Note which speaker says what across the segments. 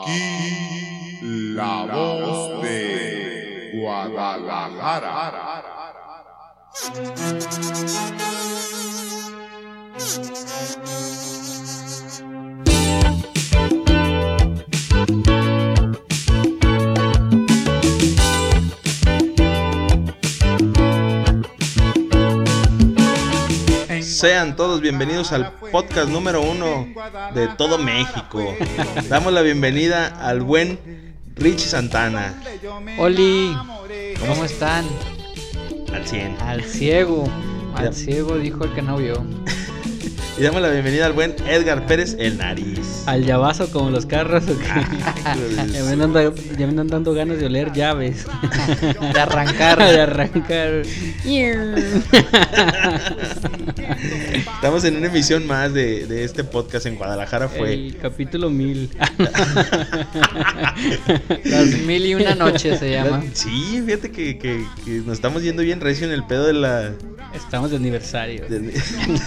Speaker 1: Aquí la voz de Guadalajara.
Speaker 2: Sean todos bienvenidos al podcast número uno de todo México. Damos la bienvenida al buen Richie Santana,
Speaker 3: Oli, ¿cómo están?
Speaker 2: al 100.
Speaker 3: Al ciego,
Speaker 2: Ya.
Speaker 3: al ciego dijo el que no vio.
Speaker 2: Y damos la bienvenida al buen Edgar Pérez, el nariz.
Speaker 4: Al llavazo como los carros o qué?
Speaker 2: Ah.
Speaker 4: ya, me
Speaker 2: Pues,
Speaker 4: andan, da- ya me andan dando ganas de oler llaves.
Speaker 3: De
Speaker 4: de
Speaker 3: arrancar.
Speaker 4: arrancar.
Speaker 2: Estamos en una emisión más de, de este podcast en Guadalajara. Fue
Speaker 4: El capítulo 1000.
Speaker 3: Las mil y una noches se llama.
Speaker 2: Sí, fíjate que, que- que nos estamos yendo bien recio en el pedo de la,
Speaker 4: Estamos de aniversario.
Speaker 2: de- de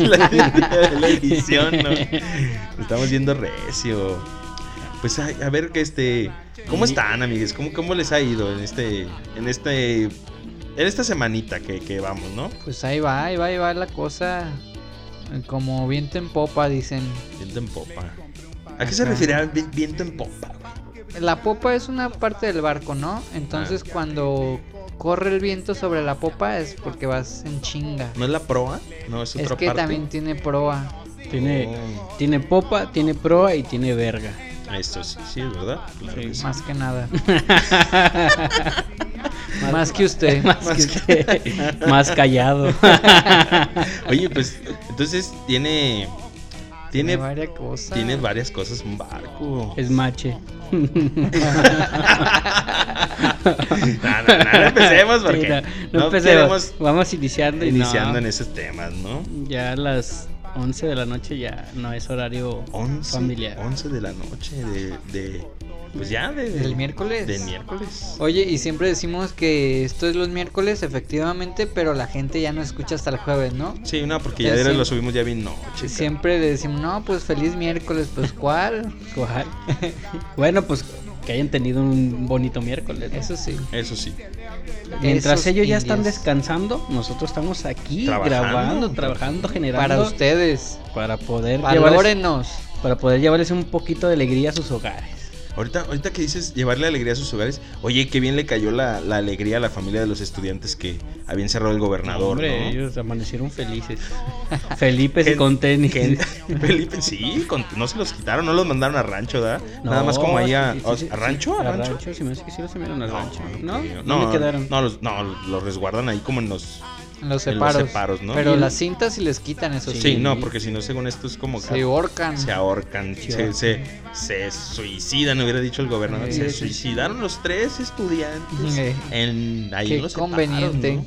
Speaker 2: la- de la edición, ¿no? Nos Estamos yendo recio. Pues a, a ver que este. ¿Cómo están, amigues? ¿Cómo, ¿Cómo les ha ido en este. en este. en esta semanita que, que vamos, ¿no?
Speaker 3: Pues ahí va, ahí va, ahí va la cosa. Como viento en popa, dicen.
Speaker 2: Viento en popa. ¿A qué se
Speaker 3: Ajá.
Speaker 2: refiere al vi- viento en popa?
Speaker 3: La popa es una parte del barco, ¿no? Entonces cuando corre el viento sobre la popa es porque vas en chinga.
Speaker 2: ¿No es la proa? No, es otra
Speaker 3: Es que
Speaker 2: parte.
Speaker 3: también tiene proa.
Speaker 4: Tiene,
Speaker 2: Oh,
Speaker 4: tiene popa, tiene proa y tiene verga.
Speaker 2: esto sí, sí, es verdad. Claro
Speaker 4: Sí.
Speaker 2: que sí.
Speaker 3: Más que nada. Más que usted.
Speaker 4: Más, que- más callado.
Speaker 2: Oye, pues entonces tiene.
Speaker 3: Tiene
Speaker 2: Tiene,
Speaker 3: varias cosas.
Speaker 2: tiene varias cosas un barco.
Speaker 4: es mache.
Speaker 2: No, no, no, no empecemos porque
Speaker 4: Sí, no, no
Speaker 2: no
Speaker 4: empecemos.
Speaker 2: queremos
Speaker 4: Vamos iniciando y no.
Speaker 2: iniciando en esos temas, ¿no?
Speaker 4: Ya a las 11 de la noche ya no es horario
Speaker 2: 11,
Speaker 4: familiar.
Speaker 2: 11 de la noche de, de- pues ya de, de-
Speaker 3: Del miércoles.
Speaker 2: del miércoles.
Speaker 3: Oye, y siempre decimos que esto es los miércoles, efectivamente, pero la gente ya no escucha hasta el jueves, ¿no?
Speaker 2: Sí, no, porque ya
Speaker 3: Pero
Speaker 2: era-
Speaker 3: sí.
Speaker 2: lo subimos ya bien noche. cabrón.
Speaker 3: Siempre le decimos, no, pues feliz miércoles, pues cuál.
Speaker 4: ¿Cuál? bueno, pues que hayan tenido un bonito miércoles. ¿no?
Speaker 3: Eso sí.
Speaker 2: Eso sí.
Speaker 4: Mientras
Speaker 3: Esos
Speaker 4: ellos ya están
Speaker 3: indios.
Speaker 4: descansando, nosotros estamos aquí
Speaker 2: Trabajando.
Speaker 4: grabando, trabajando, generando
Speaker 3: Para ustedes,
Speaker 4: para poder llevarles,
Speaker 3: valórenos.
Speaker 4: para poder llevarles un poquito de alegría a sus hogares.
Speaker 2: Ahorita, ahorita que dices llevarle alegría a sus hogares, oye, qué bien le cayó la, la alegría a la familia de los estudiantes que habían cerrado el gobernador,
Speaker 4: Hombre,
Speaker 2: ¿no?
Speaker 4: ellos amanecieron felices. Felipe y
Speaker 2: Gen-
Speaker 4: con tenis.
Speaker 2: Gen- Felipe, sí, con- no se los quitaron, no los mandaron a rancho, ¿da? Nada más como ahí a,
Speaker 4: sí, sí,
Speaker 2: a-
Speaker 4: sí,
Speaker 2: a rancho,
Speaker 4: sí,
Speaker 2: a rancho.
Speaker 4: se me hace que sí los enviaron al rancho. ¿No?
Speaker 2: creo.
Speaker 4: ¿No? me quedaron.
Speaker 2: No, los, no, los resguardan ahí como en los.
Speaker 3: En los
Speaker 2: En los
Speaker 3: separos.
Speaker 2: separos, ¿no?
Speaker 3: Pero
Speaker 2: Y-
Speaker 3: las cintas sí les quitan, eso
Speaker 2: Sí,
Speaker 3: sí.
Speaker 2: no, porque si no, según esto es como.
Speaker 3: Se ahorcan.
Speaker 2: se ahorcan, se, se, se suicidan, hubiera dicho el gobernador.
Speaker 3: Sí,
Speaker 2: se
Speaker 3: sí, sí.
Speaker 2: suicidaron los tres estudiantes.
Speaker 3: Eh,
Speaker 2: En, ahí
Speaker 3: Qué
Speaker 2: en los separos,
Speaker 3: conveniente.
Speaker 2: ¿no?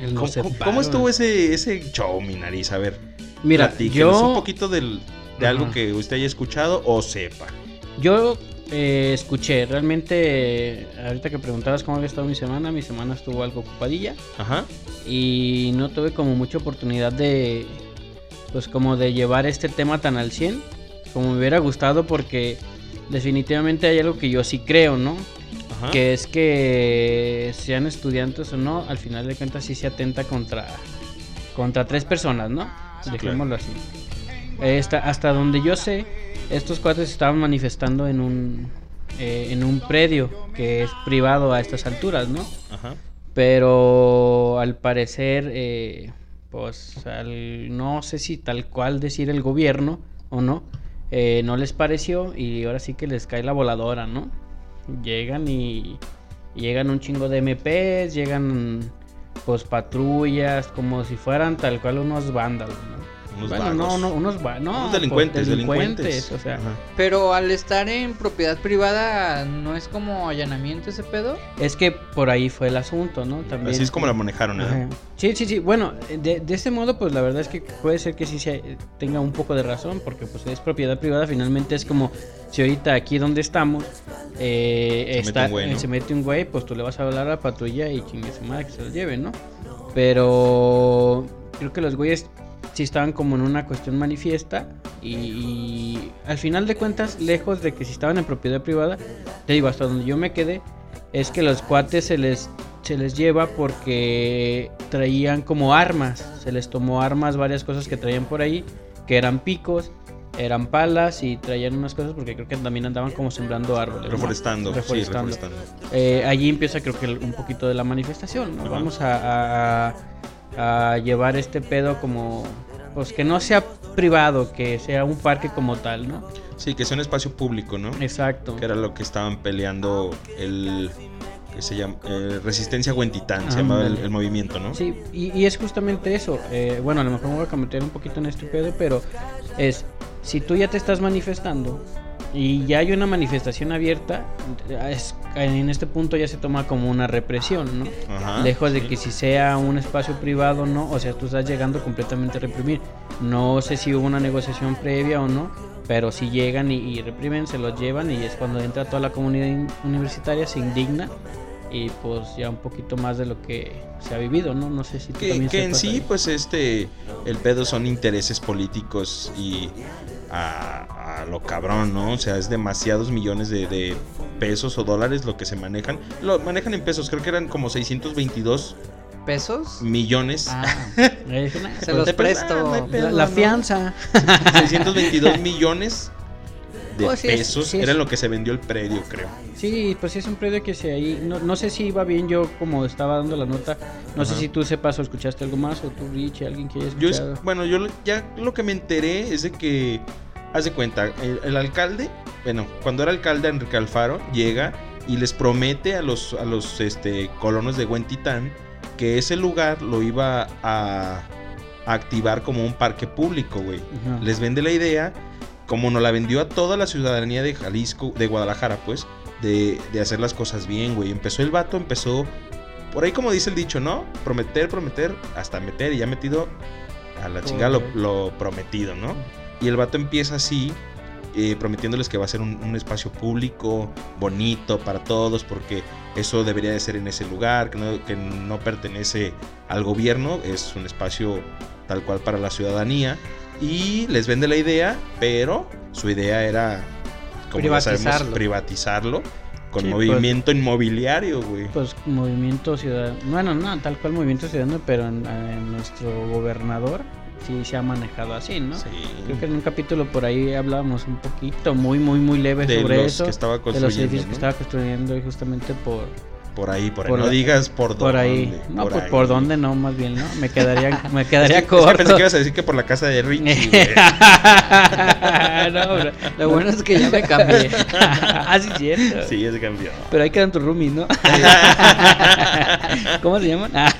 Speaker 4: Los
Speaker 2: ¿Cómo, cómo-
Speaker 4: separaron.
Speaker 2: cómo estuvo ese, ese show, mi nariz? A ver,
Speaker 4: Mira,
Speaker 2: platíquenos un
Speaker 4: yo,
Speaker 2: poquito del, de algo
Speaker 4: Ajá.
Speaker 2: que usted haya escuchado o sepa.
Speaker 4: yo eh, escuché, realmente, eh, ahorita que preguntabas cómo había estado mi semana, mi semana estuvo algo ocupadilla
Speaker 2: Ajá.
Speaker 4: y no tuve como mucha oportunidad de, pues como de llevar este tema tan al 100 como me hubiera gustado porque definitivamente hay algo que yo sí creo, ¿no?
Speaker 2: Ajá.
Speaker 4: Que es que sean estudiantes o no, al final de cuentas sí se atenta contra, contra tres personas, ¿no? Dejémoslo así. Eh, Esta, hasta donde yo sé, estos cuates estaban manifestando en un, eh, en un predio que es privado a estas alturas, ¿no?
Speaker 2: Ajá.
Speaker 4: Pero al parecer, eh, pues al- no sé si tal cual decir el gobierno o no, eh, no les pareció y ahora sí que les cae la voladora, ¿no? Llegan y y llegan un chingo de MPs, llegan pues patrullas, como si fueran tal cual unos vándalos, ¿no?
Speaker 2: Unos
Speaker 4: Bueno,
Speaker 2: vagos.
Speaker 4: no, no, unos, va- no,
Speaker 2: Unos
Speaker 4: pues,
Speaker 2: delincuentes, delincuentes.
Speaker 4: O sea,
Speaker 2: Ajá.
Speaker 3: Pero al estar en propiedad privada, ¿no es como allanamiento ese pedo?
Speaker 4: es que por ahí fue el asunto, ¿no? También
Speaker 2: Así es como la manejaron, ¿eh?
Speaker 4: Ajá. Sí, sí, sí. Bueno, de, de este modo, pues la verdad es que puede ser que sí se tenga un poco de razón, porque pues es propiedad privada. Finalmente es como si ahorita aquí donde estamos eh,
Speaker 2: Se mete
Speaker 4: está,
Speaker 2: un güey, ¿no?
Speaker 4: se mete un güey, pues tú le vas a hablar a la patrulla y chingue su madre que se lo lleven, ¿no? Pero creo que los güeyes sí estaban como en una cuestión manifiesta y, y al final de cuentas, lejos de que si estaban en propiedad privada, te digo, hasta donde yo me quedé, es que los cuates se les, se les lleva porque traían como armas, se les tomó armas, varias cosas que traían por ahí, que eran picos, eran palas y traían unas cosas porque creo que también andaban como sembrando árboles. ¿no?
Speaker 2: Reforestando,
Speaker 4: Reforestando.
Speaker 2: sí, reforestando.
Speaker 4: Eh, allí empieza creo que el- un poquito de la manifestación, ¿no?
Speaker 2: Ajá.
Speaker 4: Vamos a, a- a- a llevar este pedo como, pues que no sea privado, que sea un parque como tal, ¿no?
Speaker 2: Sí, que es un espacio público, ¿no?
Speaker 4: Exacto.
Speaker 2: Que era lo que estaban peleando el que se llama eh, Resistencia Huentitán, se
Speaker 4: Ah,
Speaker 2: llamaba el,
Speaker 4: ándale.
Speaker 2: el movimiento, ¿no?
Speaker 4: Sí, y, y es justamente eso. eh, bueno, a lo mejor me voy a cometer un poquito en este pedo, pero es, si tú ya te estás manifestando y ya hay una manifestación abierta, es- en este punto ya se toma como una represión, ¿no?
Speaker 2: Ajá.
Speaker 4: Lejos de
Speaker 2: Ah, sí.
Speaker 4: que si sea un espacio privado o no, o sea, tú estás llegando completamente a reprimir. No sé si hubo una negociación previa o no, pero si llegan y, y reprimen, se los llevan y es cuando entra toda la comunidad in- universitaria, se indigna y pues ya un poquito más de lo que se ha vivido, ¿no? No sé si tú
Speaker 2: que,
Speaker 4: también
Speaker 2: que en
Speaker 4: sepas
Speaker 2: sí,
Speaker 4: ahí.
Speaker 2: pues este, el pedo son intereses políticos y a, a lo cabrón, ¿no? O sea, es demasiados millones de, de pesos o dólares lo que se manejan. Lo manejan en pesos, creo que eran como 622 Mm.
Speaker 3: ¿Pesos?
Speaker 2: millones.
Speaker 3: Ah,
Speaker 4: Eh, es una- pues,
Speaker 3: se los
Speaker 2: te prestan, no hay
Speaker 3: presto.
Speaker 2: pedo.
Speaker 4: la, la
Speaker 2: ¿no?
Speaker 4: fianza.
Speaker 2: 622 millones de
Speaker 4: Pues sí es-
Speaker 2: pesos
Speaker 4: sí es-
Speaker 2: era lo que se vendió el predio, creo.
Speaker 4: Sí, pues sí es un predio que se ahí. No, no sé si iba bien yo como estaba dando la nota. No sé
Speaker 2: Ajá.
Speaker 4: si tú sepas o escuchaste algo más o tú, Richie, alguien que haya
Speaker 2: Yo es-
Speaker 4: escuchado.
Speaker 2: bueno, yo lo- ya lo que me enteré es de que, haz de cuenta, el, el alcalde, bueno, cuando era alcalde Enrique Alfaro, llega y les promete a los, a los este, colonos de Huentitán que ese lugar lo iba a, a activar como un parque público, güey.
Speaker 4: Ajá.
Speaker 2: Les vende la idea, como nos la vendió a toda la ciudadanía de Jalisco, de Guadalajara, pues, de, de hacer las cosas bien, güey. Empezó el vato, empezó. Por ahí, como dice el dicho, ¿no? Prometer, prometer, hasta meter, y ya metido a la chingada lo,
Speaker 4: Ok.
Speaker 2: lo prometido, ¿no? Y el vato empieza así, eh, prometiéndoles que va a ser un, un espacio público, bonito para todos, porque eso debería de ser en ese lugar, que no, que no pertenece al gobierno, es un espacio tal cual para la ciudadanía. Y les vende la idea, pero su idea era, como ya sabemos,
Speaker 3: Privatizarlo.
Speaker 2: privatizarlo con
Speaker 4: Sí, pues.
Speaker 2: movimiento inmobiliario, güey.
Speaker 4: Pues movimiento ciudadano, bueno, no, tal cual movimiento ciudadano, pero en, en nuestro gobernador sí se ha manejado así, ¿no?
Speaker 2: Sí.
Speaker 4: Creo que en un capítulo por ahí hablábamos un poquito, muy, muy, muy leve
Speaker 2: de
Speaker 4: sobre
Speaker 2: los
Speaker 4: eso.
Speaker 2: que estaba
Speaker 4: de los
Speaker 2: construyendo.
Speaker 4: edificios que
Speaker 2: ¿no?
Speaker 4: estaba construyendo y justamente por,
Speaker 2: Por ahí, por ahí.
Speaker 4: por
Speaker 2: no
Speaker 4: la-
Speaker 2: digas por dónde.
Speaker 4: por ahí. No, pues por dónde no, más bien, ¿no? Me quedaría, me quedaría
Speaker 2: Es que- es que
Speaker 4: corto.
Speaker 2: pensé que ibas a decir que por la casa de Richie, güey. ¿eh?
Speaker 4: no, bro.
Speaker 3: Lo bueno es que ya me cambié.
Speaker 4: ah, sí, es cierto.
Speaker 2: Sí, es cambiado.
Speaker 4: Pero ahí quedan tus roomies, ¿no? ¿Cómo se llaman? Ah,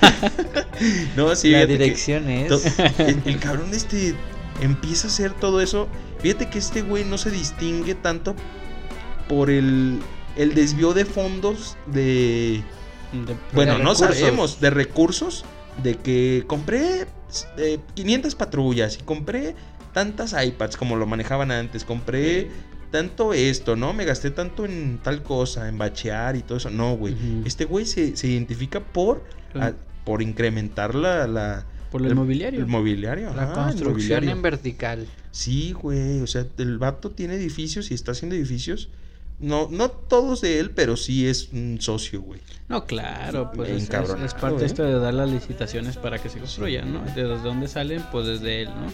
Speaker 2: No, sí,
Speaker 3: la
Speaker 2: fíjate que
Speaker 3: dirección
Speaker 4: ¿eh?
Speaker 2: to-
Speaker 3: es.
Speaker 2: el, el cabrón este empieza a hacer todo eso. Fíjate que este güey no se distingue tanto por el, el desvío de fondos de...
Speaker 4: De-
Speaker 2: Bueno, no
Speaker 3: recursos.
Speaker 2: sabemos, de recursos, de que compré eh, 500 patrullas y compré tantas iPads como lo manejaban antes, compré tanto esto, ¿no? Me gasté tanto en tal cosa, en bachear y todo eso. No, güey.
Speaker 4: Ujú.
Speaker 2: Este güey se, se identifica por,
Speaker 4: Claro.
Speaker 2: a- por incrementar la, la-
Speaker 4: por lo
Speaker 2: el-
Speaker 4: inmobiliario.
Speaker 2: el mobiliario.
Speaker 3: La
Speaker 2: ajá, el
Speaker 3: construcción
Speaker 2: mobiliario.
Speaker 3: en vertical.
Speaker 2: Sí, güey. O sea, el vato tiene edificios y está haciendo edificios. No, no todos de él, pero sí es un socio, güey.
Speaker 4: No, claro, pues
Speaker 2: Bien
Speaker 4: es, es-
Speaker 2: cabronado,
Speaker 4: es parte
Speaker 2: ¿eh?
Speaker 4: esto de dar las licitaciones para que se construyan, ¿no? ¿De dónde salen? Pues desde él, ¿no?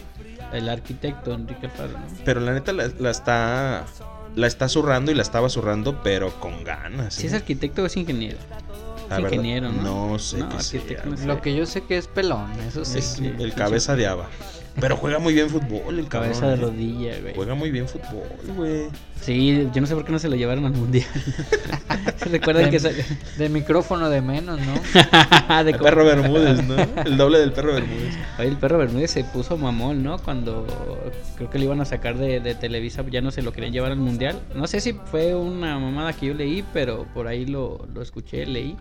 Speaker 4: El arquitecto Enrique Alfaro, ¿no?
Speaker 2: Pero la neta la, la está. La está zurrando y la estaba zurrando, pero con ganas.
Speaker 4: Si
Speaker 2: ¿eh?
Speaker 4: es arquitecto o es ingeniero.
Speaker 2: La
Speaker 4: es
Speaker 2: verdad,
Speaker 4: ingeniero, ¿no?
Speaker 2: No sé
Speaker 4: No,
Speaker 2: qué sea,
Speaker 4: arquitecto no
Speaker 2: güey.
Speaker 4: Sí.
Speaker 3: Lo que yo sé que es pelón, eso sí.
Speaker 2: Es
Speaker 4: Sí.
Speaker 2: el cabeza de haba. Pero juega muy bien fútbol, el cabrón.
Speaker 4: Cabeza de
Speaker 2: ¿eh?
Speaker 4: rodilla, güey.
Speaker 2: Juega muy bien fútbol, güey.
Speaker 4: Sí, yo no sé por qué no se lo llevaron al mundial. ¿Se recuerdan que esa-
Speaker 3: De micrófono de menos, ¿no?
Speaker 4: de
Speaker 2: Em. El
Speaker 4: cómo-
Speaker 2: perro Bermúdez, ¿no? El doble del perro Bermúdez.
Speaker 4: Oye, el perro Bermúdez se puso mamón, ¿no? Cuando creo que le iban a sacar de, de Televisa, ya no se lo querían llevar al mundial. No sé si fue una mamada que yo leí, pero por ahí lo, lo escuché, leí.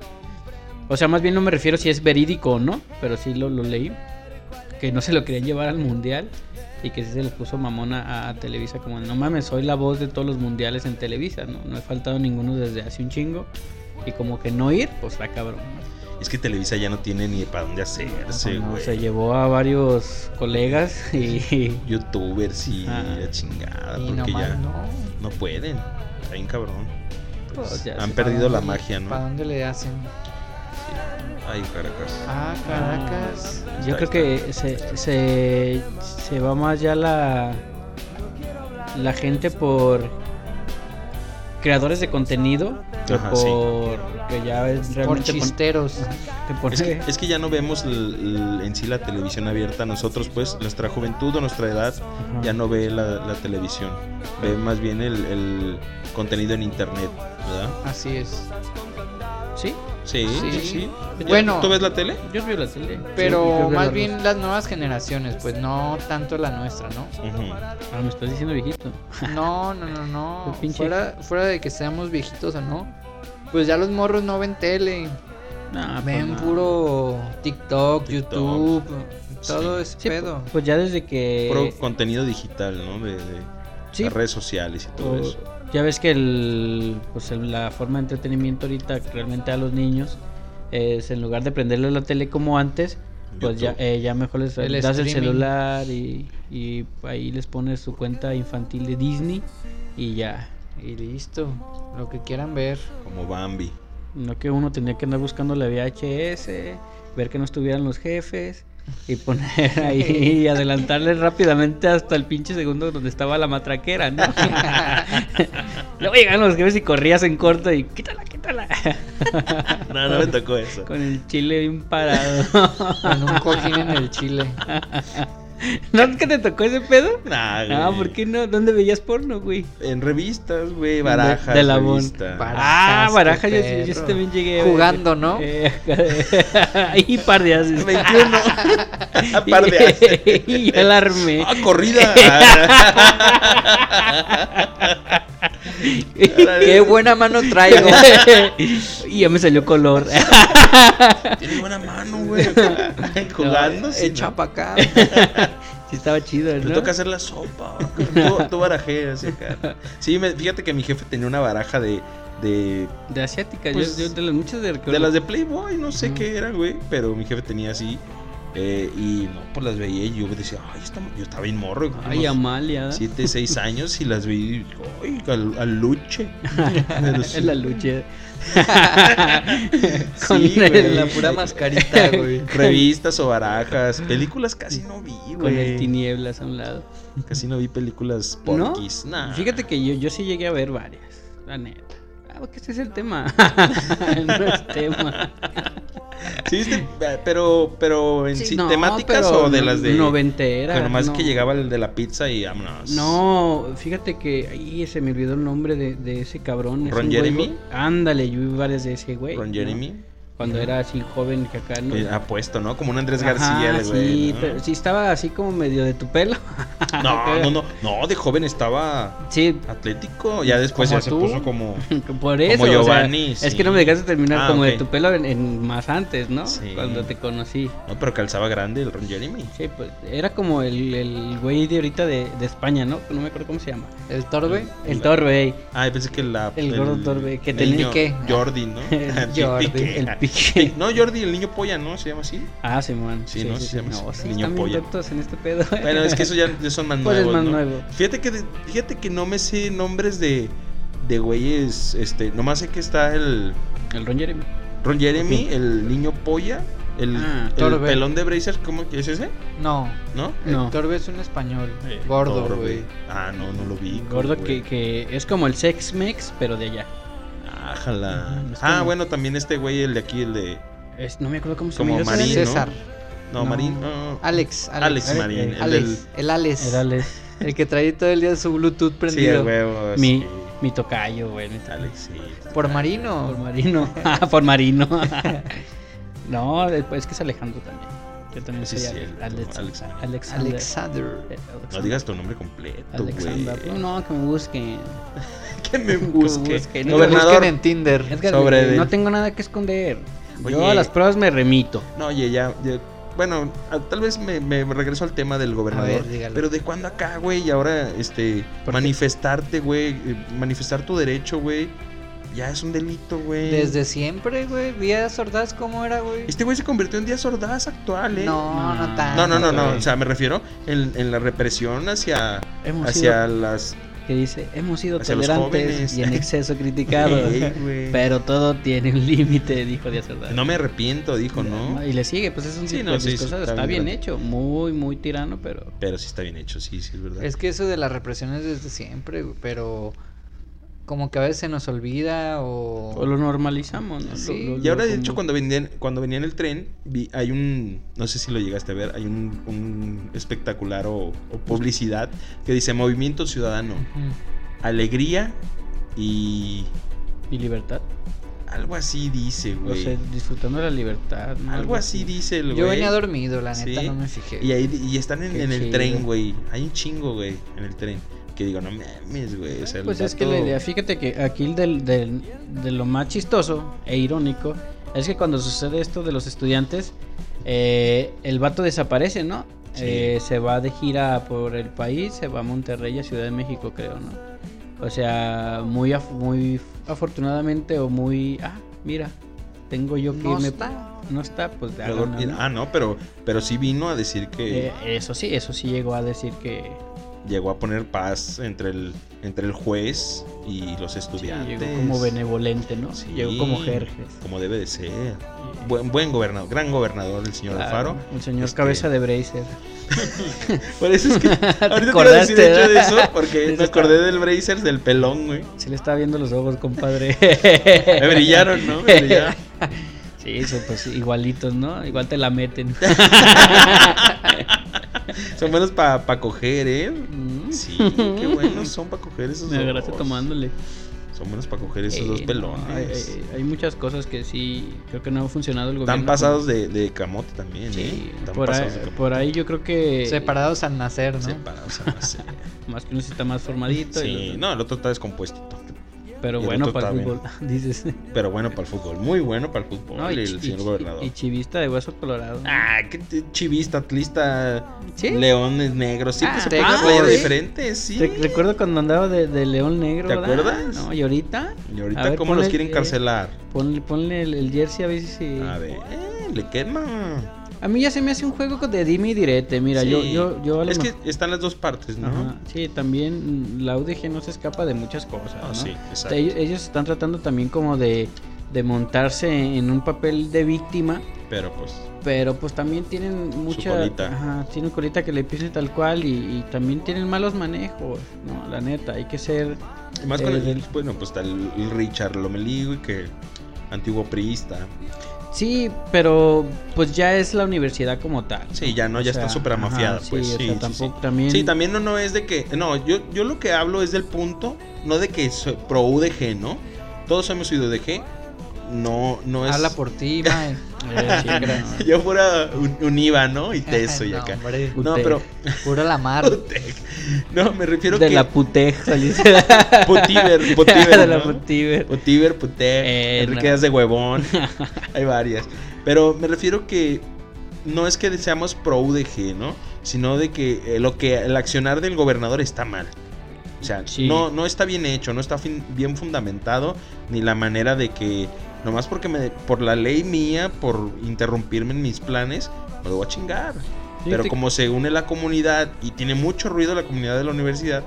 Speaker 4: O sea, más bien no me refiero si es verídico o no, pero sí lo, lo leí. Que no se lo querían llevar al mundial y que sí se le puso mamón a, a Televisa, como no mames, soy la voz de todos los mundiales en Televisa, ¿no? No he faltado ninguno desde hace un chingo. Y como que no ir, pues está cabrón. ¿no?
Speaker 2: Es que Televisa ya no tiene ni para dónde hacerse,
Speaker 4: No,
Speaker 2: güey.
Speaker 4: se llevó a varios colegas y
Speaker 2: Youtubers y
Speaker 4: Ah.
Speaker 2: la chingada.
Speaker 3: Y
Speaker 2: porque
Speaker 3: nomás
Speaker 2: ya no.
Speaker 3: no.
Speaker 2: pueden. Está bien cabrón. Pues,
Speaker 4: Pues ya
Speaker 2: han
Speaker 4: se-
Speaker 2: perdido la
Speaker 3: ¿Para
Speaker 2: magia,
Speaker 3: ¿Para
Speaker 2: ¿no?
Speaker 3: dónde le hacen?
Speaker 2: Ay, caracas.
Speaker 3: Ah, Caracas.
Speaker 2: Ahí
Speaker 4: yo creo que se, se, se va más ya la, la gente por creadores de contenido que
Speaker 2: Ajá, sí.
Speaker 4: por que ya es
Speaker 3: Por
Speaker 4: realmente pon-
Speaker 3: chisteros.
Speaker 4: que por-
Speaker 2: Es que, es que ya no vemos l- l- en sí la televisión abierta. Nosotros, pues, nuestra juventud o nuestra edad
Speaker 4: Ajá.
Speaker 2: ya no ve la, la televisión. Ve más bien el, el contenido en internet, ¿verdad?
Speaker 3: Así es.
Speaker 4: sí
Speaker 2: Sí,
Speaker 3: Sí.
Speaker 2: sí, sí. Ya-
Speaker 3: Bueno.
Speaker 2: ¿Tú ves la tele?
Speaker 4: yo veo la tele Sí, yo
Speaker 3: Pero
Speaker 4: veo
Speaker 3: más
Speaker 4: la-
Speaker 3: bien las nuevas generaciones, pues no tanto la nuestra, ¿no?
Speaker 2: Ujú.
Speaker 4: Ah, me estás diciendo viejito
Speaker 3: No, no, no, no.
Speaker 4: Pues pinche-
Speaker 3: Fuera, fuera de que seamos viejitos o no. Pues ya los morros no ven tele.
Speaker 4: Nah, pues
Speaker 3: ven
Speaker 4: no.
Speaker 3: puro TikTok,
Speaker 2: TikTok.
Speaker 3: YouTube, todo
Speaker 2: Sí.
Speaker 3: ese
Speaker 4: Sí,
Speaker 3: pedo.
Speaker 4: pues ya desde que
Speaker 2: Puro contenido digital, ¿no? De, de
Speaker 4: Sí.
Speaker 2: las redes sociales y todo
Speaker 4: O-
Speaker 2: eso.
Speaker 4: Ya ves que el, pues el- la forma de entretenimiento ahorita realmente a los niños es en lugar de prenderles la tele como antes, pues ya,
Speaker 2: YouTube.
Speaker 4: eh, ya mejor les
Speaker 3: El
Speaker 4: das el
Speaker 3: streaming.
Speaker 4: celular y, y ahí les pones su cuenta infantil de Disney y ya.
Speaker 3: Y listo, lo que quieran ver.
Speaker 2: Como Bambi.
Speaker 4: No que uno tenía que andar buscando la VHS, ver que no estuvieran los jefes y poner ahí y adelantarles rápidamente hasta el pinche segundo donde estaba la matraquera, ¿no? Luego llegaban los jefes y corrías en corto y quítala, quítala.
Speaker 2: No, no me tocó eso.
Speaker 4: Con el chile bien parado.
Speaker 3: Con un cojín en el chile.
Speaker 4: ¿No es que te tocó ese pedo?
Speaker 2: Nah, güey.
Speaker 4: Ah, ¿por qué no? ¿Dónde veías porno, güey?
Speaker 2: En revistas, güey, barajas.
Speaker 4: de Labón.
Speaker 2: revista.
Speaker 3: Barajas,
Speaker 4: ah,
Speaker 3: qué
Speaker 4: baraja, yo, sí- yo sí
Speaker 3: perro.
Speaker 4: también llegué. a ver.
Speaker 3: Jugando, ¿no?
Speaker 4: Eh, y par de haces.
Speaker 2: 21. A par de haces.
Speaker 4: y ya la armé.
Speaker 2: ¡Ah, corrida! Ah.
Speaker 3: Qué buena mano traigo.
Speaker 4: y ya me salió color.
Speaker 2: Tiene buena mano, güey. Jugando, sí,
Speaker 3: Echa
Speaker 2: ¿no?
Speaker 3: pa' acá.
Speaker 4: sí, estaba chido,
Speaker 2: Te
Speaker 4: ¿no?
Speaker 2: toca hacer la sopa. Tú, tú barajeas acá. Sí, me- fíjate que mi jefe tenía una baraja de. de,
Speaker 4: De asiática, yo-
Speaker 2: Pues,
Speaker 4: yo, de las muchas de
Speaker 2: de las de Playboy, no sé qué era, güey. Pero mi jefe tenía así. eh, y no, pues las veía y yo decía, ay, esta- yo estaba bien morro.
Speaker 4: Ay,
Speaker 2: unos
Speaker 4: Amalia.
Speaker 2: Siete, seis años y las vi y digo, ay, al, al luche. Pero sí.
Speaker 4: Es la lucha. Con
Speaker 2: Sí,
Speaker 4: el-
Speaker 2: güey.
Speaker 3: La pura mascarita, güey.
Speaker 2: Revistas o barajas. Películas casi no vi, güey.
Speaker 4: Con el tinieblas a un lado.
Speaker 2: Casi no vi películas porquis. Nah.
Speaker 4: Fíjate que yo, yo sí llegué a ver varias, la neta. Ah, porque este es el tema. no es tema.
Speaker 2: Sí, viste, eh, pero, pero en sí,
Speaker 4: No,
Speaker 2: temáticas
Speaker 4: pero
Speaker 2: o de
Speaker 4: no-
Speaker 2: las de.
Speaker 4: Noventera.
Speaker 2: Que nomás
Speaker 4: no.
Speaker 2: que llegaba el de la pizza y vámonos.
Speaker 4: No, fíjate que ahí se me olvidó el nombre de, de ese cabrón. es
Speaker 2: ¿Ron
Speaker 4: un güey,
Speaker 2: Jeremy?
Speaker 4: güey. Ándale, yo vi varias de ese güey.
Speaker 2: Ron
Speaker 4: ¿no?
Speaker 2: Jeremy.
Speaker 4: Cuando era así joven que acá, ¿no?
Speaker 2: eh, apuesto, ¿no? Como un Andrés
Speaker 4: Ajá,
Speaker 2: García, el güey.
Speaker 4: sí,
Speaker 2: ¿no?
Speaker 4: pero sí estaba así como medio de tu pelo.
Speaker 2: no, no, no, no, de joven estaba
Speaker 4: Sí,
Speaker 2: atlético. Ya después
Speaker 3: ¿Como
Speaker 2: ya se
Speaker 3: tú?
Speaker 2: puso como.
Speaker 4: Por eso, o sea,
Speaker 2: Giovanni,
Speaker 4: es
Speaker 2: sí.
Speaker 4: que no me dejaste terminar
Speaker 2: Ah,
Speaker 4: como
Speaker 2: ok.
Speaker 4: de tu pelo en, en más antes, ¿no?
Speaker 2: Sí.
Speaker 4: Cuando te conocí.
Speaker 2: No, pero calzaba grande el Ron Jeremy.
Speaker 4: Sí, pues era como el, el güey de ahorita de, de España, ¿no? No me acuerdo cómo se llama.
Speaker 3: El torbe.
Speaker 4: El Torbe,
Speaker 2: Ah, pensé que la.
Speaker 4: El gordo torbe que
Speaker 2: el
Speaker 4: tenía-
Speaker 2: niño
Speaker 3: Piqué.
Speaker 2: Jordi, ¿no?
Speaker 4: El
Speaker 2: Sí,
Speaker 3: Jordi,
Speaker 2: Piqué.
Speaker 4: el pique.
Speaker 2: No, Jordi, el niño polla, ¿no? Se llama así.
Speaker 4: Ah, Simón.
Speaker 2: Sí, ¿no? Se llama
Speaker 4: No,
Speaker 2: así,
Speaker 4: sí,
Speaker 2: niño
Speaker 4: están
Speaker 2: polla.
Speaker 4: bien doctos en este pedo. ¿eh?
Speaker 2: Bueno, es que eso ya, ya son más
Speaker 4: Pues es
Speaker 2: nuevos.
Speaker 4: más
Speaker 2: ¿no?
Speaker 4: nuevo.
Speaker 2: Fíjate que, fíjate que no me sé nombres de, de güeyes. Este, nomás sé que está el
Speaker 4: El Ron Jeremy.
Speaker 2: Ron Jeremy, el niño polla, el,
Speaker 4: Ah,
Speaker 2: el
Speaker 3: Torbe.
Speaker 2: pelón de Brazers, ¿cómo que es ese?
Speaker 3: No,
Speaker 2: ¿No?
Speaker 3: el
Speaker 4: No.
Speaker 3: torbe es un español.
Speaker 2: Eh,
Speaker 3: Gordo,
Speaker 2: Torbe.
Speaker 3: güey.
Speaker 2: Ah, no, no lo vi.
Speaker 4: Gordo que, que es como el Sex Mex, pero de allá.
Speaker 2: Ájala.
Speaker 4: Ujú, es
Speaker 2: Ah,
Speaker 4: como-
Speaker 2: bueno, también este güey, el de aquí, el de.
Speaker 4: Es- no me acuerdo
Speaker 3: Pues
Speaker 4: cómo se
Speaker 2: Como
Speaker 4: llama. Yo
Speaker 2: Marín,
Speaker 4: sabía-
Speaker 3: César.
Speaker 2: No,
Speaker 4: No.
Speaker 2: Marín. no, no.
Speaker 3: Alex.
Speaker 2: Alex,
Speaker 3: Alex.
Speaker 4: Alex,
Speaker 2: Marín. El
Speaker 3: Alex, el Alex.
Speaker 4: Era Alex.
Speaker 3: El que trae todo el día su Bluetooth
Speaker 2: del... Sí, a
Speaker 3: prendido.
Speaker 2: huevo.
Speaker 4: Mi,
Speaker 2: Pues sí.
Speaker 4: mi tocayo, güey. mi tocayo.
Speaker 2: Alex, sí.
Speaker 3: por
Speaker 4: Por
Speaker 3: Marino.
Speaker 4: marino. Ah, por marino. no, después es que es Alejandro también. Yo también
Speaker 2: Sí,
Speaker 4: soy
Speaker 2: sí,
Speaker 4: Ale-
Speaker 2: el-
Speaker 4: Alex,
Speaker 2: Alex-
Speaker 4: Alexander.
Speaker 3: Alexander.
Speaker 4: Eh, Alexander.
Speaker 2: No digas tu nombre completo,
Speaker 4: Alexander.
Speaker 2: güey.
Speaker 4: No, que me busquen.
Speaker 2: Que me
Speaker 4: Que
Speaker 2: busque.
Speaker 4: busque.
Speaker 3: Pues Lo busquen
Speaker 2: Gobernador.
Speaker 3: en Tinder.
Speaker 4: Edgar,
Speaker 2: Sobre
Speaker 4: eh,
Speaker 2: de-
Speaker 4: no tengo nada que esconder. Yo
Speaker 2: Oye.
Speaker 4: a las pruebas me remito.
Speaker 2: No, oye, ya. ya- bueno, a- tal vez me, me regreso al tema del gobernador.
Speaker 3: A ver, dígalo.
Speaker 2: pero de cuándo acá, güey, y ahora, este,
Speaker 4: ¿Por qué?
Speaker 2: manifestarte, güey, eh, manifestar tu derecho, güey, Ya es un delito, güey.
Speaker 3: Desde siempre, güey. Díaz Ordaz, ¿cómo era, güey?
Speaker 2: Este güey se convirtió en Díaz Ordaz actual, ¿eh?
Speaker 3: No, no
Speaker 4: No.
Speaker 2: no,
Speaker 3: tanto.
Speaker 2: no, no. no,
Speaker 4: güey.
Speaker 2: O sea, me refiero en, en la represión hacia,
Speaker 4: Hemos
Speaker 2: hacia
Speaker 4: sido-
Speaker 2: las.
Speaker 4: que dice, hemos sido
Speaker 2: Hacia los
Speaker 4: tolerantes
Speaker 2: jóvenes".
Speaker 4: y en exceso criticados,
Speaker 2: Ey, güey.
Speaker 4: pero todo tiene un límite, dijo Díaz Ordaz.
Speaker 2: No me arrepiento, dijo, ¿no?
Speaker 4: Y le sigue, pues es un
Speaker 2: Sí,
Speaker 4: sí,
Speaker 2: no, sí, sí,
Speaker 4: está,
Speaker 2: está bien
Speaker 4: bien
Speaker 2: grande.
Speaker 4: hecho, muy, muy tirano, pero...
Speaker 2: Pero sí está bien hecho, sí, sí, es verdad.
Speaker 3: Es que eso de las represiones desde siempre, güey, pero como que a veces se nos olvida o...
Speaker 4: O lo normalizamos, ¿no?
Speaker 3: Sí.
Speaker 4: Lo- lo-
Speaker 2: Oh. Y ahora, de
Speaker 4: lo-
Speaker 2: hecho, cuando venían, cuando venía en el tren, vi, hay un, no sé si lo llegaste a ver, hay un, un espectacular o, o publicidad que dice Movimiento Ciudadano,
Speaker 3: Ujú.
Speaker 2: Alegría y
Speaker 4: Y libertad.
Speaker 2: algo así dice,
Speaker 4: O
Speaker 2: güey.
Speaker 4: sea, disfrutando la libertad. ¿no?
Speaker 2: algo así dice el güey.
Speaker 3: Yo venía dormido, la neta,
Speaker 2: Sí.
Speaker 3: no me fijé.
Speaker 2: Y, ahí, y están en,
Speaker 4: Qué
Speaker 2: en el
Speaker 4: chido.
Speaker 2: tren, güey. Hay un chingo, güey, en el tren. Que digo, no mames, güey. O sea, el
Speaker 4: Pues es que
Speaker 2: vato-
Speaker 4: la idea, fíjate que aquí el del, del- de lo más chistoso e irónico es que cuando sucede esto de los estudiantes, eh, el vato desaparece, ¿no?
Speaker 2: Sí.
Speaker 4: Eh, se va de gira por el país, se va a Monterrey, a Ciudad de México, creo, ¿no? O sea, muy, af- muy afortunadamente o muy... Ah, mira, tengo yo que...
Speaker 3: No
Speaker 4: me-
Speaker 3: está.
Speaker 4: No está, pues...
Speaker 2: Luego-
Speaker 4: háganlo, ¿no?
Speaker 2: ah, no, pero, pero sí vino a decir que
Speaker 4: Eh, eso sí, eso sí llegó a decir que...
Speaker 2: llegó a poner paz entre el, entre el juez y los
Speaker 4: sí,
Speaker 2: estudiantes.
Speaker 4: llegó como benevolente, ¿no?
Speaker 2: Sí,
Speaker 4: Llegó como Jerjes.
Speaker 2: Como debe de ser. Buen, buen gobernador, gran gobernador el señor
Speaker 4: Claro,
Speaker 2: Alfaro.
Speaker 4: El señor
Speaker 2: Este,
Speaker 4: Cabeza de Bracer.
Speaker 2: Por eso es que ahorita te iba a
Speaker 4: acordaste,
Speaker 2: decir de hecho de
Speaker 4: ¿verdad?
Speaker 2: eso porque me
Speaker 4: Eso está-
Speaker 2: acordé del Brazers del pelón, güey.
Speaker 4: Se le está viendo los ojos, compadre.
Speaker 2: Me brillaron, ¿no? Me brillaron.
Speaker 4: Sí, son pues igualitos, ¿no? Igual te la meten.
Speaker 2: Son buenos para coger, ¿eh?
Speaker 4: Mm,
Speaker 2: Sí, qué buenos son para coger esos
Speaker 4: Me agarraste
Speaker 2: dos.
Speaker 4: tomándole.
Speaker 2: Son buenos para coger esos
Speaker 4: Eh,
Speaker 2: dos
Speaker 4: no, hay,
Speaker 2: pelones.
Speaker 4: hay- hay muchas cosas que sí, creo que no ha funcionado el gobierno. pues,
Speaker 2: Están pasados de, de camote también,
Speaker 4: Sí,
Speaker 2: ¿eh? Están
Speaker 4: por, ahí,
Speaker 2: pasados de camote.
Speaker 4: por ahí yo creo que.
Speaker 3: Separados al nacer, ¿no?
Speaker 2: Separados, no sé.
Speaker 4: Más que uno sí está más formadito. y el
Speaker 2: Sí,
Speaker 4: otro-
Speaker 2: no, el otro está descompuestito.
Speaker 4: Pero
Speaker 2: y el
Speaker 4: bueno,
Speaker 2: otro
Speaker 4: para el
Speaker 2: está
Speaker 4: fútbol, dices.
Speaker 2: Pero bueno para el fútbol, muy bueno para el fútbol.
Speaker 4: No,
Speaker 2: el
Speaker 4: chi-
Speaker 2: señor
Speaker 4: chi-
Speaker 2: gobernador.
Speaker 4: y chivista de hueso colorado.
Speaker 2: Ah, qué t- chivista, atlista,
Speaker 4: Sí.
Speaker 2: leones negros. Siempre
Speaker 4: Ah,
Speaker 2: se
Speaker 4: te
Speaker 2: ponen
Speaker 4: acuerdas,
Speaker 2: medio
Speaker 4: ¿sí?
Speaker 2: diferentes, sí.
Speaker 4: Te- Recuerdo cuando andaba de, de León Negro.
Speaker 2: ¿Te
Speaker 4: ¿verdad?
Speaker 2: acuerdas?
Speaker 4: No, y ahorita.
Speaker 2: Y
Speaker 4: A
Speaker 2: ahorita,
Speaker 4: ver,
Speaker 2: ¿cómo los
Speaker 4: ponle-
Speaker 2: quieren
Speaker 4: eh,
Speaker 2: encarcelar?
Speaker 4: Ponle, ponle el, el jersey a ver si.
Speaker 2: A ver, eh, le quema.
Speaker 4: A mí ya se me hace un juego de dime y direte. Mira,
Speaker 2: Sí.
Speaker 4: yo, yo, yo a lo
Speaker 2: Es que
Speaker 4: mejor-
Speaker 2: están las dos partes, ¿no?
Speaker 4: Ajá, Sí, también mm, la UDG no se escapa de muchas cosas.
Speaker 2: Ah,
Speaker 4: ¿no?
Speaker 2: sí, exacto.
Speaker 4: ellos, ellos están tratando también como de, de montarse en un papel de víctima.
Speaker 2: Pero pues,
Speaker 4: Pero pues también tienen mucha.
Speaker 2: colita.
Speaker 4: Ajá, tienen colita que le pisen tal cual y, y también tienen malos manejos. No, la neta, hay que ser.
Speaker 2: y más con
Speaker 4: Eh,
Speaker 2: el,
Speaker 4: del-
Speaker 2: bueno, pues está el, el Richard Lomelí, güey, que antiguo priista.
Speaker 4: Sí, pero pues ya es la universidad como tal.
Speaker 2: Sí, ya no,
Speaker 4: O
Speaker 2: ya
Speaker 4: sea,
Speaker 2: está súper amafiada,
Speaker 4: ajá,
Speaker 2: pues.
Speaker 4: Sí, o
Speaker 2: Sí,
Speaker 4: sea,
Speaker 2: sí,
Speaker 4: tampoco,
Speaker 2: sí.
Speaker 4: También,
Speaker 2: Sí, también no, no es de que. No, yo, yo lo que hablo es del punto, no de que soy pro UDG, ¿no? Todos somos sido UDG. No, no es.
Speaker 3: Habla por ti, mae.
Speaker 4: Eh, sí, no.
Speaker 2: Yo fuera un, un IVA, ¿no? Y teso y
Speaker 3: No,
Speaker 2: acá.
Speaker 3: hombre.
Speaker 2: No,
Speaker 4: Utec.
Speaker 2: pero.
Speaker 3: Pura la mar.
Speaker 2: No, me refiero
Speaker 4: de
Speaker 2: que.
Speaker 4: la puteja saliste. de la
Speaker 2: Putiver,
Speaker 4: de
Speaker 2: Putiver.
Speaker 4: la
Speaker 2: ¿no?
Speaker 4: putiver.
Speaker 2: Putiver, Puter,
Speaker 4: Eh,
Speaker 2: Enrique
Speaker 4: no.
Speaker 2: Díaz de Huevón. Hay varias. Pero me refiero que no es que seamos pro UDG, ¿no? Sino de que eh, lo que el accionar del gobernador está mal. O sea,
Speaker 4: Sí.
Speaker 2: no, no está bien hecho, no está fin- bien fundamentado, ni la manera de que, nomás porque me, por la ley mía, por interrumpirme en mis planes, me lo voy a chingar. Pero
Speaker 4: Fíjate
Speaker 2: como se une la comunidad y tiene mucho ruido la comunidad de la universidad,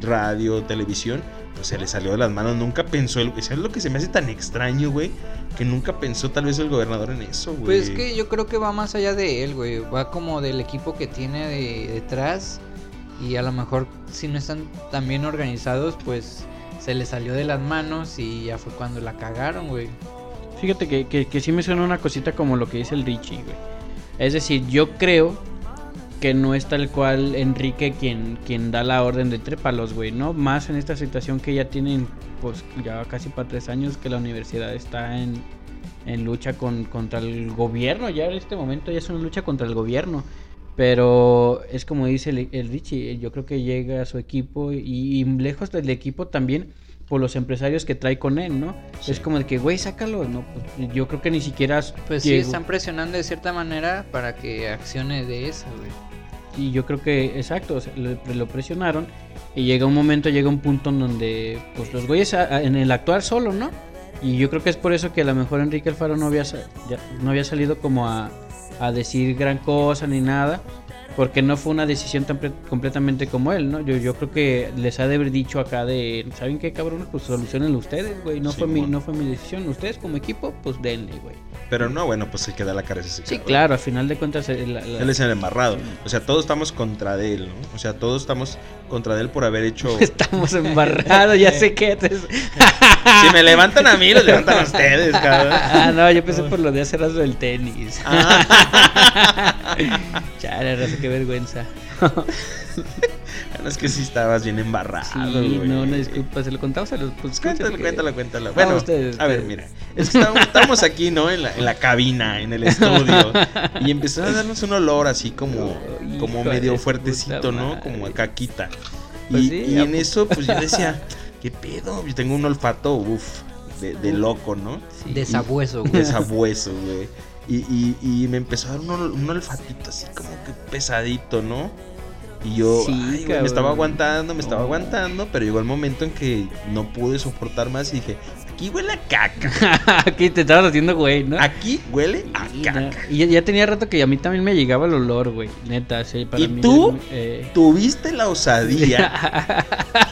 Speaker 2: radio, televisión, pues se le salió de las manos. Nunca pensó, el, eso es lo que se me hace tan extraño, güey, que nunca pensó tal vez el gobernador en eso, güey.
Speaker 3: Pues es que yo creo que va más allá de él, güey. Va como del equipo que tiene de- detrás. Y a lo mejor si no están tan bien organizados, pues se les salió de las manos y ya fue cuando la cagaron, güey.
Speaker 4: Fíjate que, que, que sí me suena una cosita como lo que dice el Richie, güey. Es decir, yo creo que no es tal cual Enrique quien, quien da la orden de trépalos, güey, ¿no? Más en esta situación que ya tienen, pues ya casi para tres años que la universidad está en, en lucha con, contra el gobierno, ya en este momento ya es una lucha contra el gobierno. Pero es como dice el, el Richie, yo creo que llega a su equipo y, y lejos del equipo también por los empresarios que trae con él, ¿no?
Speaker 2: Sí.
Speaker 4: Es como de que, güey, sácalo, ¿no? Pues, yo creo que ni siquiera...
Speaker 3: Pues sí,
Speaker 4: llegó.
Speaker 3: están presionando de cierta manera para que accione de eso, güey.
Speaker 4: Y yo creo que, exacto, o sea, lo, lo presionaron y llega un momento, llega un punto en donde, pues los güeyes a- a- en el actuar solo, ¿no? Y yo creo que es por eso que a lo mejor Enrique Alfaro no había, sa- ya- no había salido como a, a decir gran cosa ni nada, porque no fue una decisión tan pre- completamente como él, ¿no? Yo, yo creo que les ha de haber dicho acá de, ¿saben qué, cabrones? Pues solucionenlo ustedes, güey. No, fue mi-
Speaker 2: Simón.
Speaker 4: no fue mi decisión. Ustedes como equipo, pues denle, güey.
Speaker 2: Pero no, bueno, pues el que da la cara es ese
Speaker 4: Sí,
Speaker 2: cabrón.
Speaker 4: claro, a final de cuentas... eh, la- la-
Speaker 2: Él es el embarrado. O sea, todos estamos contra de él, ¿no? O sea, todos estamos contra de él por haber hecho.
Speaker 4: Estamos embarrados, ya sé qué. te-
Speaker 2: si me levantan a mí, los levantan a ustedes, cabrón.
Speaker 4: Ah, no, yo pensé por lo de hace rato del tenis.
Speaker 2: Ah.
Speaker 4: Chale, raza, qué vergüenza.
Speaker 2: No, es que sí estabas bien embarrado.
Speaker 4: Sí,
Speaker 2: güey.
Speaker 4: no, una disculpa, se lo contamos a los pues,
Speaker 2: Cuéntalo,
Speaker 4: que-
Speaker 2: cuéntalo, cuéntalo.
Speaker 4: No,
Speaker 2: Bueno,
Speaker 4: ustedes,
Speaker 2: a ver,
Speaker 4: ustedes.
Speaker 2: mira. Es que estamos, estamos aquí, ¿no? En la, en la cabina, en el estudio. Y empezó a darnos un olor así como,
Speaker 4: Ay,
Speaker 2: como
Speaker 4: hijo de
Speaker 2: medio
Speaker 4: su
Speaker 2: fuertecito,
Speaker 4: puta
Speaker 2: ¿no?
Speaker 4: madre.
Speaker 2: Como a caquita.
Speaker 4: Pues
Speaker 2: y
Speaker 4: sí,
Speaker 2: y
Speaker 4: ¿a
Speaker 2: en
Speaker 4: poco?
Speaker 2: eso, pues yo decía, ¿qué pedo? Yo tengo un olfato, uff, de, de loco, ¿no?
Speaker 4: Sí.
Speaker 3: Desabueso, güey.
Speaker 2: De sabueso, güey. Y, y, y me empezó a dar un, ol- un olfatito así como que pesadito, ¿no? Y yo
Speaker 4: Sí,
Speaker 2: ay, güey, me
Speaker 4: cabrón.
Speaker 2: estaba aguantando, me estaba
Speaker 4: No.
Speaker 2: aguantando, pero llegó el momento en que no pude soportar más y dije, aquí huele a caca.
Speaker 4: Aquí te estabas haciendo güey, ¿no?
Speaker 2: Aquí huele a
Speaker 4: Y
Speaker 2: Ah, caca.
Speaker 4: na- Y ya, ya tenía rato que a mí también me llegaba el olor, güey. Neta, sí, para
Speaker 2: ¿Y
Speaker 4: mí.
Speaker 2: tú?
Speaker 4: era- eh,
Speaker 2: Tuviste la osadía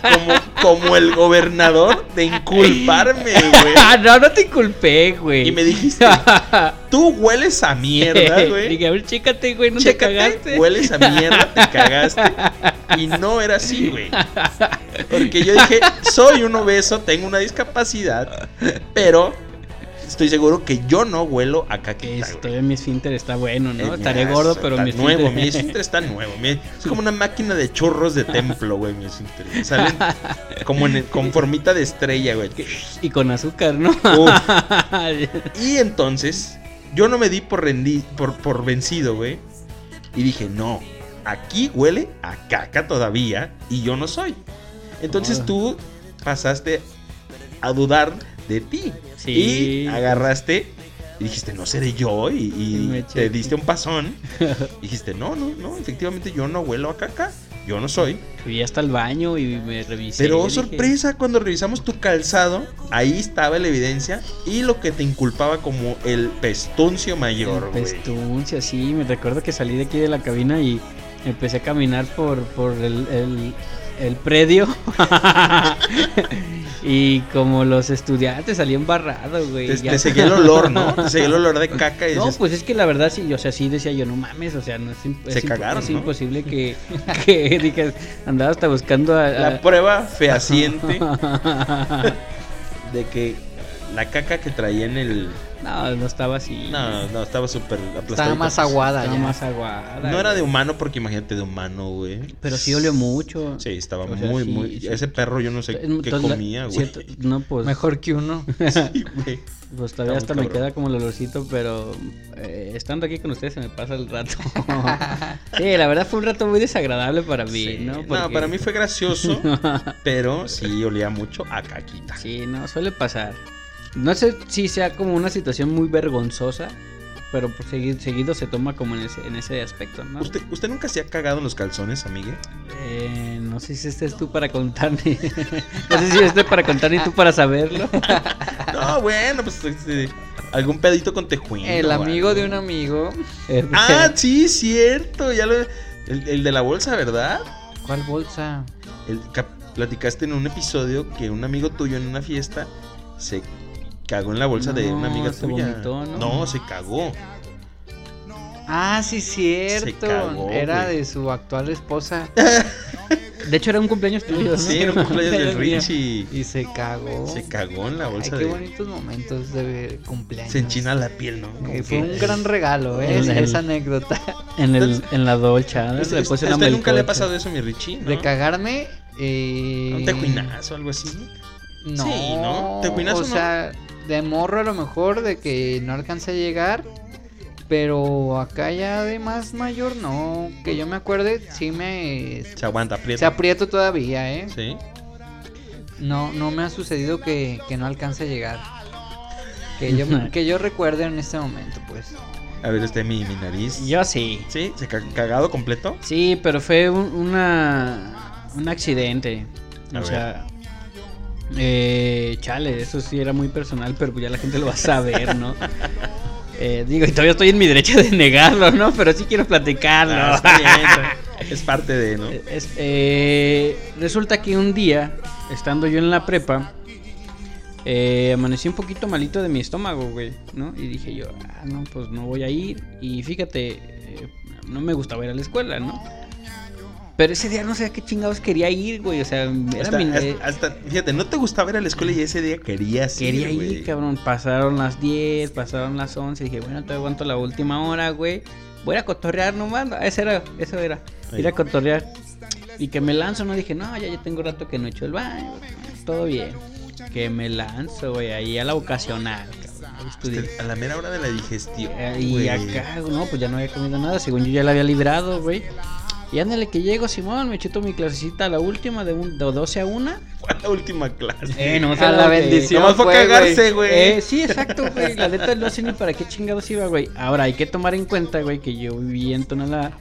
Speaker 2: como, como el gobernador de inculparme, güey.
Speaker 4: Ah, no, no te inculpé, güey.
Speaker 2: Y me dijiste, tú hueles a mierda, güey.
Speaker 4: Dije, a ver, chécate, güey, no
Speaker 2: Chécate,
Speaker 4: te cagaste.
Speaker 2: Hueles a mierda, te cagaste. Y no era así, güey. Porque yo dije, soy un obeso, tengo una discapacidad, pero estoy seguro que yo no huelo a caquita,
Speaker 4: Esto,
Speaker 2: güey.
Speaker 4: todavía mi esfínter está bueno,
Speaker 2: Eh,
Speaker 4: ¿no?
Speaker 2: mira,
Speaker 4: Estaré gordo,
Speaker 2: está
Speaker 4: pero mi esfínter...
Speaker 2: nuevo, mi esfínter está nuevo. mi- es como una máquina de churros de templo, güey, mi esfínter. Salen como en, con formita de estrella, güey.
Speaker 4: Y con azúcar, ¿no?
Speaker 2: Uf. Y entonces, yo no me di por, rendi- por, por vencido, güey. Y dije, no, aquí huele a caca todavía y yo no soy. Entonces
Speaker 4: Ah.
Speaker 2: tú pasaste a dudar de ti.
Speaker 4: Sí.
Speaker 2: Y agarraste y dijiste, no seré yo. Y, y
Speaker 4: Me
Speaker 2: te
Speaker 4: eché.
Speaker 2: diste un pasón. Y dijiste, no, no, no, efectivamente yo no huelo a caca. Yo no soy.
Speaker 4: Fui hasta el baño y me revisé.
Speaker 2: Pero
Speaker 4: y
Speaker 2: oh,
Speaker 4: dije,
Speaker 2: sorpresa, cuando revisamos tu calzado, ahí estaba la evidencia y lo que te inculpaba como el pestuncio mayor,
Speaker 4: El
Speaker 2: güey.
Speaker 4: pestuncio, Pues, sí, me recuerdo que salí de aquí de la cabina y empecé a caminar por, por el, el- el predio. y como los estudiantes salí embarrado, güey.
Speaker 2: Te,
Speaker 4: ya.
Speaker 2: te seguía el olor, ¿no? Te seguía el olor de caca y
Speaker 4: No,
Speaker 2: dices,
Speaker 4: pues es que la verdad sí, o sea, sí decía yo, no mames, o sea, no es, imp-
Speaker 2: Se
Speaker 4: es imp-
Speaker 2: cagaron,
Speaker 4: es
Speaker 2: ¿no?
Speaker 4: imposible que, que digas, andaba hasta buscando a...
Speaker 2: la
Speaker 4: a-
Speaker 2: prueba fehaciente de que la caca que traía en el...
Speaker 4: no, no estaba así.
Speaker 2: No, no, estaba súper aplastada.
Speaker 3: Estaba más aguada
Speaker 4: Estaba
Speaker 3: ya.
Speaker 4: más aguada.
Speaker 2: No era
Speaker 4: güey.
Speaker 2: de humano porque imagínate de humano, güey.
Speaker 4: Pero sí olió mucho.
Speaker 2: Sí, estaba
Speaker 4: O sea,
Speaker 2: muy,
Speaker 4: sí,
Speaker 2: muy...
Speaker 4: sí.
Speaker 2: Ese perro yo no sé qué
Speaker 4: Entonces, la-
Speaker 2: comía, güey.
Speaker 4: cierto- no, pues,
Speaker 3: Mejor que uno.
Speaker 2: Sí, güey.
Speaker 4: pues todavía
Speaker 2: Está
Speaker 4: hasta
Speaker 2: muy
Speaker 4: me
Speaker 2: cabrón.
Speaker 4: queda como el olorcito, pero eh, estando aquí con ustedes se me pasa el rato. sí, la verdad fue un rato muy desagradable para mí,
Speaker 2: Sí.
Speaker 4: ¿no?
Speaker 2: No,
Speaker 4: Porque-
Speaker 2: para mí fue gracioso, pero sí olía mucho a caquita.
Speaker 4: Sí, no, suele pasar. No sé si sea como una situación muy vergonzosa, pero pues, segui- seguido se toma como en ese, en ese aspecto, ¿no?
Speaker 2: ¿Usted, ¿Usted nunca se ha cagado en los calzones, amigue?
Speaker 4: Eh, no sé si este es tú para contar, ni... no sé si este para contar ni tú para saberlo.
Speaker 2: No, bueno, pues este, algún pedito con tejuino.
Speaker 3: El
Speaker 2: o
Speaker 3: amigo
Speaker 2: algo.
Speaker 3: de un amigo.
Speaker 4: Eh,
Speaker 2: Ah, sí, cierto. Ya lo, el, el de la bolsa, ¿verdad?
Speaker 3: ¿Cuál bolsa?
Speaker 2: El, cap- platicaste en un episodio que un amigo tuyo en una fiesta se cagó en la bolsa de una
Speaker 4: No,
Speaker 2: amiga
Speaker 4: se
Speaker 2: tuya.
Speaker 4: vomitó, ¿no?
Speaker 2: se cagó.
Speaker 3: Ah, sí, cierto.
Speaker 2: cagó,
Speaker 3: Era
Speaker 2: güey.
Speaker 3: de su actual esposa
Speaker 4: De hecho era un cumpleaños tuyo, ¿no?
Speaker 2: Sí, era un cumpleaños del
Speaker 4: Era mío.
Speaker 2: Richie.
Speaker 3: y se cagó.
Speaker 2: Se cagó en la
Speaker 3: Ay,
Speaker 2: bolsa
Speaker 3: qué
Speaker 2: de.
Speaker 3: bonitos momentos de cumpleaños.
Speaker 2: Se enchina la piel, ¿no? Como
Speaker 3: Eh, fue
Speaker 2: que-
Speaker 3: un gran regalo, ¿eh?
Speaker 4: El-
Speaker 3: esa anécdota.
Speaker 4: En, el, en la dolcha. ¿no?
Speaker 2: Este-
Speaker 4: Le puse
Speaker 2: este-
Speaker 4: una
Speaker 2: este nunca le ha
Speaker 4: melcocha.
Speaker 2: pasado eso a mi Richie, ¿no?
Speaker 3: De cagarme. Eh...
Speaker 2: ¿Un tejuinazo o algo así?
Speaker 3: No,
Speaker 2: Sí, ¿no? ¿Tejuinazo
Speaker 3: o
Speaker 2: no?
Speaker 3: sea, de morro a lo mejor, de que no alcancé a llegar. Pero acá ya de más mayor, no. Que yo me acuerde, sí me.
Speaker 2: Se aguanta,
Speaker 3: Se
Speaker 2: aprieta.
Speaker 3: aprieto todavía, ¿eh?
Speaker 2: Sí.
Speaker 3: No, no me ha sucedido que, que no alcance a llegar. Que yo, que yo recuerde en este momento, pues.
Speaker 2: A ver, este mi, mi nariz.
Speaker 4: Yo sí.
Speaker 2: ¿Sí? ¿Se ca- cagado completo?
Speaker 4: Sí, pero fue un, una, un accidente.
Speaker 2: A
Speaker 4: o
Speaker 2: ver.
Speaker 4: sea, Eh, chale, eso sí era muy personal, pero pues ya la gente lo va a saber, ¿no? Eh, digo, y todavía estoy en mi derecho de negarlo, ¿no? Pero sí quiero platicarlo.
Speaker 2: Ah, está bien, es parte de, ¿no?
Speaker 4: Eh, Es- eh, resulta que un día, estando yo en la prepa, eh, amanecí un poquito malito de mi estómago, güey, ¿no? Y dije yo, ah, no, pues no voy a ir. Y fíjate, eh, no me gustaba ir a la escuela, ¿no? Pero ese día no sé a qué chingados quería ir, güey. O sea, era
Speaker 2: Hasta,
Speaker 4: mi- eh,
Speaker 2: hasta- hasta- fíjate, no te gustaba ir a la escuela y ese día querías
Speaker 4: Quería ir,
Speaker 2: güey.
Speaker 4: cabrón. Pasaron las 10, pasaron las 11. Dije, bueno, te aguanto la última hora, güey. Voy a cotorrear nomás. Ah, Eso era, eso era.
Speaker 2: Ahí.
Speaker 4: Ir a cotorrear. Y que me lanzo, no dije, no, ya, ya tengo rato que no he hecho el baño. Todo bien. Que me lanzo, güey, ahí a la ocasional, cabrón. Ahí estudié.
Speaker 2: Hasta- A la mera hora de la digestión.
Speaker 4: Eh, Y
Speaker 2: güey.
Speaker 4: acá, no, pues ya no había comido nada. Según yo ya la había librado, güey. Y ándale que llego, Simón, me chuto mi clasecita, la última, de, un, de 12 a 1.
Speaker 2: Fue la última clase.
Speaker 4: Eh, no,
Speaker 3: A la bendición.
Speaker 2: Nomás fue a
Speaker 3: fue, güey.
Speaker 2: cagarse, güey.
Speaker 4: Eh, sí, exacto, güey. La neta no sé ni para qué chingados iba, güey. Ahora hay que tomar en cuenta, güey, que yo vivía en Tonalá.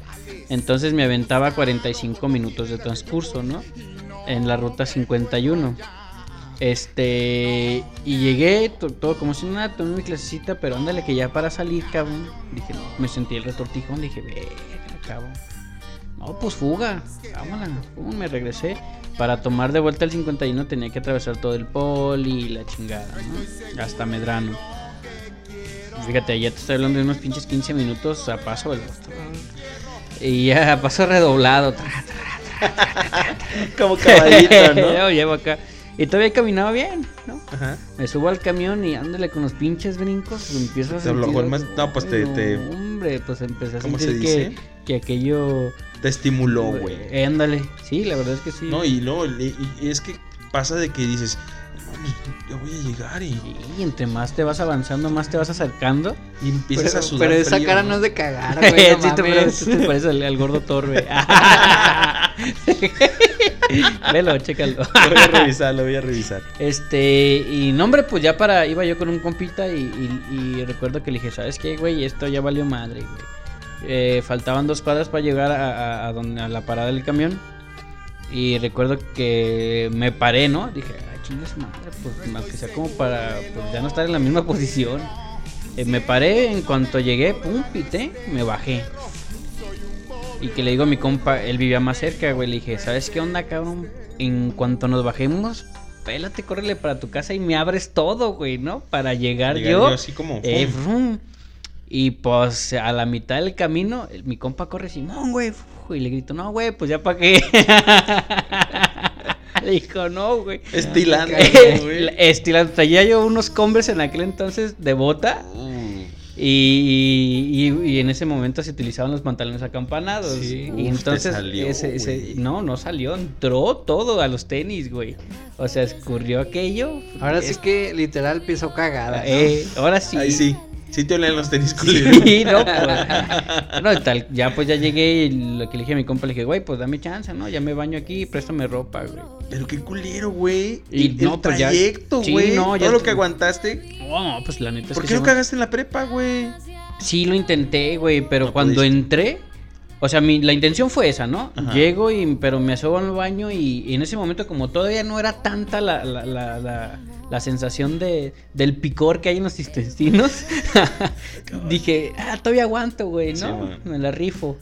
Speaker 4: Entonces me aventaba 45 minutos de transcurso, ¿no? En la ruta 51. Este. Y llegué, to- todo como si nada, tomé mi clasecita, pero ándale que ya para salir, cabrón. Dije, no, me sentí el retortijón, dije, verga, cabrón. No, pues fuga, vámonos. Pum, me regresé. Para tomar de vuelta el 51 tenía que atravesar todo el poli y la chingada, ¿no? Hasta Medrano. Fíjate, ya te estoy hablando de unos pinches 15 minutos a paso veloz. Y ya a paso redoblado. tra, tra,
Speaker 2: Como caballito, ¿no?
Speaker 4: Yo llevo acá. Y todavía caminaba bien, ¿no?
Speaker 2: Ajá.
Speaker 4: Me subo al camión y ándale con los pinches brincos. Empiezo a
Speaker 2: Te lo-
Speaker 4: sentir-
Speaker 2: más- no, pues, te-
Speaker 4: No,
Speaker 2: te-
Speaker 4: Hombre, pues empecé a
Speaker 2: ¿Cómo
Speaker 4: sentir
Speaker 2: se
Speaker 4: que,
Speaker 2: dice?
Speaker 4: que aquello.
Speaker 2: Te estimuló, güey.
Speaker 4: Eh, ándale. Sí, la verdad es que sí.
Speaker 2: No, y luego, le- y- y es que pasa de que dices, "No mames, ya voy a llegar y,
Speaker 4: Y entre más te vas avanzando, más te vas acercando.
Speaker 2: y empiezas
Speaker 3: Pero,
Speaker 2: a sudar.
Speaker 3: pero esa
Speaker 2: frío,
Speaker 3: cara no es de cagar, Ah, güey. no
Speaker 4: Sí, te
Speaker 3: mames.
Speaker 4: parece, te parece al, al gordo torbe. Velo, chécalo.
Speaker 2: Lo voy a revisar, lo voy a revisar.
Speaker 4: Este, y no, hombre, pues ya para, iba yo con un compita y, y- y recuerdo que le dije, ¿sabes qué, güey? Esto ya valió madre, güey. Eh, faltaban dos cuadras para llegar a, a- a donde, a la parada del camión. Y recuerdo que me paré, ¿no? Dije, ay, chinga su madre, pues más que sea como para pues, ya no estar en la misma posición. Eh, me paré, en cuanto llegué, pum, pité, me bajé. Y que le digo a mi compa, él vivía más cerca, güey. Le dije, ¿sabes qué onda, cabrón? En cuanto nos bajemos, pélate, córrele para tu casa y me abres todo, güey, ¿no? Para llegar,
Speaker 2: Llegar
Speaker 4: yo.
Speaker 2: yo así como,
Speaker 4: eh,
Speaker 2: pum.
Speaker 4: vroom. Y pues a la mitad del camino, el- mi compa corre Simón, güey. fu- Y le grito, no, güey, pues ya para qué. le dijo, no, güey.
Speaker 2: Estilando,
Speaker 4: Estil-
Speaker 2: güey.
Speaker 4: Estilando. Traía yo Pues, unos Converse en aquel entonces de bota.
Speaker 2: Uh,
Speaker 4: Y, y- y en ese momento se utilizaban los pantalones acampanados.
Speaker 3: Sí.
Speaker 4: Y
Speaker 2: Uf,
Speaker 4: entonces.
Speaker 2: te salió,
Speaker 4: ese- ese-
Speaker 2: güey.
Speaker 4: no, no salió. Entró todo a los tenis, güey. O sea, escurrió aquello.
Speaker 3: Ahora sí
Speaker 4: Es-
Speaker 3: que literal piso cagada. ¿no?
Speaker 4: eh, ahora sí.
Speaker 2: Ahí sí, sí te olían los tenis culeros.
Speaker 4: Sí, no, pues, no, tal, ya pues ya llegué y lo que le dije a mi compa, le dije, güey, pues dame chance, ¿no? Ya me baño aquí, préstame ropa, güey.
Speaker 2: Pero qué culero, güey.
Speaker 4: Y
Speaker 2: Y el,
Speaker 4: no, pues ya-
Speaker 2: trayecto,
Speaker 4: sí,
Speaker 2: güey.
Speaker 4: no,
Speaker 2: todo
Speaker 4: ya
Speaker 2: lo
Speaker 4: estu-
Speaker 2: que aguantaste.
Speaker 4: No, pues la neta es
Speaker 2: ¿Por
Speaker 4: que
Speaker 2: qué
Speaker 4: sí
Speaker 2: no
Speaker 4: me-
Speaker 2: cagaste en la prepa, güey?
Speaker 4: Sí, lo intenté, güey, pero
Speaker 2: No
Speaker 4: cuando
Speaker 2: pudiste.
Speaker 4: entré, o sea, mi, la intención fue esa, ¿no?
Speaker 2: Ajá.
Speaker 4: Llego, y, pero me asomo al baño y, y en ese momento como todavía no era tanta la, la, la, la- la sensación de, del picor que hay en los intestinos, dije, ah, todavía aguanto, güey,
Speaker 2: Sí,
Speaker 4: ¿no?
Speaker 2: man.
Speaker 4: me la rifo.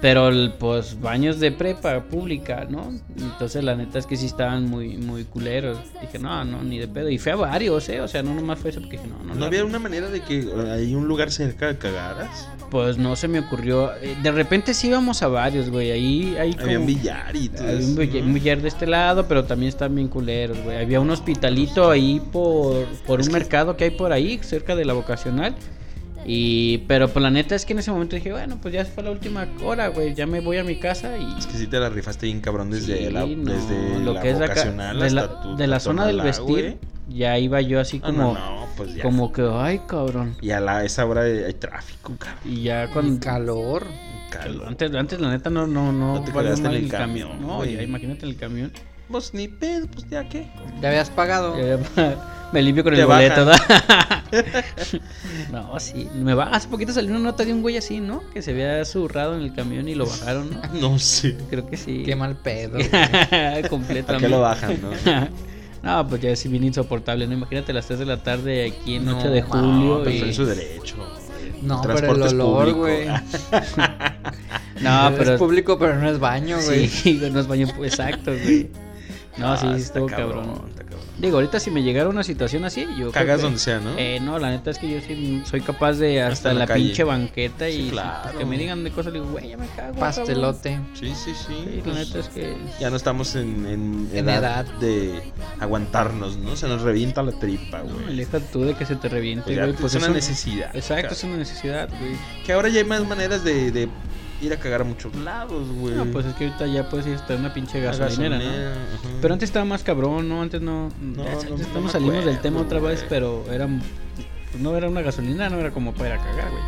Speaker 4: Pero, el, pues, baños de prepa pública, ¿no? Entonces, la neta es que sí estaban muy, muy culeros. Dije, no, no, ni de pedo. Y fue a varios, ¿eh? O sea, no nomás fue eso porque dije, no, no.
Speaker 2: ¿No
Speaker 4: la-
Speaker 2: había una manera de que eh, hay un lugar cerca de cagaras?
Speaker 4: pues no se me ocurrió. Eh, De repente sí íbamos a varios, güey. Ahí hay como...
Speaker 2: Había un billar y todo
Speaker 4: Había un
Speaker 2: eso,
Speaker 4: bill-
Speaker 2: ¿no?
Speaker 4: un billar de este lado, pero también están bien culeros, güey. Había un hospitalito ahí por, por
Speaker 2: Es
Speaker 4: un
Speaker 2: que-
Speaker 4: mercado que hay por ahí, cerca de la vocacional. Y, pero pues la neta es que en ese momento dije, bueno, pues ya fue la última hora, güey. Ya me voy a mi casa y.
Speaker 2: Es que sí te la rifaste bien cabrón desde
Speaker 4: Sí,
Speaker 2: la,
Speaker 4: no,
Speaker 2: desde
Speaker 4: lo
Speaker 2: la
Speaker 4: que es de acá-
Speaker 2: vocacional
Speaker 4: de la,
Speaker 2: hasta tu-
Speaker 4: de la
Speaker 2: tu
Speaker 4: zona del
Speaker 2: tonalá, güey.
Speaker 4: vestir. Ya iba yo así
Speaker 2: No, no,
Speaker 4: como,
Speaker 2: no, pues ya.
Speaker 4: como que, ay, cabrón.
Speaker 2: Y a la, esa hora de- hay tráfico, cabrón.
Speaker 4: Y ya
Speaker 3: Con
Speaker 4: cuando,
Speaker 3: calor.
Speaker 2: Calor.
Speaker 4: Antes, antes la neta no, no, no.
Speaker 2: No te
Speaker 4: valió
Speaker 2: quedaste en
Speaker 4: mal
Speaker 2: el camión,
Speaker 4: No,
Speaker 2: güey.
Speaker 4: ya imagínate el camión.
Speaker 2: Pues ni pedo, pues ya qué.
Speaker 3: Ya habías pagado.
Speaker 4: Eh, me limpio con
Speaker 2: Te
Speaker 4: el
Speaker 2: bajan.
Speaker 4: boleto. ¿no? no, sí. Me va. Hace poquito salió una nota de un güey así, ¿no? Que se había zurrado en el camión y lo bajaron, ¿no?
Speaker 2: No sé.
Speaker 4: Creo que sí.
Speaker 3: Qué mal pedo.
Speaker 4: Completamente.
Speaker 2: ¿Para qué lo bajan, no?
Speaker 4: no, No, pues ya es bien insoportable, ¿no? Imagínate las 3 de la tarde aquí en
Speaker 3: No,
Speaker 4: 8 de
Speaker 3: no,
Speaker 4: julio.
Speaker 2: pero
Speaker 4: y-
Speaker 2: está en su derecho.
Speaker 3: No,
Speaker 2: El
Speaker 3: pero el
Speaker 2: transporte es
Speaker 3: olor,
Speaker 2: público. Ah,
Speaker 3: güey.
Speaker 4: Ah. No, pero.
Speaker 3: Es público, pero no es baño, güey.
Speaker 4: Sí, güey, no es baño pu- exacto, güey. No, sí,
Speaker 2: Ah,
Speaker 4: sí,
Speaker 2: está
Speaker 4: estuvo cabrón.
Speaker 2: está cabrón.
Speaker 4: Digo, ahorita si me llegara una situación así, yo. creo
Speaker 2: Cagas
Speaker 4: que-
Speaker 2: donde sea, ¿no?
Speaker 4: Eh, no, la neta es que yo sí soy capaz de hasta,
Speaker 2: Hasta en
Speaker 4: la,
Speaker 2: la calle.
Speaker 4: pinche banqueta
Speaker 2: Sí,
Speaker 4: y
Speaker 2: claro.
Speaker 4: que me digan de cosas, le digo, güey, ya me cago. cabrón".
Speaker 3: Pastelote.
Speaker 2: Sí, sí, sí.
Speaker 4: Sí, la
Speaker 2: pues,
Speaker 4: neta es que.
Speaker 2: Ya no estamos en, en
Speaker 3: En
Speaker 2: edad,
Speaker 3: edad.
Speaker 2: de aguantarnos, ¿no? Se nos revienta la tripa,
Speaker 4: No,
Speaker 2: güey.
Speaker 4: aleja tú de que se te reviente,
Speaker 2: Pues ya,
Speaker 4: güey.
Speaker 2: pues
Speaker 4: Pues
Speaker 2: es una
Speaker 4: eso-
Speaker 2: necesidad.
Speaker 4: Exacto,
Speaker 2: ca-
Speaker 4: es una necesidad, güey.
Speaker 2: Que ahora ya hay más maneras de, de ir a cagar a muchos lados, güey.
Speaker 4: No, pues es que ahorita ya puedes ir hasta una pinche
Speaker 2: A
Speaker 4: gasolinera, ¿no?
Speaker 2: gasolinera, ajá.
Speaker 4: Pero antes estaba más cabrón, ¿no? Antes no.
Speaker 2: No,
Speaker 4: ya,
Speaker 2: no,
Speaker 4: antes
Speaker 2: no
Speaker 4: estamos
Speaker 2: me
Speaker 4: salimos del
Speaker 2: acuerdo,
Speaker 4: tema otra vez,
Speaker 2: güey.
Speaker 4: pero era. pues no era una gasolina, no era como para ir a cagar, güey.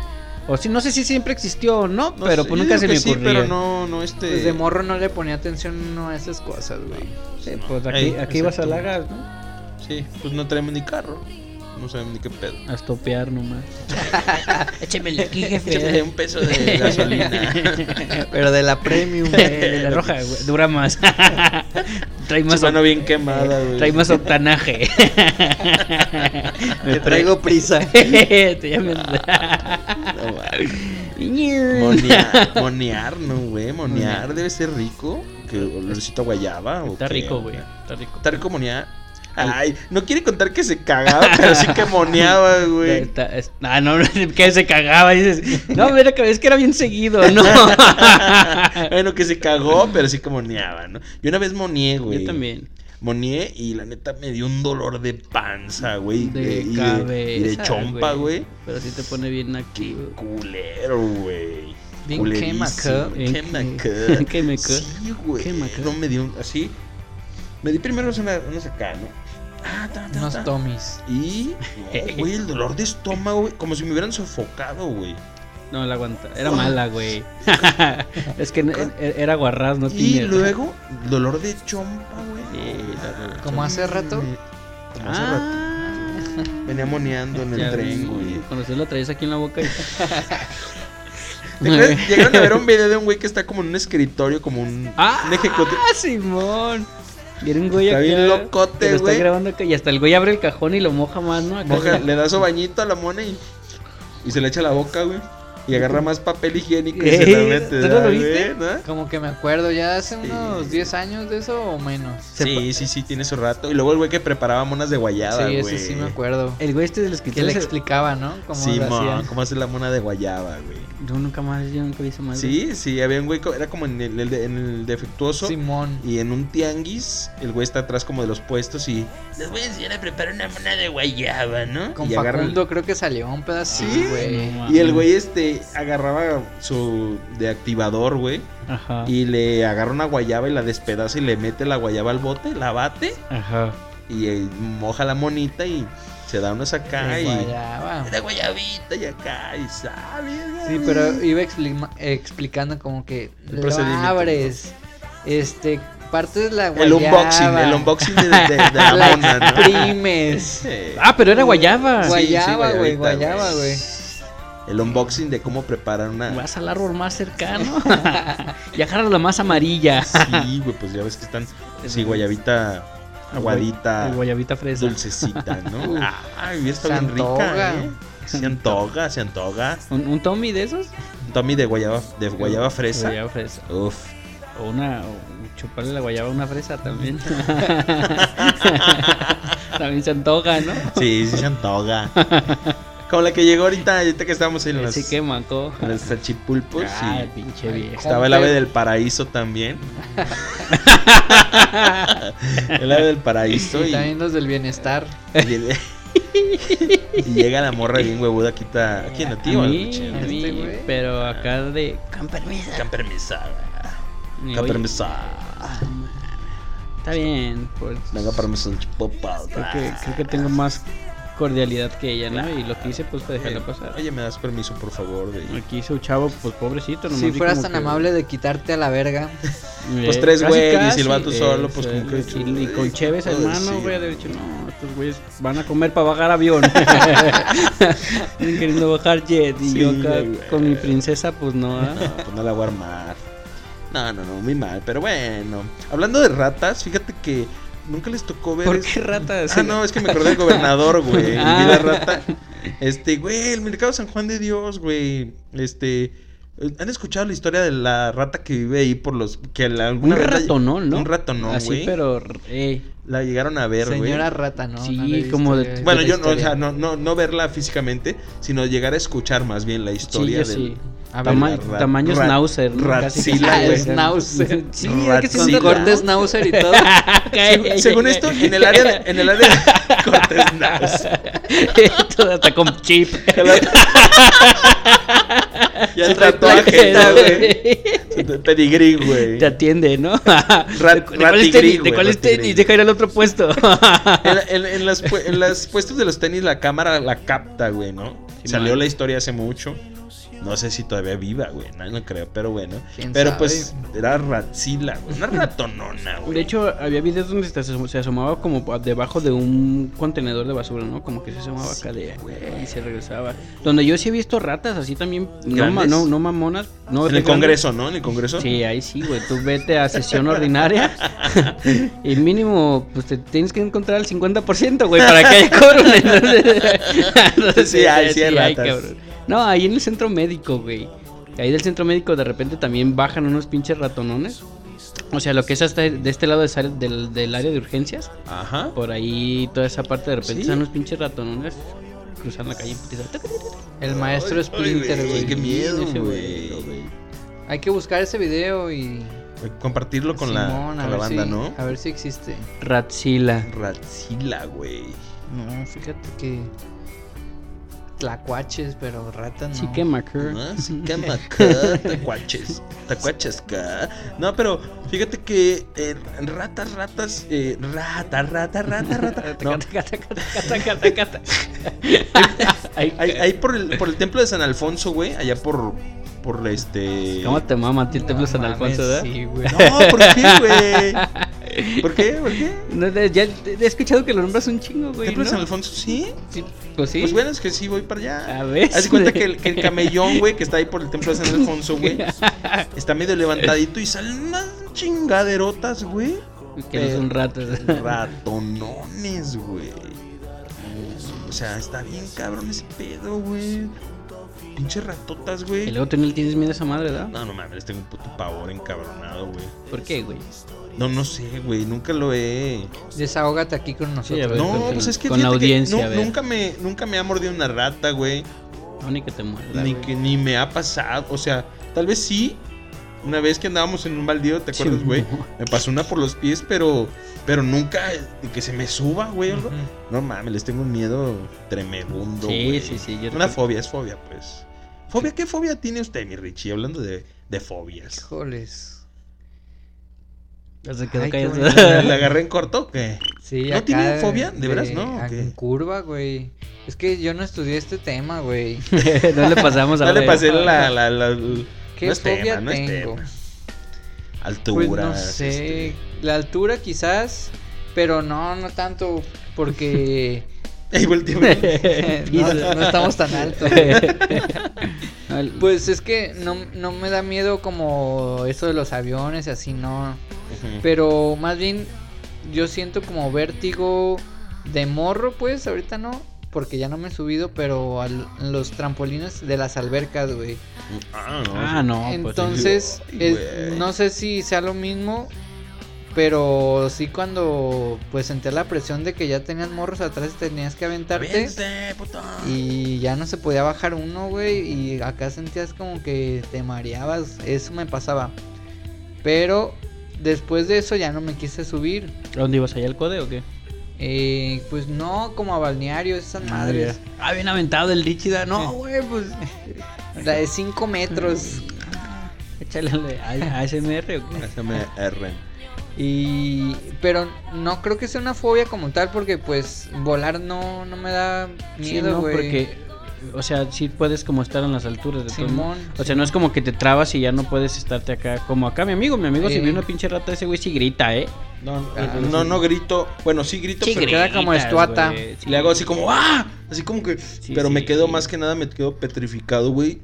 Speaker 4: O sí, no sé si siempre existió o no,
Speaker 2: No
Speaker 4: pero
Speaker 2: sé,
Speaker 4: pues
Speaker 2: yo digo
Speaker 4: nunca se
Speaker 2: que
Speaker 4: me
Speaker 2: sí,
Speaker 4: ocurrió.
Speaker 2: pero no, no este.
Speaker 3: Desde Pues morro no le ponía atención a esas cosas, güey.
Speaker 4: Sí,
Speaker 2: No.
Speaker 4: pues
Speaker 2: Ey,
Speaker 4: aquí, aquí vas a
Speaker 2: exacto.
Speaker 4: lagas, ¿no?
Speaker 2: Sí, pues no traemos ni carro. No sabemos ni qué pedo.
Speaker 4: A estopear nomás. Échemele aquí,
Speaker 2: Échame un peso de gasolina.
Speaker 3: Pero de la premium,
Speaker 4: Eh, la roja, güey, dura más. trae más.
Speaker 2: Su mano
Speaker 4: oct-
Speaker 2: bien quemada, güey.
Speaker 4: Trae más octanaje.
Speaker 3: Me traigo prisa.
Speaker 4: Te llamas-
Speaker 2: No, vale. Monear, monear, no, güey. Monear debe ser rico. Que olorcito a guayaba. o
Speaker 4: Está
Speaker 2: qué
Speaker 4: rico,
Speaker 2: onda.
Speaker 4: güey. Está rico.
Speaker 2: Está rico monear. Ay, no quiere contar que se cagaba, pero sí que moneaba, güey.
Speaker 4: Está- es- Ah, no, que se cagaba. Dices, no, mira, que- es que era bien seguido, ¿no?
Speaker 2: bueno, que se cagó, pero sí que moneaba, ¿no? Yo una vez moneé, güey.
Speaker 4: Yo también.
Speaker 2: Moneé y la neta me dio un dolor de panza, güey.
Speaker 4: De
Speaker 2: y y
Speaker 4: cabeza.
Speaker 2: de, chompa, güey.
Speaker 4: Pero sí te pone bien aquí, güey.
Speaker 2: Culero, güey.
Speaker 3: Bien
Speaker 2: Culerísimo,
Speaker 3: quemacá.
Speaker 4: Bien
Speaker 2: quemacá.
Speaker 4: que- quemacá.
Speaker 2: Sí, güey.
Speaker 4: Quemacá.
Speaker 2: No me dio un- así. Me di primero una, unas acá, ¿no? Ah, ta, ta,
Speaker 3: Unos
Speaker 2: ta.
Speaker 3: tomis.
Speaker 2: Y, no, güey, el dolor de estómago, güey. Como si me hubieran sofocado, güey.
Speaker 4: No, la aguanta. Era mala, güey. es que no- e- era guarraz, no
Speaker 2: y
Speaker 4: tiene.
Speaker 2: luego, dolor de chompa, güey. No,
Speaker 3: ¿Como hace rato?
Speaker 2: Como hace rato.
Speaker 4: Ah,
Speaker 2: Venía moneando en el
Speaker 4: ya vi.
Speaker 2: tren, güey.
Speaker 4: Cuando usted lo traes aquí en la boca. y-
Speaker 2: ¿Te acuerdas? Llegaron a ver un video de un güey que está como en un escritorio, como un,
Speaker 4: Ah,
Speaker 2: un ejecutivo.
Speaker 4: Simón. Y era un güey
Speaker 2: Está
Speaker 4: acá
Speaker 2: bien
Speaker 4: que
Speaker 2: locote,
Speaker 4: lo está
Speaker 2: güey.
Speaker 4: grabando acá, y hasta el güey abre el cajón y lo moja más, ¿no? Acá.
Speaker 2: Moja- le da su bañito a la mona y, y se le echa a la boca, güey. Y agarra más papel higiénico y se
Speaker 4: Ey,
Speaker 2: lo mete.
Speaker 4: ¿tú no lo
Speaker 2: ¿verdad,
Speaker 4: viste?
Speaker 2: güey? ¿No?
Speaker 3: Como que me acuerdo, ya hace unos 10 años de eso o menos.
Speaker 2: Sí, sí, sí, tiene su rato. Y luego el güey que preparaba monas de guayaba,
Speaker 3: Sí,
Speaker 2: güey. Eh,
Speaker 3: ese sí me acuerdo.
Speaker 4: El güey este del
Speaker 3: Que
Speaker 4: escritorio.
Speaker 3: le
Speaker 4: se-
Speaker 3: explicaba, ¿no? Como
Speaker 2: Sí,
Speaker 3: lo
Speaker 2: mon,
Speaker 3: hacían.
Speaker 2: ¿cómo hace la mona de guayaba, güey?
Speaker 4: Yo nunca más, yo nunca vi esa madre.
Speaker 2: Sí, sí, había un güey, co- era como en el, el de- en el defectuoso.
Speaker 3: Simón.
Speaker 2: Y en un tianguis, el güey está atrás como de los puestos y...
Speaker 5: Les voy a enseñar a preparar una mona de guayaba, ¿no?
Speaker 3: Con
Speaker 2: y agarra-
Speaker 3: Facundo creo que salió un pedacito,
Speaker 2: Sí.
Speaker 3: güey.
Speaker 4: No,
Speaker 2: Y el
Speaker 4: mames.
Speaker 2: güey este agarraba su de activador, güey.
Speaker 4: Ajá.
Speaker 2: Y le agarra una guayaba y la despedaza y le mete la guayaba al bote, la bate
Speaker 4: Ajá.
Speaker 2: y eh, moja la monita y se da una sacada
Speaker 3: De
Speaker 2: y...
Speaker 3: guayaba.
Speaker 2: Una guayabita y acá y sabe.
Speaker 3: Sí, pero iba explima- explicando como que
Speaker 2: El
Speaker 3: lo
Speaker 2: procedimiento.
Speaker 3: abres, este, partes la
Speaker 2: El
Speaker 3: guayaba.
Speaker 2: unboxing, el unboxing de, de- de la
Speaker 3: La
Speaker 2: mona, ¿no?
Speaker 3: exprimes.
Speaker 2: Sí.
Speaker 4: Ah, pero era guayaba.
Speaker 2: Guay-
Speaker 3: Guayaba, güey,
Speaker 2: guayabita,
Speaker 3: guayaba,
Speaker 2: güey.
Speaker 3: güey.
Speaker 2: El unboxing de cómo preparar una.
Speaker 4: Vas al árbol más cercano. y agarras la más amarilla.
Speaker 2: Sí, güey, pues ya ves que están. Sí, guayabita aguadita,
Speaker 4: El guayabita fresa.
Speaker 2: dulcecita, ¿no?
Speaker 3: Uf.
Speaker 2: Ah, Ay, bien, está
Speaker 3: Se
Speaker 2: bien rica,
Speaker 3: antoja.
Speaker 2: ¿eh? Se antoga, se antoga.
Speaker 4: ¿Un, un Tommy de esos?
Speaker 2: Un Tommy de guayaba, de Pues guayaba fresa.
Speaker 4: Guayaba fresa.
Speaker 2: Uf.
Speaker 4: O una. o chuparle la guayaba a una fresa también. también se antoja, ¿no?
Speaker 2: Sí, sí se antoga. Como la que llegó ahorita, ahorita que estábamos en los,
Speaker 4: Así que manco.
Speaker 2: en los achipulpos.
Speaker 4: Ah,
Speaker 2: pues sí.
Speaker 4: pinche vieja.
Speaker 2: Estaba el ave del paraíso también. el ave del paraíso
Speaker 3: Y
Speaker 2: y,
Speaker 3: también los del bienestar.
Speaker 2: y- y llega la morra bien huevuda, quita. ¿A quién? ¿A ti o
Speaker 4: a
Speaker 2: al
Speaker 4: mí,
Speaker 2: Luchín?
Speaker 4: a
Speaker 3: Este
Speaker 4: mí,
Speaker 3: güey.
Speaker 4: pero acá de con permiso.
Speaker 2: Con permisada.
Speaker 4: Y
Speaker 2: Con
Speaker 4: oye,
Speaker 2: permisada.
Speaker 4: Está bien, pues.
Speaker 2: Venga, permiso, chipopauta.
Speaker 4: Creo que, creo que tengo más cordialidad que ella, ¿no? Y lo que hice, pues, para dejarla
Speaker 2: Oye,
Speaker 4: pasar.
Speaker 2: Oye, me das permiso, por favor. de-
Speaker 4: Lo que hizo un chavo, pues, pobrecito. nomás
Speaker 3: Si
Speaker 4: di
Speaker 3: fueras
Speaker 4: como
Speaker 3: tan
Speaker 4: que-
Speaker 3: amable de quitarte a la verga.
Speaker 4: Eh,
Speaker 2: Los tres
Speaker 4: casi,
Speaker 2: güeyes y
Speaker 4: casi,
Speaker 2: el vato
Speaker 4: eh,
Speaker 2: solo, pues,
Speaker 4: o sea,
Speaker 2: como que-
Speaker 4: Y, y con Chévez
Speaker 2: Joder,
Speaker 4: hermano,
Speaker 2: sí.
Speaker 4: güey, de hecho, no, estos güeyes van a comer para bajar avión. Están queriendo bajar jet. Y
Speaker 2: Sí,
Speaker 4: yo acá
Speaker 2: güey.
Speaker 4: con mi princesa, pues no. ¿ah?
Speaker 2: No, pues no la voy a armar. No, no, no, muy mal. Pero bueno, hablando de ratas, fíjate que nunca les tocó ver.
Speaker 4: ¿Por
Speaker 2: es-
Speaker 4: qué ratas?
Speaker 2: Ah, no, es que me acordé del gobernador, güey. y Vi
Speaker 4: Ah.
Speaker 2: la rata. Este, güey, el mercado San Juan de Dios, güey. Este. ¿Han escuchado la historia de la rata que vive ahí por los. que la,
Speaker 4: Un
Speaker 2: alguna vez la-
Speaker 4: ratonón, ¿no?
Speaker 2: Un ratonón,
Speaker 4: Así,
Speaker 2: güey.
Speaker 4: pero. eh,
Speaker 2: La llegaron a ver, güey.
Speaker 3: Señora rata, ¿no?
Speaker 4: Sí,
Speaker 3: No la he visto,
Speaker 4: como de-
Speaker 3: güey.
Speaker 2: Bueno,
Speaker 4: la
Speaker 2: yo no, o
Speaker 4: historia.
Speaker 2: sea, no, no, no verla físicamente, sino llegar a escuchar más bien la
Speaker 4: sí,
Speaker 2: historia
Speaker 4: yo
Speaker 2: del.
Speaker 4: sí.
Speaker 3: A ver,
Speaker 4: Tama-
Speaker 2: la ra-
Speaker 4: tamaño
Speaker 2: ra-
Speaker 4: Schnauzer. ¿no? Casi,
Speaker 2: ratzilla,
Speaker 4: casi.
Speaker 2: güey.
Speaker 3: Schnauzer.
Speaker 4: Sí,
Speaker 2: Ratzilla.
Speaker 4: hay que
Speaker 3: Con
Speaker 4: ser un
Speaker 3: corte schnauzer y todo.
Speaker 2: Seg- Según esto, en el área de, en el área de Cortés Naus.
Speaker 4: Todo hasta con chip.
Speaker 2: Ya el
Speaker 4: La
Speaker 2: tatuaje,
Speaker 4: cara,
Speaker 2: güey. Pedigrí, güey.
Speaker 4: Te atiende, ¿no? ¿De cu- de cuál es
Speaker 2: ratigrí,
Speaker 4: tenis? ¿De
Speaker 2: güey,
Speaker 4: cuál es
Speaker 2: ratigrí.
Speaker 4: tenis? Deja ir al otro puesto.
Speaker 2: En, la- en- en las, pue- en las puestas de los tenis la cámara la capta, güey, ¿no?
Speaker 4: Sí,
Speaker 2: Salió
Speaker 4: man.
Speaker 2: la historia hace mucho. No sé si todavía viva, güey. No, no creo, pero bueno.
Speaker 3: ¿Quién
Speaker 2: Pero
Speaker 3: sabe?
Speaker 2: pues era ratzila, güey. Una ratonona, güey.
Speaker 4: De hecho, había videos donde se asom- se asomaba como debajo de un contenedor de basura, ¿no? Como que se asomaba acá de y se regresaba. Donde yo sí he visto ratas así también, no, ma-
Speaker 2: Grandes.
Speaker 4: no, no mamonas. No
Speaker 2: en el
Speaker 4: grandes.
Speaker 2: Congreso, ¿no? En el Congreso.
Speaker 4: Sí, ahí sí, güey. Tú vete a sesión ordinaria y mínimo, pues te tienes que encontrar el 50%, güey, para que haya quórum. Entonces, entonces,
Speaker 2: Sí, hay, sí hay ratas.
Speaker 4: No, ahí en el centro médico, güey. Ahí del centro médico de repente también bajan unos pinches ratonones. O sea, lo que es hasta de este lado de sal- del, del área de urgencias.
Speaker 2: Ajá.
Speaker 4: Por ahí, toda esa parte, de repente
Speaker 2: Sí.
Speaker 4: están unos pinches ratonones cruzando la calle.
Speaker 3: El maestro
Speaker 2: Ay,
Speaker 3: Splinter,
Speaker 2: ay,
Speaker 3: güey.
Speaker 2: Qué miedo,
Speaker 4: Ese
Speaker 2: güey.
Speaker 3: Hay que buscar ese video y.
Speaker 2: Compartirlo con la,
Speaker 3: Simón,
Speaker 2: con
Speaker 3: a
Speaker 2: la
Speaker 3: ver
Speaker 2: banda,
Speaker 3: si-
Speaker 2: ¿no?
Speaker 3: A ver si existe.
Speaker 4: Ratzila.
Speaker 2: Ratzila, güey.
Speaker 3: No, fíjate que. Tlacuaches, pero ratas no.
Speaker 4: Sí, que macker.
Speaker 2: Ah, sí, cama acá, tacuaches, tacuaches acá. No, pero fíjate que eh, ratas, ratas, eh, rata, rata, rata, rata. No, ahí, ahí por, el, por el templo de San Alfonso, güey, allá por, por este...
Speaker 4: ¿Cómo te mama a ti el templo
Speaker 3: No
Speaker 4: San
Speaker 3: mames,
Speaker 4: Alfonso, verdad?
Speaker 3: Sí, güey.
Speaker 2: No, ¿por qué, güey? ¿Por qué? ¿Por qué?
Speaker 4: No, de- ya te- he escuchado que lo nombras un chingo, güey.
Speaker 2: ¿Templo
Speaker 4: ¿no?
Speaker 2: de San Alfonso? Sí.
Speaker 4: Sí, Pues sí. Ah,
Speaker 2: Pues bueno, es que sí, voy para allá.
Speaker 4: a ver.
Speaker 2: Haz de cuenta que el, que el camellón, güey, que está ahí por el templo de San Alfonso, güey, está medio levantadito y salen unas chingaderotas, güey.
Speaker 4: Que no son ratas.
Speaker 2: Ratonones, güey. O sea, está bien cabrón ese pedo, güey. Pinche ratotas,
Speaker 4: Y
Speaker 2: güey.
Speaker 4: luego tú no le tienes miedo a esa madre, ¿verdad?
Speaker 2: No, no mames, tengo un puto pavor encabronado, güey.
Speaker 4: ¿Por qué, güey?
Speaker 2: No, no sé, güey, nunca lo he.
Speaker 3: Desahógate aquí con
Speaker 4: a
Speaker 3: nosotros.
Speaker 4: ver.
Speaker 2: No,
Speaker 4: cuéntame.
Speaker 2: pues es que
Speaker 4: Con la
Speaker 2: fíjate que
Speaker 4: audiencia,
Speaker 2: nu-
Speaker 4: a ver.
Speaker 2: nunca me nunca me ha mordido una rata, güey.
Speaker 4: No, ni que te muerda.
Speaker 2: Ni
Speaker 4: güey.
Speaker 2: que ni me ha pasado, o sea, tal vez sí. Una vez que andábamos en un baldío, ¿te
Speaker 4: Sí,
Speaker 2: acuerdas, güey?
Speaker 4: no.
Speaker 2: Me pasó una por los pies, pero pero nunca de que se me suba, güey, o algo.
Speaker 3: Ujú.
Speaker 2: No mames, les tengo un miedo tremebundo.
Speaker 4: Sí,
Speaker 2: güey.
Speaker 4: sí, sí,
Speaker 2: Una
Speaker 4: yo también.
Speaker 2: fobia, es fobia, pues. ¿Fobia? ¿Qué fobia tiene usted, mi Richie? Hablando de, de fobias.
Speaker 3: Híjoles.
Speaker 4: Ya se quedó
Speaker 3: Ay, qué
Speaker 4: callado.
Speaker 3: bonito.
Speaker 2: ¿La agarré en corto o qué?
Speaker 3: Sí,
Speaker 2: ¿No
Speaker 3: acá
Speaker 2: tienen fobia? ¿De veras no, o
Speaker 3: a-
Speaker 2: qué?
Speaker 3: En curva, güey. Es que yo no estudié este tema, güey.
Speaker 4: no le pasamos a
Speaker 2: No le
Speaker 4: ver.
Speaker 2: pasé la... la, la- la-
Speaker 3: ¿Qué
Speaker 2: no es
Speaker 3: fobia
Speaker 2: tema, no es tema.
Speaker 3: tengo? Pues
Speaker 2: Alturas.
Speaker 3: no sé.
Speaker 2: este.
Speaker 3: La altura quizás, pero no, no tanto porque
Speaker 2: Ey, volteé a ver.
Speaker 3: no, no estamos tan altos.
Speaker 4: No, el-
Speaker 3: Pues es que no, no me da miedo como eso de los aviones, y así no.
Speaker 2: Ujú.
Speaker 3: Pero más bien yo siento como vértigo de morro, pues ahorita no, porque ya no me he subido, pero a l- los trampolines de las albercas, güey.
Speaker 2: Ah, no.
Speaker 4: Ah, no. pues,
Speaker 3: Entonces,
Speaker 2: Ay,
Speaker 3: es-
Speaker 2: güey.
Speaker 3: no sé si sea lo mismo, pero sí cuando pues senté la presión de que ya tenías morros atrás y tenías que aventarte
Speaker 2: Vente, puto.
Speaker 3: y ya no se podía bajar uno, güey, y acá sentías como que te mareabas, eso me pasaba. Pero después de eso ya no me quise subir.
Speaker 4: ¿a ¿Dónde ibas allá al code o qué?
Speaker 3: Eh, pues no, como a balneario, esas madres.
Speaker 4: Ah, ya. Ah, bien aventado el Richida. No, güey, pues.
Speaker 3: La de 5 metros.
Speaker 4: Échale a ASMR o qué.
Speaker 2: Déjame R.
Speaker 3: Y pero no creo que sea una fobia como tal porque pues volar no no me da
Speaker 4: Sí,
Speaker 3: miedo,
Speaker 4: no,
Speaker 3: güey.
Speaker 4: porque. O sea, sí puedes como estar en las alturas de todo el mundo.
Speaker 3: Simón.
Speaker 4: O sea, no es como que te trabas y ya no puedes estarte acá. Como acá mi amigo, mi amigo si
Speaker 3: Sí.
Speaker 4: ve una pinche rata ese güey sí grita, ¿eh?
Speaker 2: No, no,
Speaker 3: Ah,
Speaker 2: no, no grito. Bueno, sí grito,
Speaker 4: Sí
Speaker 2: pero
Speaker 3: queda
Speaker 4: gritas,
Speaker 3: como estuata.
Speaker 4: güey, sí.
Speaker 2: Le hago así como ¡ah! Así como que. pero
Speaker 4: sí,
Speaker 2: me quedo
Speaker 4: sí.
Speaker 2: más que nada, me quedo petrificado, güey.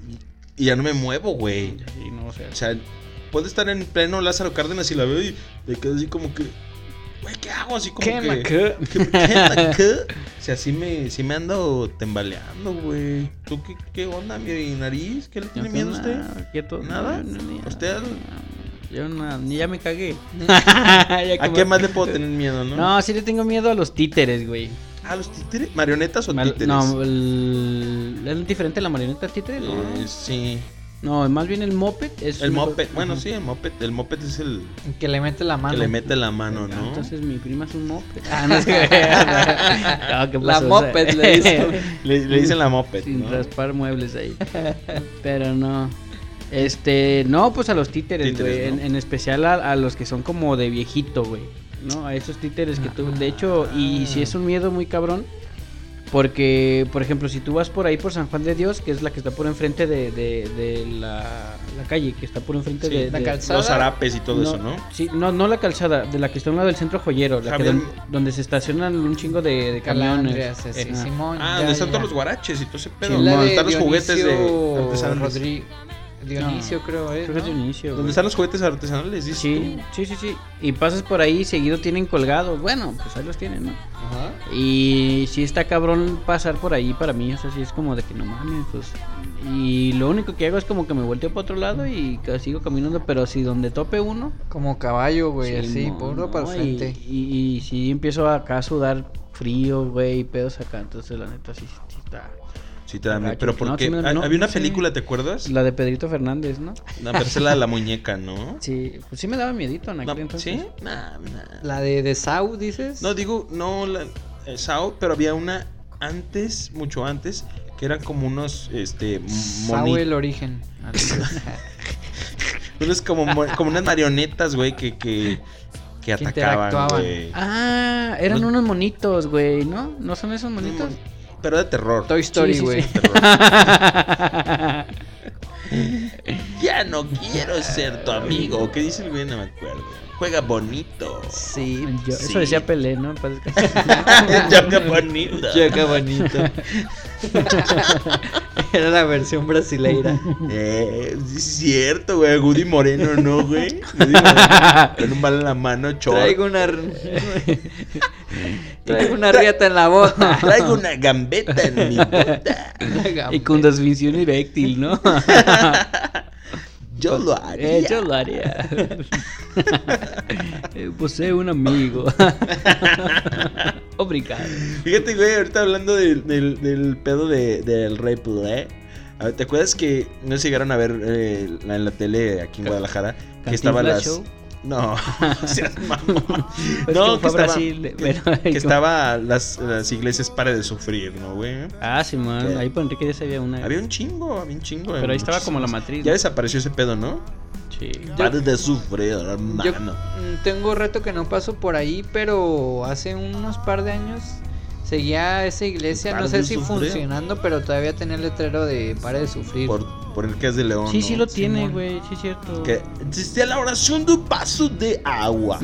Speaker 2: Y ya no me muevo, güey.
Speaker 4: Sí, no, o sea,
Speaker 2: O sea, puedo estar en pleno Lázaro Cárdenas y la veo y me quedo así como que. güey, ¿qué hago? Así como
Speaker 4: ¿Qué,
Speaker 2: que...
Speaker 4: Macu?
Speaker 2: ¿Qué- qué onda, qué? O sea, sí me, sí me ando tambaleando, güey. ¿Tú qué, qué onda, mi nariz? ¿Qué le tiene
Speaker 4: No,
Speaker 2: miedo a
Speaker 4: pues,
Speaker 2: usted?
Speaker 4: nada, quieto.
Speaker 2: ¿Nada?
Speaker 4: No, no, no, ya.
Speaker 2: ¿Usted?
Speaker 4: Yo na- ni ya me cagué. Ya
Speaker 2: ¿A
Speaker 4: como-
Speaker 2: qué más le puedo tener miedo, no?
Speaker 4: No, sí le tengo miedo a los títeres, güey.
Speaker 2: ¿A Ah, los títeres? ¿Marionetas o
Speaker 4: Mal-
Speaker 2: títeres?
Speaker 4: No, el... ¿es diferente la marioneta títere? No,
Speaker 2: Eh, sí.
Speaker 4: no más bien el moped. Es
Speaker 2: El
Speaker 4: mejor-
Speaker 2: moped. Bueno,
Speaker 4: Ajá.
Speaker 2: sí, el moped. El moped es el
Speaker 3: Que le mete la mano.
Speaker 2: que le mete la mano, ¿no?
Speaker 4: Entonces mi prima es un moped. Ah, no es que. no, ¿qué
Speaker 3: La
Speaker 4: pasó?
Speaker 3: moped le dicen.
Speaker 2: Le, le dicen la moped,
Speaker 4: Sin
Speaker 2: ¿no?
Speaker 4: raspar muebles ahí. Pero no. Este, no, pues a los títeres,
Speaker 2: Títeres,
Speaker 4: güey.
Speaker 2: ¿no?
Speaker 4: En, en especial a, a los que son como de viejito, güey. ¿No? A esos títeres que tú. De hecho, y si es un miedo muy cabrón. Porque, por ejemplo, si tú vas por ahí por San Juan de Dios, que es la que está por enfrente de, de- de la, la calle, que está por enfrente
Speaker 2: Sí,
Speaker 4: de,
Speaker 3: la
Speaker 4: de-
Speaker 3: calzada.
Speaker 2: Los harapes y todo
Speaker 4: no,
Speaker 2: eso, ¿no?
Speaker 4: Sí, no, no la calzada, de la que está a un lado del centro joyero, la que
Speaker 2: Javier-
Speaker 4: don- donde se estacionan un chingo de, de camiones.
Speaker 3: Calandrias, así,
Speaker 4: Eh, ah.
Speaker 3: Simón.
Speaker 2: Ah,
Speaker 3: ya,
Speaker 2: donde
Speaker 3: ya,
Speaker 2: están
Speaker 3: ya.
Speaker 2: todos los guaraches y todo ese pedo.
Speaker 4: Sí,
Speaker 2: Donde
Speaker 4: la
Speaker 2: están los juguetes de
Speaker 3: Dionisio
Speaker 2: artesanales.
Speaker 3: Rodri- Dionisio, creo, es,
Speaker 4: Creo que es
Speaker 3: ¿no?
Speaker 4: Dionisio,
Speaker 2: Donde
Speaker 4: güey.
Speaker 2: están los juguetes artesanales, dices
Speaker 4: Sí,
Speaker 2: tú?
Speaker 4: sí, sí, sí. Y pasas por ahí, seguido tienen colgados. Bueno, pues ahí los tienen, ¿no?
Speaker 2: Ajá.
Speaker 4: Y sí está cabrón pasar por ahí para mí, o sea, sí es como de que no mames, pues. Y lo único que hago es como que me volteo para otro lado y ca- sigo caminando, pero si donde tope uno,
Speaker 3: Como caballo, güey,
Speaker 4: sí,
Speaker 3: Pues así,
Speaker 4: mo-
Speaker 3: puro
Speaker 4: no,
Speaker 3: para el
Speaker 4: y,
Speaker 3: frente.
Speaker 4: y, y sí empiezo acá a sudar frío, güey, pedos acá, entonces la neta sí, sí está.
Speaker 2: Sí, te da miedo.
Speaker 4: Borracho,
Speaker 2: Pero
Speaker 4: que no,
Speaker 2: porque
Speaker 4: sí me da- no,
Speaker 2: había una
Speaker 4: sí.
Speaker 2: película, ¿te acuerdas? La
Speaker 4: Pues La de Pedrito Fernández, ¿no?
Speaker 2: persela de la muñeca, ¿no?
Speaker 4: Sí, pues sí me daba miedito en pues. aquel
Speaker 2: No,
Speaker 4: entonces.
Speaker 2: ¿Sí? Nah, nah.
Speaker 3: La de, de Sau, dices.
Speaker 2: No, digo, no la, eh, Sao, pero había una antes, mucho antes, que eran como unos, este,
Speaker 3: Sau
Speaker 2: monitos.
Speaker 3: el origen.
Speaker 2: Unos como, mo- como unas marionetas, güey, que, que, que atacaban,
Speaker 3: interactuaban.
Speaker 2: güey.
Speaker 4: Ah, eran
Speaker 2: No-
Speaker 4: unos monitos, güey, ¿no? ¿No son esos monitos?
Speaker 2: Pero de terror.
Speaker 3: Toy Story,
Speaker 4: sí, sí.
Speaker 3: güey.
Speaker 2: Terror.
Speaker 5: Ya no quiero ser tu amigo.
Speaker 2: Amigo, ¿qué dice el güey? No me acuerdo. Juega bonito.
Speaker 3: Sí.
Speaker 4: Yo-
Speaker 2: Sí.
Speaker 4: Eso decía Pelé, ¿no? Pues, En paz descanse.
Speaker 2: Juega bonito.
Speaker 3: qué bonito. Era la versión brasileira.
Speaker 2: Eh, sí es cierto, güey. Goody Moreno, ¿no, güey? Goody Moreno, Con un bala en la mano, chor.
Speaker 3: Traigo una. r- Traigo una riata en la bota.
Speaker 2: Traigo una gambeta en mi bota.
Speaker 4: y con desviación eréctil, ¿no?
Speaker 2: Yo lo
Speaker 4: Eh,
Speaker 2: haría.
Speaker 4: yo lo haría. Eh, Posee un amigo. Obrigado.
Speaker 2: Fíjate, güey, ahorita hablando del, del- del pedo de, del Rey ¿eh? A ver, ¿te acuerdas que no se llegaron a ver eh, la- en la tele aquí en Guadalajara? Que estaban
Speaker 4: Cantinflas
Speaker 2: las.
Speaker 4: Show.
Speaker 2: No, seas mamón.
Speaker 4: Pues que fue a Brasil,
Speaker 2: que-
Speaker 4: pero-
Speaker 2: que estaba las, las iglesias para de sufrir, ¿no, güey?
Speaker 4: Ah, sí, man. Ahí por Enrique ya se había una.
Speaker 2: Había un chingo, había un chingo.
Speaker 4: Pero ahí estaba como la
Speaker 2: muchísimas.
Speaker 4: matriz.
Speaker 2: Ya
Speaker 4: ¿no?
Speaker 2: desapareció ese pedo, ¿no?
Speaker 4: Sí.
Speaker 2: Para de sufrir,
Speaker 3: Yo
Speaker 2: hermano.
Speaker 3: mm, tengo reto que no paso por ahí, pero hace unos par de años seguía esa iglesia, no
Speaker 2: Pare
Speaker 3: sé
Speaker 2: de
Speaker 3: si
Speaker 2: sufrir.
Speaker 3: funcionando, pero todavía tenía el letrero de pare de sufrir.
Speaker 2: Por, por el que es de León.
Speaker 4: Sí, sí
Speaker 2: ¿no?
Speaker 4: lo tiene,
Speaker 3: Simón.
Speaker 4: güey. Sí, es cierto.
Speaker 2: Que existe la oración de un paso de agua.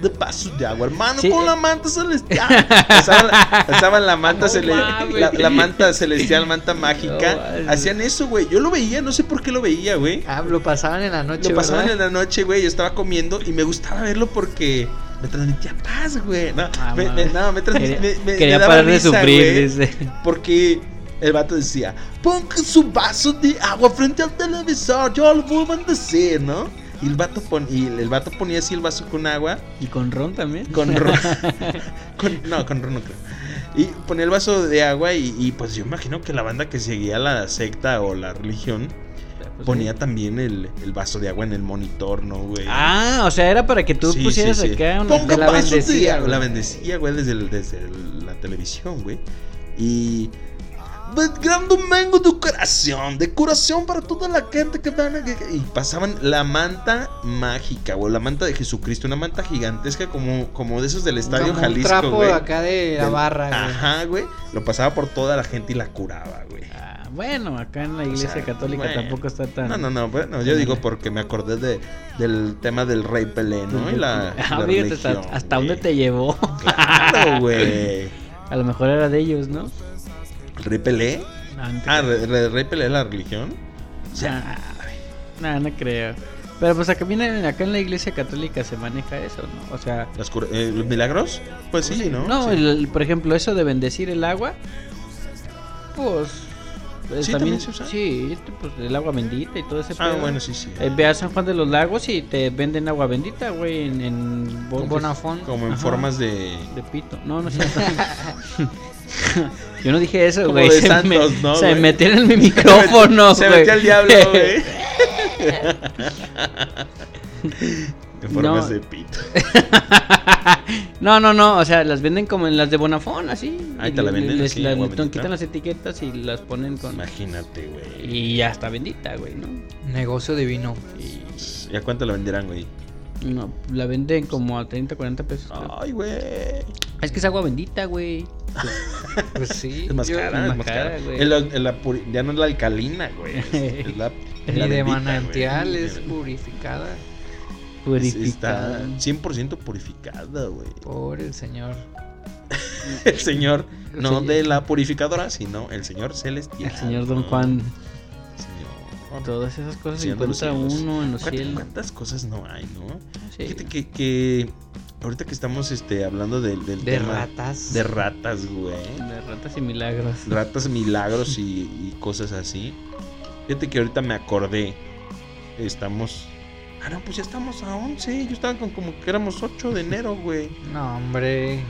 Speaker 2: De paso de agua, hermano,
Speaker 4: Sí,
Speaker 2: con
Speaker 4: eh.
Speaker 2: la manta celestial. Estaban la, alzaban la manta
Speaker 4: No
Speaker 2: celestial.
Speaker 4: mames.
Speaker 2: La, la manta celestial, manta mágica.
Speaker 4: No mames.
Speaker 2: Hacían eso, güey. Yo lo veía, no sé por qué lo veía, güey.
Speaker 3: Ah, lo pasaban en la noche.
Speaker 2: Lo pasaban
Speaker 3: ¿verdad?
Speaker 2: en la noche, güey. Yo estaba comiendo y me gustaba verlo porque me transmitía paz, güey. No,
Speaker 4: Ah,
Speaker 2: me, me-
Speaker 4: mames.
Speaker 2: no, me transmitía.
Speaker 4: Quería,
Speaker 2: me- me-
Speaker 4: quería
Speaker 2: me daba
Speaker 4: parar de
Speaker 2: risa,
Speaker 4: sufrir,
Speaker 2: güey,
Speaker 4: dice.
Speaker 2: Porque el vato decía: Ponga su vaso de agua frente al televisor, yo lo voy a bendecir, ¿no? Y el vato, pon- y el el vato ponía así el vaso con agua,
Speaker 4: Y con Ron también.
Speaker 2: con ron. con- no, con ron no creo. Y ponía el vaso de agua y, y, pues yo imagino que la banda que seguía la secta o la religión
Speaker 4: Pues,
Speaker 2: ponía
Speaker 4: sí.
Speaker 2: también el, el vaso de agua en el monitor, ¿no, güey?
Speaker 4: Ah, o sea, era para que tú
Speaker 2: Sí, sí,
Speaker 4: pusieras
Speaker 2: sí.
Speaker 4: acá una.
Speaker 2: Ponga
Speaker 4: de la
Speaker 2: vasos de
Speaker 4: bendecida,
Speaker 2: agua,
Speaker 4: güey.
Speaker 2: La bendecía, güey, desde, el- desde el- la televisión, güey. Y. "Buen Gran domingo de curación, de curación para toda la gente que van a... Y pasaban la manta mágica, güey, la manta de Jesucristo, una manta gigantesca como, como de esos del Estadio
Speaker 3: Como
Speaker 2: Jalisco,
Speaker 3: Un trapo
Speaker 2: güey.
Speaker 3: acá de la
Speaker 2: Del-
Speaker 3: barra, güey.
Speaker 2: Ajá, güey. Lo pasaba por toda la gente y la curaba, güey.
Speaker 4: Ah, bueno, acá en la iglesia
Speaker 2: sea,
Speaker 4: católica
Speaker 2: bueno.
Speaker 4: tampoco está tan.
Speaker 2: No, no, no, bueno, yo digo porque me acordé de, del tema del rey Pelé, ¿no? Y la, la
Speaker 4: Ah, fíjate, hasta,
Speaker 2: religión,
Speaker 4: hasta
Speaker 2: güey.
Speaker 4: dónde te llevó.
Speaker 2: Claro, güey.
Speaker 4: A lo mejor era de ellos, ¿no?
Speaker 2: ¿El rey Pelé?
Speaker 4: No, no te
Speaker 2: Ah,
Speaker 4: creo.
Speaker 2: ¿el rey Pelé la religión?
Speaker 4: Nah, nah, no creo. Pero pues acá, viene- acá en la iglesia católica se maneja eso, ¿no? O sea,
Speaker 2: Las cura- eh, ¿Los milagros? Pues sí, ¿no?
Speaker 4: no,
Speaker 2: Sí.
Speaker 4: el- por ejemplo, eso de bendecir el agua, pues... pues,
Speaker 2: Sí, también se usa.
Speaker 4: Sí, este, pues, el agua bendita y todo ese
Speaker 2: Ah,
Speaker 4: pedo.
Speaker 2: bueno, sí, sí.
Speaker 4: Eh, ve a San Juan de los Lagos y te venden agua bendita, güey, en, en botes
Speaker 3: Bonafón.
Speaker 2: Como en
Speaker 4: Ajá.
Speaker 2: formas de.
Speaker 4: de pito. No, no es cierto. Yo no dije eso,
Speaker 2: Como
Speaker 4: güey.
Speaker 2: de
Speaker 4: se
Speaker 2: santos,
Speaker 4: me,
Speaker 2: ¿no,
Speaker 4: se
Speaker 2: güey?
Speaker 4: metieron en mi micrófono,
Speaker 2: Se
Speaker 4: güey.
Speaker 2: metió al diablo, güey. En formas
Speaker 4: No.
Speaker 2: de pito.
Speaker 4: no, no, no, o sea, las venden como en las de Bonafón, así.
Speaker 2: Ahí
Speaker 4: Y
Speaker 2: te la
Speaker 4: le-
Speaker 2: venden,
Speaker 4: les-
Speaker 2: así,
Speaker 4: las-
Speaker 2: agua
Speaker 4: ton-
Speaker 2: bendita.
Speaker 4: quitan las etiquetas y las ponen con...
Speaker 2: Imagínate, güey.
Speaker 4: Y ya está bendita, güey, ¿no?
Speaker 3: Negocio divino.
Speaker 2: ¿Y a cuánto la venderán, güey?
Speaker 4: No, la venden como a 30, 40 pesos. creo.
Speaker 2: Ay, güey.
Speaker 4: Ah. Es que es agua bendita, güey.
Speaker 3: Pues sí.
Speaker 2: Es más
Speaker 3: yo-
Speaker 2: cara, es más
Speaker 4: cara,
Speaker 2: cara.
Speaker 4: güey.
Speaker 2: Es la- es la puri- ya no es la alcalina, güey. Es, es la,
Speaker 3: Ni
Speaker 2: la
Speaker 3: de
Speaker 2: bendita,
Speaker 3: manantial
Speaker 2: güey.
Speaker 3: es purificada
Speaker 2: Es- Está
Speaker 4: Purificada.
Speaker 2: 100% purificada, güey.
Speaker 3: por el Señor.
Speaker 2: El señor, no
Speaker 3: Sí.
Speaker 2: de la purificadora, sino el señor celestial.
Speaker 4: El señor
Speaker 2: ¿no?
Speaker 4: Don Juan.
Speaker 2: Señor.
Speaker 4: Todas esas cosas se
Speaker 2: Señor pues, de los
Speaker 4: encuentra
Speaker 2: cielos.
Speaker 4: uno en los
Speaker 2: ¿Cuántas,
Speaker 4: cielos.
Speaker 2: cuántas cosas no hay, no?
Speaker 4: Sí.
Speaker 2: Fíjate que, que ahorita que estamos este, hablando del, del
Speaker 3: De
Speaker 2: tema
Speaker 3: ratas.
Speaker 2: de ratas, güey.
Speaker 4: De ratas y milagros.
Speaker 2: Ratas milagros y, y cosas así. Fíjate que ahorita me acordé. Estamos. Ah, no, pues ya estamos a 11. Yo estaba con como que éramos 8 de enero, güey.
Speaker 3: No, hombre.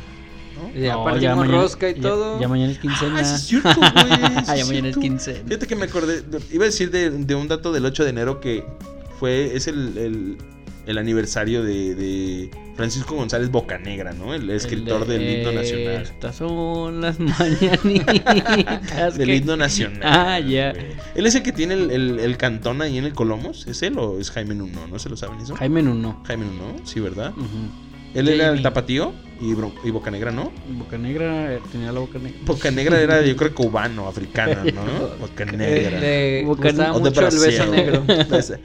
Speaker 2: ¿no?
Speaker 3: Ya
Speaker 4: No,
Speaker 3: partimos rosca y
Speaker 4: ya-
Speaker 3: todo.
Speaker 4: Ya mañana es quincena. Ah,
Speaker 2: Ah, sí es cierto, güey. sí es
Speaker 4: ya mañana es
Speaker 2: cierto.
Speaker 4: quincena.
Speaker 2: Fíjate que me acordé, iba a decir de, de un dato del 8 de enero que fue, es el, el- el aniversario de, de Francisco González Bocanegra, ¿no? El escritor del himno nacional.
Speaker 4: Estas son las mañanitas.
Speaker 2: Del
Speaker 4: que-
Speaker 2: himno nacional.
Speaker 4: Ah, ya.
Speaker 2: güey. ¿Él es el que tiene el, el- el cantón ahí en el Colomos? ¿Es él o es Jaime Nuno? ¿No se lo saben eso?
Speaker 4: Jaime Nuno.
Speaker 2: Jaime Nuno, sí, ¿verdad?
Speaker 4: Ujú.
Speaker 2: Él era el
Speaker 4: Jamie.
Speaker 2: tapatío y, Bro- y Bocanegra, ¿no?
Speaker 4: Bocanegra eh, tenía la boca negra.
Speaker 2: Bocanegra era, yo creo, cubano, africano, ¿no?
Speaker 3: Le,
Speaker 4: Eh,
Speaker 2: Bocanegra.
Speaker 3: Eh, le
Speaker 4: Boca-
Speaker 3: gustaba
Speaker 2: O de
Speaker 3: mucho el beso
Speaker 2: Brasil.
Speaker 3: negro.
Speaker 2: Entonces,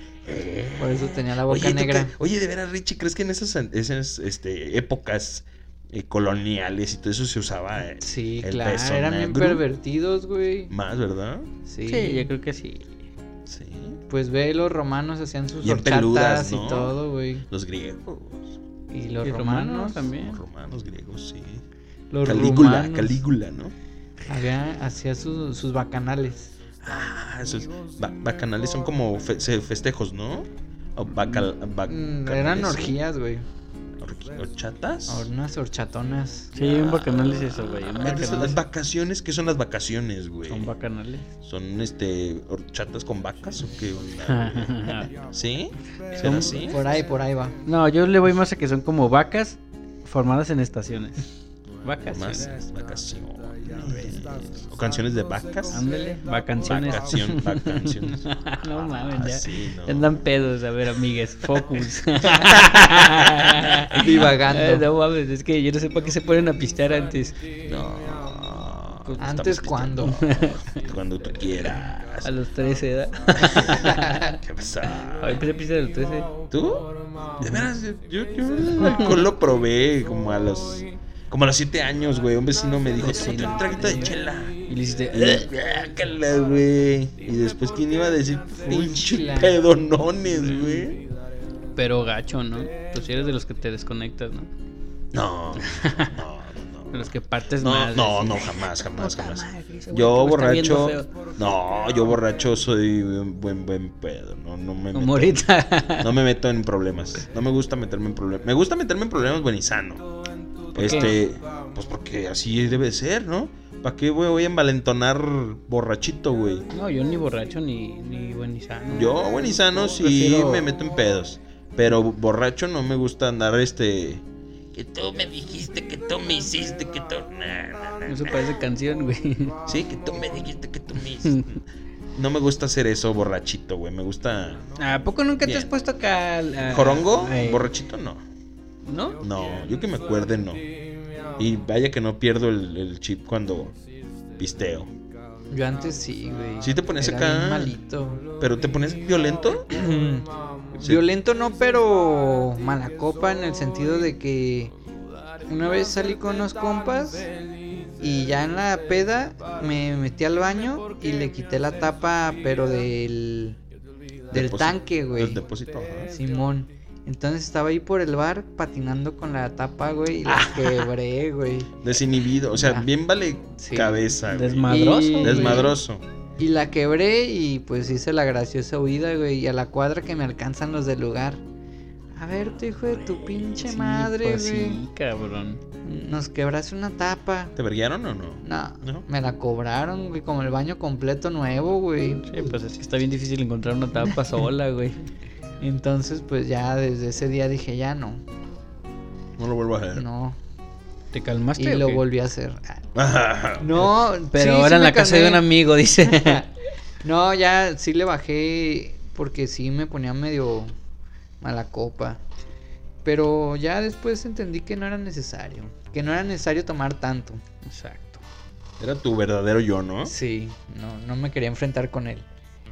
Speaker 3: Por eso tenía la boca
Speaker 2: Oye, ¿tú
Speaker 3: negra.
Speaker 2: cre- oye, de veras, Richie, ¿crees que en esas, an- esas, este, épocas eh, coloniales y todo eso se usaba eh,
Speaker 3: Sí,
Speaker 2: el Mm.
Speaker 3: claro.
Speaker 2: beso
Speaker 3: Eran bien
Speaker 2: negro?
Speaker 3: pervertidos, güey.
Speaker 2: más, verdad?
Speaker 3: Sí.
Speaker 4: Sí, yo creo que sí.
Speaker 2: Sí.
Speaker 3: Pues ve, los romanos hacían sus
Speaker 2: Bien
Speaker 3: horchatas
Speaker 2: peludas, ¿no?
Speaker 3: y todo, güey.
Speaker 2: Los griegos,
Speaker 3: Y los
Speaker 4: Y
Speaker 3: romanos,
Speaker 4: también.
Speaker 2: los romanos griegos, sí.
Speaker 3: Los
Speaker 2: Calígula,
Speaker 3: romanos.
Speaker 2: Calígula, ¿no?
Speaker 3: Había- hacía sus- sus bacanales.
Speaker 2: Ah, esos ba- bacanales son como fe- se- festejos, ¿no? O bacal-
Speaker 3: Mm,
Speaker 2: bacanales,
Speaker 3: Eran
Speaker 2: sí.
Speaker 3: orgías, güey.
Speaker 2: Orgi- ¿Horchatas?
Speaker 3: O Unas horchatonas.
Speaker 4: Sí, un bacanal es eso, güey. Un
Speaker 2: Antes
Speaker 4: bacanal
Speaker 2: Ah, las vacaciones, ¿qué son las vacaciones, güey?
Speaker 4: Son bacanales.
Speaker 2: ¿Son este horchatas con vacas o qué onda? güey? ¿Sí?
Speaker 4: Son-
Speaker 2: ¿Será así?
Speaker 3: Por ahí, por ahí va.
Speaker 4: no, yo le voy más a que son como vacas formadas en estaciones. Vacas.
Speaker 2: Más
Speaker 4: sí.
Speaker 2: vacaciones. O canciones de vacas.
Speaker 4: Ándale, vacanciones.
Speaker 2: Vacación, vacaciones.
Speaker 4: No mames, ya.
Speaker 2: Así, ¿no?
Speaker 4: Andan pedos, a ver, amigues, focus.
Speaker 3: Divagando.
Speaker 4: Eh, No mames, es que yo no sé para qué se ponen a pistear antes.
Speaker 2: No.
Speaker 3: Pues, Antes,
Speaker 2: Estamos
Speaker 3: ¿cuándo?
Speaker 2: pisteando Cuando tú quieras.
Speaker 4: A los 13, ¿verdad?
Speaker 2: ¿Qué pasa?
Speaker 4: Ahí empecé a pistear a los 13.
Speaker 2: ¿Tú? De veras, yo, yo, yo el alcohol lo probé como a los. Como a los 7 años, güey. Un vecino me dijo: Tómate un traguito de chela.
Speaker 4: Y le "Eh, hiciste. "Ugh".
Speaker 2: Guácala, güey. Y después, ¿quién iba a decir pinche
Speaker 3: chila.
Speaker 2: pedonones, güey?
Speaker 4: Pero gacho, ¿no? Tú sí eres de los que te desconectas, ¿no?
Speaker 2: No, no,
Speaker 4: De
Speaker 2: no,
Speaker 4: los que partes
Speaker 2: no. No,
Speaker 4: madres.
Speaker 2: no, no, jamás, jamás, jamás.
Speaker 4: ese güey
Speaker 2: Yo
Speaker 4: cómo está
Speaker 2: borracho.
Speaker 4: viendo feo.
Speaker 2: No, yo borracho soy un buen, buen pedo. No, no me
Speaker 4: Como
Speaker 2: meto.
Speaker 4: ahorita.
Speaker 2: No me meto en problemas. No me gusta meterme en problemas. Me gusta meterme en problemas buen y sano.
Speaker 4: qué?
Speaker 2: Este, pues porque así debe ser, ¿no? ¿Para qué güey, voy a envalentonar borrachito, güey?
Speaker 4: No, yo ni borracho ni, ni buen ni sano.
Speaker 2: Yo, buen y sano, sí
Speaker 4: prefiero-
Speaker 2: me meto en pedos. Pero borracho no me gusta andar este.
Speaker 5: Que tú me dijiste, que tú me hiciste, que tú. Nah, nah, nah.
Speaker 4: Eso parece canción, güey.
Speaker 5: Sí, que tú me dijiste, que tú me hiciste.
Speaker 2: No me gusta hacer eso borrachito, güey. Me gusta.
Speaker 4: ¿A poco nunca
Speaker 2: Bien.
Speaker 4: te has puesto acá al-
Speaker 3: Ah,
Speaker 4: a-
Speaker 2: ¿Jorongo?
Speaker 4: eh,
Speaker 2: Borrachito no.
Speaker 4: ¿No?
Speaker 2: No, yo que me acuerde no. Y vaya que no pierdo el, el chip cuando pisteo.
Speaker 3: Yo antes sí, güey.
Speaker 2: Sí te ponías
Speaker 3: Era
Speaker 2: acá.
Speaker 3: bien malito.
Speaker 2: ¿Pero te pones violento? Sí.
Speaker 3: Violento no, pero mala copa en el sentido de que una vez salí con unos compas y ya en la peda me metí al baño y le quité la tapa, pero del del
Speaker 2: Depósito.
Speaker 3: tanque, güey.
Speaker 2: Del depósito. ajá.
Speaker 3: Simón. Entonces estaba ahí por el bar patinando con la tapa, güey, y la quebré, güey.
Speaker 2: Desinhibido. O sea,
Speaker 3: Ah.
Speaker 2: bien vale
Speaker 3: Sí.
Speaker 2: cabeza. güey.
Speaker 4: Desmadroso.
Speaker 3: Y-
Speaker 4: güey.
Speaker 2: Desmadroso.
Speaker 3: Y la quebré y pues hice la graciosa huida, güey. Y a la cuadra que me alcanzan los del lugar. A ver, tu hijo de tu pinche
Speaker 4: Sí,
Speaker 3: madre,
Speaker 4: pues
Speaker 3: güey.
Speaker 4: sí, cabrón.
Speaker 3: Nos quebraste una tapa.
Speaker 2: ¿Te verguearon o no?
Speaker 3: No,
Speaker 2: ¿No?
Speaker 3: me la cobraron, güey, como el baño completo nuevo, güey.
Speaker 4: Sí, pues es que está bien difícil encontrar una tapa sola, güey.
Speaker 3: Entonces, pues ya desde ese día dije, ya no,
Speaker 2: No lo vuelvo a hacer.
Speaker 3: no.
Speaker 4: ¿Te calmaste?
Speaker 3: Y
Speaker 4: o
Speaker 3: lo
Speaker 4: qué?
Speaker 3: volví a hacer. Ah,
Speaker 2: Ajá.
Speaker 3: No,
Speaker 4: Pero
Speaker 3: sí, sí
Speaker 4: ahora en
Speaker 3: me
Speaker 4: la casa de un
Speaker 3: calmé.
Speaker 4: amigo, dice.
Speaker 3: No, ya sí le bajé porque sí me ponía medio mala copa. Pero ya después entendí que no era necesario. Que no era necesario tomar tanto.
Speaker 4: Exacto.
Speaker 2: Era tu verdadero yo, ¿no?
Speaker 3: Sí, no, no me quería enfrentar con él.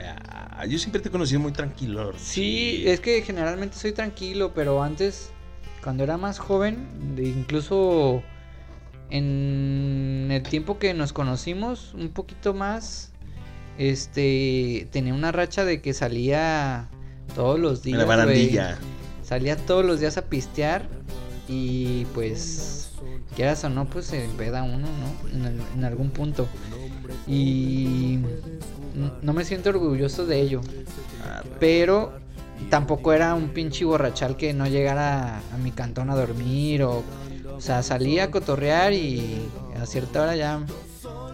Speaker 2: Ah, yo siempre te he conocido muy tranquilo.
Speaker 3: Sí, es que generalmente soy tranquilo, pero antes, cuando era más joven, de- incluso en el tiempo que nos conocimos, un poquito más, este, tenía una racha de que salía todos los días.
Speaker 2: En la
Speaker 3: güey.
Speaker 2: barandilla.
Speaker 3: Salía todos los días a pistear y pues, quieras o no, pues se empeda uno, ¿no? En, al- en algún punto. Y n- no me siento orgulloso de ello.
Speaker 2: Ah,
Speaker 3: Pero tampoco era un pinche borrachal que no llegara a mi cantón a dormir o... O sea, salía a cotorrear y a cierta hora ya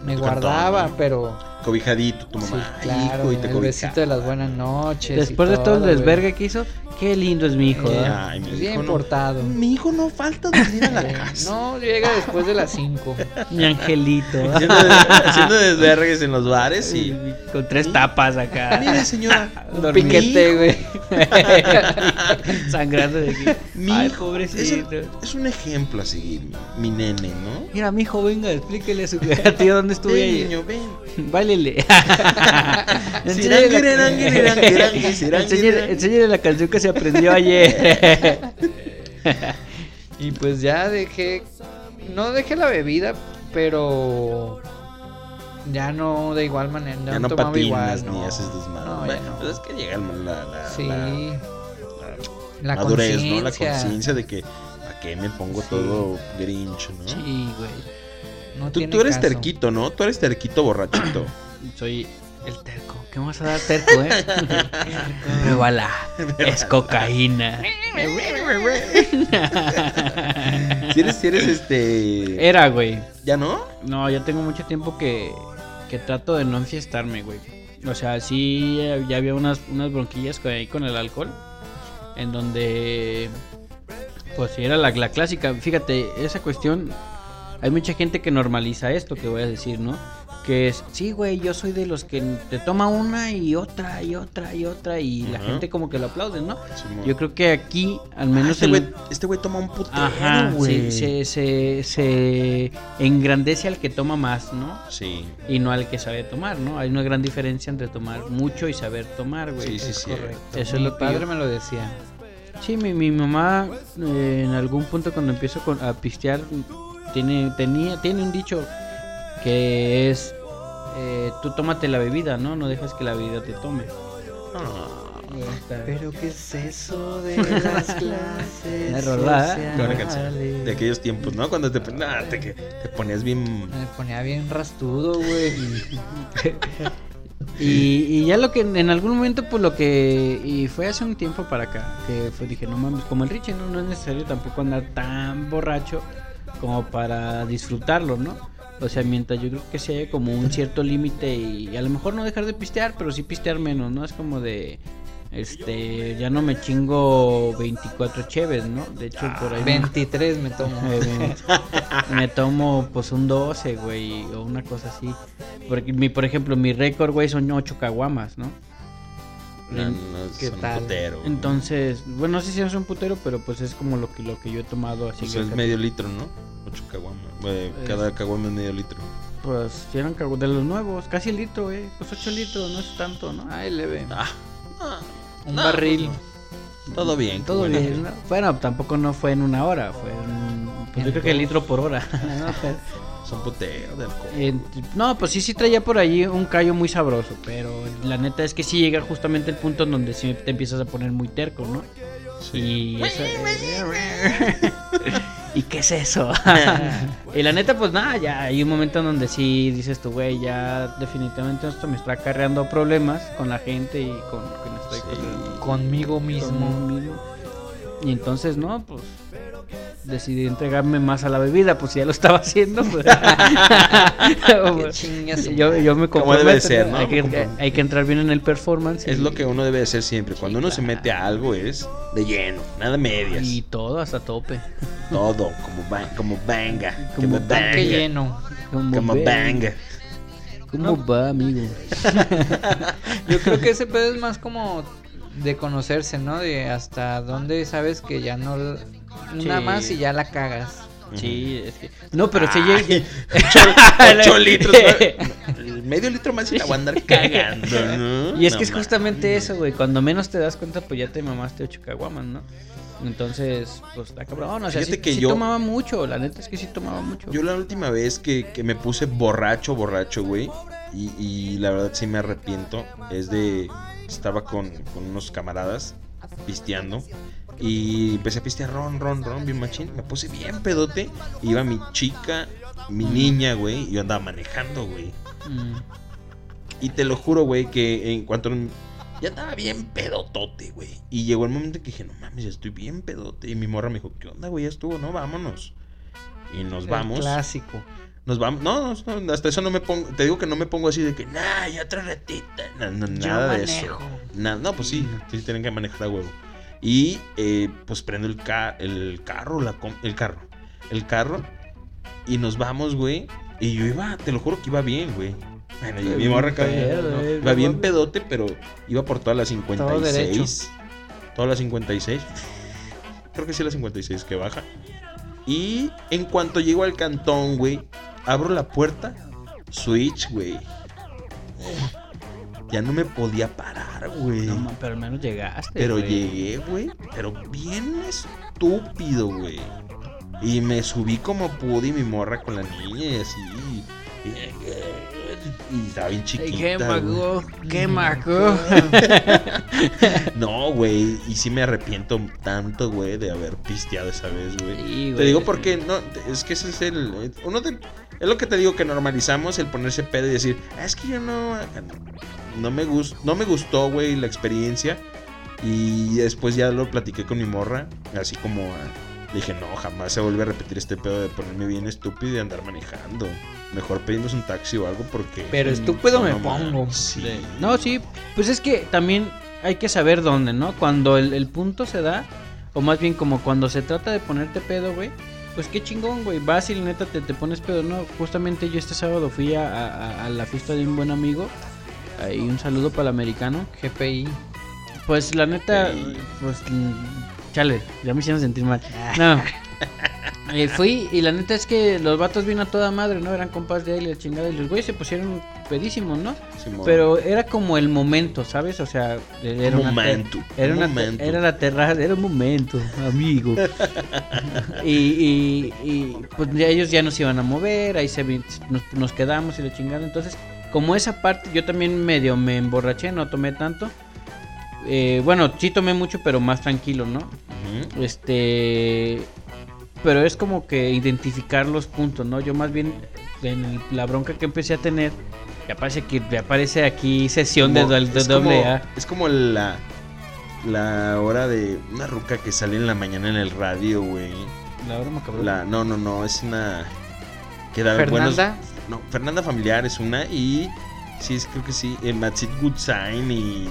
Speaker 3: me
Speaker 2: Tu
Speaker 3: guardaba,
Speaker 2: cantón, ¿no?
Speaker 3: pero...
Speaker 2: Cobijadito, tu
Speaker 3: Sí,
Speaker 2: mamá.
Speaker 3: claro,
Speaker 2: hijo, y te
Speaker 3: el
Speaker 2: cobijaba.
Speaker 3: besito de las buenas noches. y
Speaker 4: Después de todo el
Speaker 3: güey.
Speaker 4: desvergue que hizo, qué lindo es mi hijo.
Speaker 3: Eh,
Speaker 4: ¿verdad?
Speaker 2: Ay, mi
Speaker 3: Bien
Speaker 2: hijo no-
Speaker 3: portado.
Speaker 2: Mi hijo no falta dormir a la
Speaker 3: Eh,
Speaker 2: casa.
Speaker 3: No, llega después de las 5.
Speaker 4: Mi angelito. ¿verdad?
Speaker 2: Haciendo, haciendo desvergues en los bares y.
Speaker 4: Con tres tapas acá.
Speaker 2: Mire, señora.
Speaker 4: Dormí.
Speaker 3: Piquete, güey.
Speaker 4: Sangrando de aquí.
Speaker 2: Mi
Speaker 4: Ay,
Speaker 2: hijo
Speaker 4: pobrecito.
Speaker 2: Es, el- es un ejemplo a seguir, mi, mi nene, ¿no?
Speaker 4: Mira, mi hijo, venga, explíquele a su tío dónde estuve
Speaker 2: Ven,
Speaker 4: ayer.
Speaker 2: niño, ven.
Speaker 4: Bailele.
Speaker 2: Sirangui, rangui, rangui, rangui, sirangui,
Speaker 4: Enséñale
Speaker 2: rangui.
Speaker 4: enséñale la canción que se aprendió ayer.
Speaker 3: Y pues ya dejé. No dejé la bebida, pero. Ya no de igual manera.
Speaker 2: Ya no
Speaker 3: no tomaba
Speaker 2: patinas
Speaker 3: igual.
Speaker 2: ni
Speaker 3: no.
Speaker 2: haces desmadre.
Speaker 3: No, ya
Speaker 2: Bueno,
Speaker 3: no.
Speaker 2: pues es que llega la, la,
Speaker 3: Sí.
Speaker 2: la-
Speaker 3: La
Speaker 2: madurez, ¿no? La
Speaker 3: conciencia.
Speaker 2: conciencia de que ¿a qué me pongo todo grinch, ¿no?
Speaker 4: Sí, güey.
Speaker 3: No
Speaker 2: Tú,
Speaker 3: tiene
Speaker 2: tú eres
Speaker 3: caso.
Speaker 2: terquito, ¿no? Tú eres terquito borrachito.
Speaker 4: Soy el terco. ¿Qué me vas a dar terco, eh? Pruébala. Es cocaína.
Speaker 2: si eres, si eres este.
Speaker 4: Era, güey.
Speaker 2: ¿Ya no?
Speaker 4: No, ya tengo mucho tiempo que, que trato de no enfiestarme, güey. O sea, sí, eh, ya había unas, unas bronquillas con, ahí con el alcohol. En donde. Pues sí, era la, la clásica. Fíjate, esa cuestión. Hay mucha gente que normaliza esto que voy a decir, ¿no? Que es, sí, güey, yo soy de los que te toma una y otra y otra y otra. Y la
Speaker 2: Ajá.
Speaker 4: gente como que lo aplaude, ¿no?
Speaker 2: Simón.
Speaker 4: Yo creo que aquí, al
Speaker 2: Ah,
Speaker 4: menos
Speaker 2: este
Speaker 4: en-
Speaker 2: güey este güey toma un putero,
Speaker 4: Ajá,
Speaker 2: güey.
Speaker 4: sí, se, se, se engrandece al que toma más, ¿no?
Speaker 2: Sí,
Speaker 4: Y no al que sabe tomar, ¿no? Hay una gran diferencia entre tomar mucho y saber tomar, güey.
Speaker 2: sí, sí,
Speaker 4: Sí,
Speaker 2: sí.
Speaker 3: Correcto.
Speaker 4: Eso es
Speaker 3: Mi
Speaker 4: lo que
Speaker 3: padre
Speaker 4: yo-
Speaker 3: me lo decía.
Speaker 4: mi, mi mamá eh, en algún punto cuando empiezo con- a pistear tiene, tenía, tiene un dicho que es, eh, tú tómate la bebida, ¿no? No dejas que la bebida te tome.
Speaker 2: Ah,
Speaker 3: Pero qué es eso de las clases.
Speaker 4: La rolada, ¿eh?
Speaker 2: Qué buena canción.
Speaker 3: sociales?
Speaker 2: De aquellos tiempos, ¿no? Cuando te, pon- ah, te, que- te ponías bien.
Speaker 3: Me ponía bien rastudo, güey.
Speaker 4: Y, y ya lo que en en algún momento, pues lo que. Y fue hace un tiempo para acá. Que fue, dije, no mames, como el Richie, ¿no? no es necesario tampoco andar tan borracho como para disfrutarlo, ¿no? O sea, mientras yo creo que sí hay como un cierto límite y, y a lo mejor no dejar de pistear, pero sí pistear menos, ¿no? Es como de. Este, ya no me chingo 24 cheves, ¿no? De hecho, por
Speaker 3: Ah,
Speaker 4: ahí.
Speaker 3: 23 me tomo.
Speaker 4: Eh, Me tomo pues un 12, güey, o una cosa así. Porque mi, por ejemplo, mi récord, güey, son 8 caguamas, ¿no?
Speaker 2: No, no,
Speaker 3: ¿Qué
Speaker 2: son un
Speaker 3: tal?
Speaker 2: putero, ¿no?
Speaker 4: Entonces, bueno, no sé si es un putero, pero pues es como lo que, lo que yo he tomado así.
Speaker 2: O sea,
Speaker 4: que-
Speaker 2: Pues
Speaker 4: Eh,
Speaker 2: es medio litro, ¿no? Ocho caguamas. Bueno,
Speaker 4: Es-
Speaker 2: cada caguama es medio litro.
Speaker 4: Pues si eran cagu- de los nuevos, casi el litro, güey. Pues 8 litros, no es tanto, ¿no?
Speaker 3: Ay, leve.
Speaker 2: Ah,
Speaker 3: Un barril.
Speaker 2: todo bien. qué
Speaker 4: Todo
Speaker 2: buena
Speaker 4: bien.
Speaker 2: gente.
Speaker 4: ¿no? Bueno, tampoco no fue en una hora, fue en Pues yo creo que litro por hora. No, pero-
Speaker 2: Son puteos de alcohol.
Speaker 4: Eh, no, pues sí, sí traía por allí un callo muy sabroso, pero la neta es que sí llega justamente el punto en donde sí te empiezas a poner muy terco, ¿no? Y eso- ¿Y qué es eso? y la neta, pues nada, ya hay un momento en donde sí dices tú, güey, ya definitivamente esto me está acarreando problemas con la gente y con quien estoy
Speaker 2: Sí.
Speaker 4: cotorreando
Speaker 3: Conmigo mismo.
Speaker 4: mismo. Y entonces, no, pues decidí entregarme más a la bebida, pues si ya lo estaba haciendo. pues.
Speaker 3: Qué chinga su-
Speaker 4: yo, yo me
Speaker 2: Como debe de ser,
Speaker 4: comprometo, Hay
Speaker 2: ¿no?
Speaker 4: que, hay que entrar bien en el performance.
Speaker 2: Es
Speaker 4: y-
Speaker 2: lo que uno debe hacer siempre. Cuando uno se mete a algo es de lleno, nada medias.
Speaker 4: Y todo hasta tope.
Speaker 2: Todo, como, va- como venga. que
Speaker 4: Como
Speaker 2: me
Speaker 3: Tanque
Speaker 2: venga,
Speaker 3: lleno.
Speaker 2: Como
Speaker 4: ve-
Speaker 2: venga.
Speaker 4: ¿Cómo va, amigo?
Speaker 3: Yo creo que ese pedo es más como de conocerse, ¿no? De hasta dónde sabes que ya no. Nada
Speaker 4: Sí.
Speaker 3: más y ya la cagas.
Speaker 4: Sí, es que... No, pero si
Speaker 2: Ay,
Speaker 4: llega...
Speaker 2: ocho- ocho litros. ¿no? El medio litro más y la voy a andar cagando, ¿no?
Speaker 4: Y es
Speaker 2: No
Speaker 4: que es
Speaker 2: ma-
Speaker 4: justamente eso, güey. Cuando menos te das cuenta, pues ya te mamaste ocho caguamas, ¿no? Entonces, pues está cabrón. O sea,
Speaker 2: Fíjate
Speaker 4: sí,
Speaker 2: que
Speaker 4: sí
Speaker 2: yo-
Speaker 4: tomaba mucho. La neta es que sí tomaba mucho.
Speaker 2: Yo la última vez que, que me puse borracho, borracho, güey. Y, y la verdad sí me arrepiento. Es de. Estaba con, con unos camaradas pisteando. Y empecé a pistear ron, ron, ron, bien machín. Me puse bien pedote. Iba mi chica, mi niña, güey. Y yo andaba manejando, güey.
Speaker 4: Mm.
Speaker 2: Y te lo juro, güey, que en cuanto. Ya estaba bien pedotote, güey. Y llegó el momento que dije, no mames, ya estoy bien pedote. Y mi morra me dijo, ¿qué onda, güey? Ya estuvo, no, vámonos. Y nos
Speaker 3: El
Speaker 2: Pues vamos.
Speaker 3: Clásico.
Speaker 2: Nos vamos. No, no, no, hasta eso no me pongo. Te digo que no me pongo así de que, nah, ya otra ratita. Na- na- nada de eso. Nada, no, pues sí, sí tienen que manejar a huevo. Y eh, pues prendo el, ca- el carro, la com- el carro, el carro. Y nos vamos, güey. Y yo iba, te lo juro que iba bien, güey. Bueno, y mi morra acá,
Speaker 4: pedo,
Speaker 2: ¿no?
Speaker 4: eh,
Speaker 2: Iba
Speaker 4: no
Speaker 2: bien
Speaker 4: mames.
Speaker 2: pedote, pero iba por todas las
Speaker 3: Todo derecho.
Speaker 2: 56. Todas las 56. Creo que sí, las 56 que baja. Y en cuanto llego al cantón, güey, abro la puerta. Switch, güey. Eh, Ya no me podía parar, güey.
Speaker 4: No, ma- pero al menos llegaste.
Speaker 2: Pero
Speaker 4: güey.
Speaker 2: llegué, güey. Pero bien estúpido, güey. Y me subí como pude y mi morra con la niña y así. Y, y estaba bien
Speaker 4: Ay, qué
Speaker 2: chiquita. güey.
Speaker 4: mago, qué mago.
Speaker 2: No, güey. Y sí me arrepiento tanto, güey, de haber pisteado esa vez, güey.
Speaker 4: Sí,
Speaker 2: Te
Speaker 4: güey.
Speaker 2: digo porque no, te- es que ese es el. Uno de- es lo que te digo que normalizamos el ponerse pedo y decir, "Ah, es que yo no. No me, gust, no me gustó, güey, la experiencia. Y después ya lo platiqué con mi morra. Así como ah, le dije, no, jamás se vuelve a repetir este pedo de ponerme bien estúpido y andar manejando. Mejor pedimos un taxi o algo porque. mm,
Speaker 3: Pero estúpido
Speaker 2: no
Speaker 3: me
Speaker 2: mames,
Speaker 3: pongo.
Speaker 2: Sí.
Speaker 4: No, sí, pues es que también hay que saber dónde, ¿no? Cuando el, el punto se da, o más bien como cuando se trata de ponerte pedo, güey, pues qué chingón, güey, vas y la neta te, te pones pedo, ¿no? Justamente yo este sábado fui a, a- a la fiesta de un buen amigo, ahí un saludo para el americano.
Speaker 3: GPI.
Speaker 4: Pues la neta,
Speaker 2: Sí.
Speaker 4: pues mm, chale, ya me hicieron sentir mal. No. Eh, fui y la neta es que los vatos vino a toda madre, ¿no? Eran compas de ahí, la chingada, y los güeyes se pusieron pedísimos, ¿no?
Speaker 2: Simón.
Speaker 4: Pero era como el momento, ¿sabes? O sea, era
Speaker 2: Un
Speaker 4: una te-
Speaker 2: momento,
Speaker 4: Era,
Speaker 2: un
Speaker 4: una te-
Speaker 2: momento.
Speaker 4: era la terraza, era un momento, amigo. y, y- y, pues ya ellos ya nos iban a mover, ahí se vi- nos, nos quedamos y la chingada. Entonces, como esa parte, yo también medio me emborraché, no tomé tanto. Eh, bueno, sí tomé mucho, pero más tranquilo, ¿no?
Speaker 2: Ujú.
Speaker 4: Este. Pero es como que identificar los puntos, ¿no? Yo más bien, en el- la bronca que empecé a tener, ya parece que ya aparece aquí sesión de,
Speaker 2: Como-
Speaker 4: doble- de
Speaker 2: es
Speaker 4: doble
Speaker 2: como,
Speaker 4: A.
Speaker 2: Es como la, la hora de una ruca que sale en la mañana en el radio, güey.
Speaker 4: La broma, cabrón.
Speaker 2: La, no, no, no, es una... Que da buenos-
Speaker 3: Fernanda.
Speaker 2: no, Fernanda Familiar es una y... Sí, es- creo que sí. eh, Matsit Goodsign y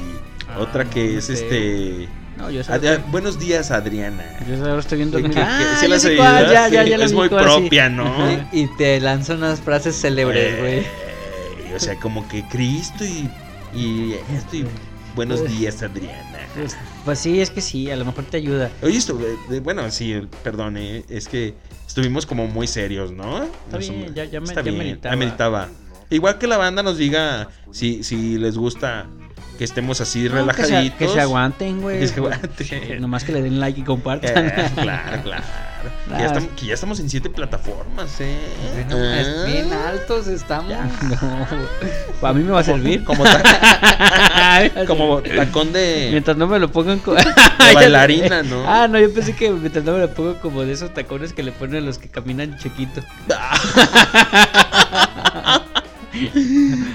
Speaker 4: Ah,
Speaker 2: otra que
Speaker 4: no
Speaker 2: es
Speaker 4: sé.
Speaker 2: este...
Speaker 4: No, yo esa-
Speaker 2: Adri- Buenos días, Adriana.
Speaker 4: yo esa ahora estoy viendo.
Speaker 2: Que- que-
Speaker 4: Ah,
Speaker 2: ¿sí
Speaker 4: ya
Speaker 2: la has
Speaker 4: sé
Speaker 2: oído?
Speaker 4: cuál, ya, ya,
Speaker 2: Sí,
Speaker 4: ya la
Speaker 2: Es
Speaker 4: vi
Speaker 2: muy
Speaker 4: cuál, sí.
Speaker 2: propia, ¿no?
Speaker 3: Y te lanza unas frases célebres, güey.
Speaker 2: Eh, o sea, como que Cristo y, y esto y buenos días, Adriana.
Speaker 4: Pues, pues sí, es que sí, a lo mejor te ayuda.
Speaker 2: Oye, esto, eh, eh, bueno, sí, perdón, eh, es que estuvimos como muy serios, ¿no?
Speaker 4: Está
Speaker 2: Nos-
Speaker 4: bien, ya- ya me-
Speaker 2: está
Speaker 4: ya
Speaker 2: bien,
Speaker 4: meritaba.
Speaker 2: ya meritaba. Igual que la banda nos diga si, si les gusta que estemos así
Speaker 4: No, que se-
Speaker 2: relajaditos.
Speaker 4: Que se, aguanten, güey.
Speaker 2: Que se aguanten.
Speaker 4: Nomás que le den like y compartan.
Speaker 2: Eh, claro, claro. claro. Que, ya
Speaker 4: Ah, es-
Speaker 2: estamos, que ya estamos en siete plataformas, ¿eh? Ah,
Speaker 3: Ve nomás,
Speaker 4: pues,
Speaker 3: bien altos estamos.
Speaker 4: No, a mí me va a servir.
Speaker 2: Como, ta-
Speaker 4: Como
Speaker 2: como tacón de,
Speaker 4: mientras no me lo pongan co-
Speaker 2: de bailarina, ¿no?
Speaker 4: Ah, no, yo pensé que mientras no me lo pongan como de esos tacones que le ponen a los que caminan chiquito.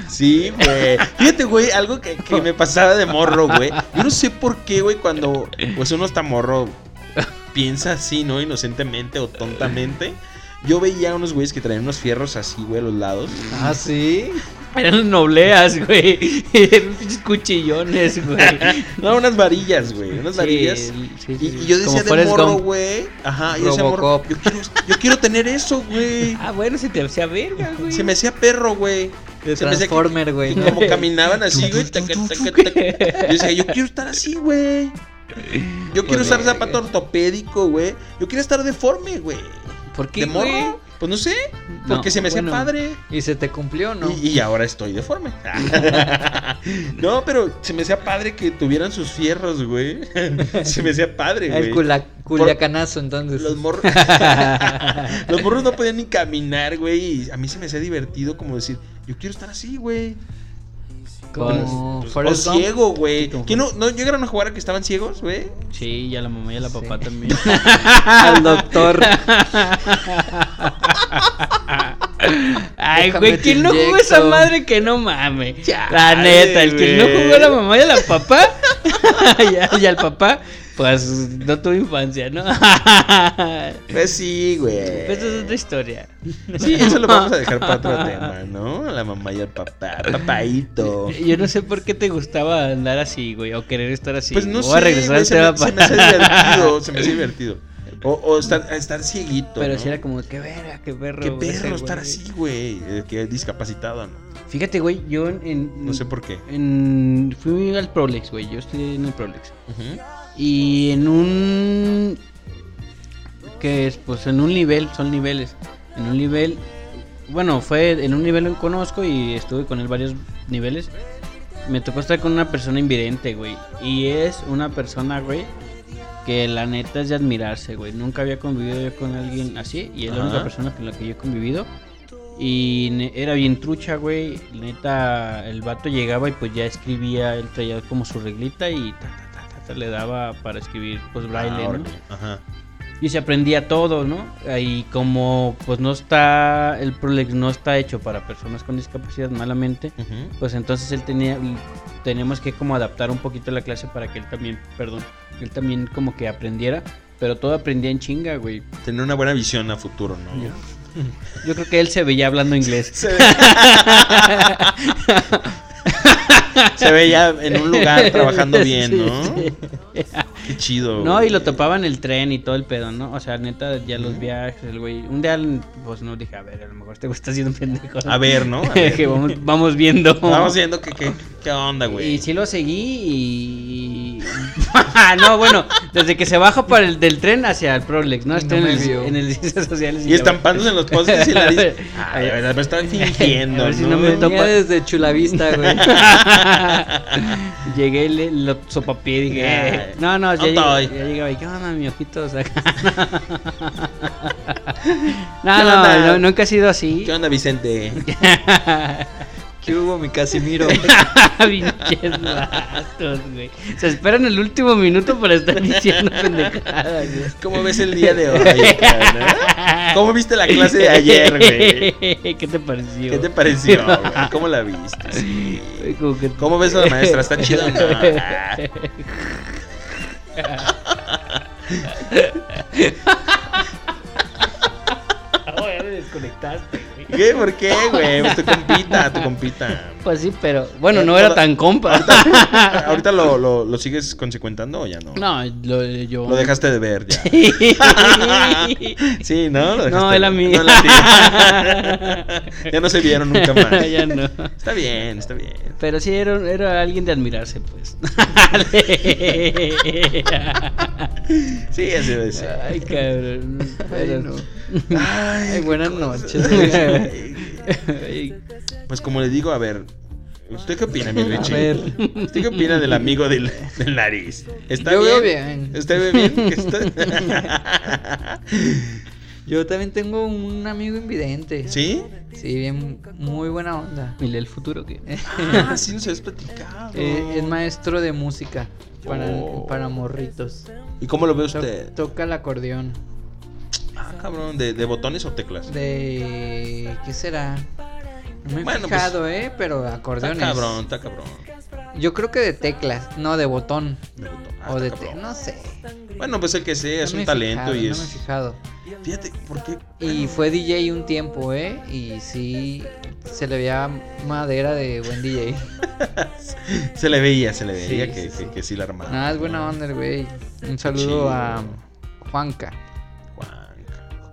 Speaker 2: Sí, güey. Fíjate, güey, algo que, que me pasaba de morro, güey. Yo no sé por qué, güey, cuando pues uno está morro, piensa así, ¿no? Inocentemente o tontamente. Yo veía unos güeyes que traían unos fierros así, güey, a los lados.
Speaker 3: Ah, sí.
Speaker 4: Eran nobleas, güey. Eran pinches cuchillones, güey.
Speaker 2: No, unas varillas, güey. Unas
Speaker 4: Sí,
Speaker 2: varillas.
Speaker 4: sí, sí,
Speaker 2: Y,
Speaker 4: sí.
Speaker 2: y yo decía
Speaker 4: Como
Speaker 2: de
Speaker 4: Forrest
Speaker 2: morro,
Speaker 4: Gump.
Speaker 2: güey. Ajá, yo decía morro.
Speaker 3: Robocop.
Speaker 2: Yo quiero, yo quiero tener eso, güey.
Speaker 4: Ah, bueno, se te hacía verga, güey.
Speaker 2: Se me hacía perro, güey.
Speaker 3: De
Speaker 2: Se me hacía que-
Speaker 3: Transformer, güey.
Speaker 2: Y
Speaker 3: ¿no?
Speaker 2: como caminaban así, güey. taca, taca, taca. Yo decía, yo quiero estar así, güey.
Speaker 3: Pues
Speaker 2: Yo quiero usar
Speaker 3: Joder,
Speaker 2: zapato
Speaker 3: güey.
Speaker 2: ortopédico, güey. Yo quiero estar deforme, güey.
Speaker 4: ¿Por qué,
Speaker 2: ¿De morro?
Speaker 4: güey?
Speaker 2: Pues no sé.
Speaker 4: No,
Speaker 2: Porque se me hacía
Speaker 4: bueno.
Speaker 2: padre.
Speaker 3: ¿Y se te cumplió o no?
Speaker 2: Y, y ahora estoy deforme. no, pero se me hacía padre que tuvieran sus fierros, güey. se me hacía padre, güey.
Speaker 3: El cula- culiacanazo, entonces.
Speaker 2: Los morros. los morros no podían ni caminar, güey. Y a mí se me hacía divertido como decir, yo quiero estar así, güey.
Speaker 3: Como
Speaker 2: Pues, o
Speaker 3: Forrest Gump.
Speaker 2: ciego, güey.
Speaker 4: Como
Speaker 2: ¿Que no, no llegaron a jugar a que estaban ciegos, güey?
Speaker 4: Sí, y a la mamá y a la papá
Speaker 3: Sí.
Speaker 4: también.
Speaker 2: Ah,
Speaker 3: Al doctor.
Speaker 4: Ay,
Speaker 3: Déjame
Speaker 4: güey,
Speaker 3: te
Speaker 4: ¿quién no jugó esa
Speaker 3: inyecto.
Speaker 4: madre que no mame?
Speaker 2: Chale,
Speaker 4: La neta, el que no
Speaker 2: güey.
Speaker 4: jugó a la mamá y a la papá y, a- y al papá, pues no tuvo infancia, ¿no? Pues,
Speaker 2: Pues sí, güey.
Speaker 4: Esa es otra historia.
Speaker 2: Sí, eso lo vamos a dejar para otro tema, ¿no? A La mamá y al papá, papaito.
Speaker 4: Yo no sé por qué te gustaba andar así, güey, o querer estar así.
Speaker 2: Pues no
Speaker 4: Voy
Speaker 2: sé,
Speaker 4: a regresar
Speaker 2: güey,
Speaker 4: al
Speaker 2: se, me,
Speaker 4: tema
Speaker 2: se me
Speaker 4: para-
Speaker 2: hace divertido, se me hace divertido. O, o estar, estar cieguito,
Speaker 4: Pero
Speaker 2: ¿no?
Speaker 4: si era como, qué verga, qué perro.
Speaker 2: Qué
Speaker 4: güey,
Speaker 2: perro
Speaker 4: ese
Speaker 2: estar
Speaker 4: güey".
Speaker 2: así, güey. Eh, Que discapacitado, ¿no?
Speaker 4: Fíjate, güey, yo en... en-
Speaker 2: No sé por qué.
Speaker 4: en- fui al Prolex, güey, yo estoy en el Prolex.
Speaker 2: Ujú.
Speaker 4: Y en un. ¿Qué es? Pues en un nivel, son niveles. En un nivel. Bueno, fue en un nivel lo conozco y estuve con él varios niveles. Me tocó estar con una persona invidente, güey. Y es una persona, güey, que la neta es de admirarse, güey. Nunca había convivido yo con alguien así. Y es la
Speaker 2: Ajá.
Speaker 4: única persona con la que yo he convivido. Y ne- era bien trucha, güey. La Neta, el vato llegaba y pues ya escribía, él traía como su reglita y ta, ta, ta, ta, ta, le daba para escribir pues braille,
Speaker 2: Ah,
Speaker 4: ¿no?
Speaker 2: órale. Ajá.
Speaker 4: Y se aprendía todo, ¿no? Y como pues no está, el Prolex no está hecho para personas con discapacidad malamente,
Speaker 2: Ujú.
Speaker 4: pues entonces él tenía, tenemos que como adaptar un poquito la clase para que él también, perdón, él también como que aprendiera, pero todo aprendía en chinga, güey.
Speaker 2: Tener una buena visión a futuro, ¿no?
Speaker 4: Yo- Yo creo que él se veía hablando inglés.
Speaker 2: Se, ve... Se ve ya en un lugar trabajando bien, ¿no?
Speaker 4: Sí,
Speaker 2: Qué chido.
Speaker 4: No, y lo
Speaker 2: güey.
Speaker 4: topaban el tren y todo el pedo, ¿no? O sea, neta, ya los viajes, el güey. Un día, pues no dije, a ver, a lo mejor este güey está haciendo pendejo.
Speaker 2: A ver, ¿no? A ver.
Speaker 4: que vamos, vamos viendo.
Speaker 2: Vamos viendo qué, qué, qué onda, güey.
Speaker 4: Y sí lo seguí y. no, bueno, desde que se baja para el, del tren hacia el Prolex, ¿no?
Speaker 3: Y
Speaker 4: Está en,
Speaker 3: no me
Speaker 4: el,
Speaker 3: vio.
Speaker 4: en el ciencias sociales.
Speaker 2: Y estampándose en los postes y la
Speaker 4: A
Speaker 2: dice.
Speaker 4: ver.
Speaker 2: Ay, a ver, me están fingiendo.
Speaker 4: A ver si
Speaker 2: ¿no?
Speaker 4: no me
Speaker 3: Venía
Speaker 4: topa.
Speaker 3: desde Chulavista, güey.
Speaker 4: Llegué y le- lo sopapié y dije,
Speaker 2: Ay,
Speaker 4: "Eh". no, no, ya,
Speaker 2: no
Speaker 4: llegaba,
Speaker 2: estoy.
Speaker 4: ya llegaba y qué onda, mi ojito O sea,
Speaker 2: ¿Qué
Speaker 4: no,
Speaker 2: onda?
Speaker 4: no, no, nunca ha sido así.
Speaker 2: ¿Qué onda, Vicente?
Speaker 3: ¿Qué hubo, mi Casimiro?
Speaker 4: Pinches vatos, güey. Se esperan el último minuto para estar diciendo pendejadas, güey.
Speaker 2: ¿Cómo ves el día de hoy? cabrón? eh? ¿Cómo viste la clase de ayer, güey?
Speaker 4: ¿Qué te pareció?
Speaker 2: ¿Qué te pareció, güey? ¿Cómo la viste? Sí.
Speaker 4: Como que-
Speaker 2: ¿Cómo ves a la maestra? ¿Está chida o no? Ah.
Speaker 4: Ah, güey, ya me desconectaste, güey.
Speaker 2: ¿Qué? ¿Por qué, güey? Pues tu compita, tu compita.
Speaker 4: Pues sí, pero bueno, no
Speaker 2: Eh,
Speaker 4: era
Speaker 2: toda-
Speaker 4: tan compa.
Speaker 2: ¿Ahorita lo, lo, lo sigues consecuentando o ya no?
Speaker 4: No, lo, yo.
Speaker 2: Lo dejaste de ver ya. Sí, ¿no? Lo dejaste
Speaker 4: No,
Speaker 2: de
Speaker 4: él a
Speaker 2: ver.
Speaker 4: mí.
Speaker 2: No, él a ti. ya no se vieron nunca más.
Speaker 4: ya no.
Speaker 2: Está bien, está bien.
Speaker 4: Pero sí, era, era alguien de admirarse, pues.
Speaker 2: Sí, así debe ser.
Speaker 4: Ay, cabrón.
Speaker 3: Ay,
Speaker 4: Pero-
Speaker 3: no.
Speaker 2: Ay,
Speaker 3: Ay,
Speaker 2: qué
Speaker 3: buenas
Speaker 2: cosas.
Speaker 3: noches, güey.
Speaker 4: Ay,
Speaker 2: Pues como le digo, a ver, ¿Usted qué opina, mi Richie?
Speaker 3: ver.
Speaker 2: ¿Usted qué opina del amigo del, del nariz? ¿Está
Speaker 3: Yo veo
Speaker 2: bien?
Speaker 3: bien.
Speaker 2: ¿Usted ve bien? que está-
Speaker 3: Yo también tengo un amigo invidente.
Speaker 2: ¿Sí?
Speaker 3: Sí, bien, muy buena onda.
Speaker 4: ¿Y el futuro qué?
Speaker 2: Ah, sí, nos habías platicado.
Speaker 3: Eh, es maestro de música para,
Speaker 2: Oh.
Speaker 3: para morritos.
Speaker 2: ¿Y cómo lo ve
Speaker 3: To-
Speaker 2: usted?
Speaker 3: toca el acordeón.
Speaker 2: Ah, cabrón, ¿de, de botones o teclas?
Speaker 3: De. ¿Qué será? No me he
Speaker 2: Bueno, pues,
Speaker 3: fijado, ¿eh? Pero
Speaker 2: Está
Speaker 3: acordeones.
Speaker 2: cabrón, está cabrón.
Speaker 3: Yo creo que de teclas, no de botón.
Speaker 2: De botón. Ah,
Speaker 3: o
Speaker 2: está
Speaker 3: de. te-
Speaker 2: cabrón.
Speaker 3: No sé.
Speaker 2: Bueno, pues el que sea, es
Speaker 3: No me
Speaker 2: un
Speaker 3: he
Speaker 2: talento
Speaker 3: fijado,
Speaker 2: y
Speaker 3: No me he
Speaker 2: es.
Speaker 3: fijado.
Speaker 2: Fíjate, ¿por qué?
Speaker 3: Y fue DJ un tiempo, ¿eh? Y sí. Se le veía madera de buen DJ.
Speaker 2: Se le veía, se le
Speaker 3: Sí,
Speaker 2: veía que,
Speaker 3: sí, sí.
Speaker 2: que- que sí la armaba.
Speaker 3: Nada, es buena onda el güey. Un saludo
Speaker 2: chido.
Speaker 3: a Juanca,
Speaker 2: Juan.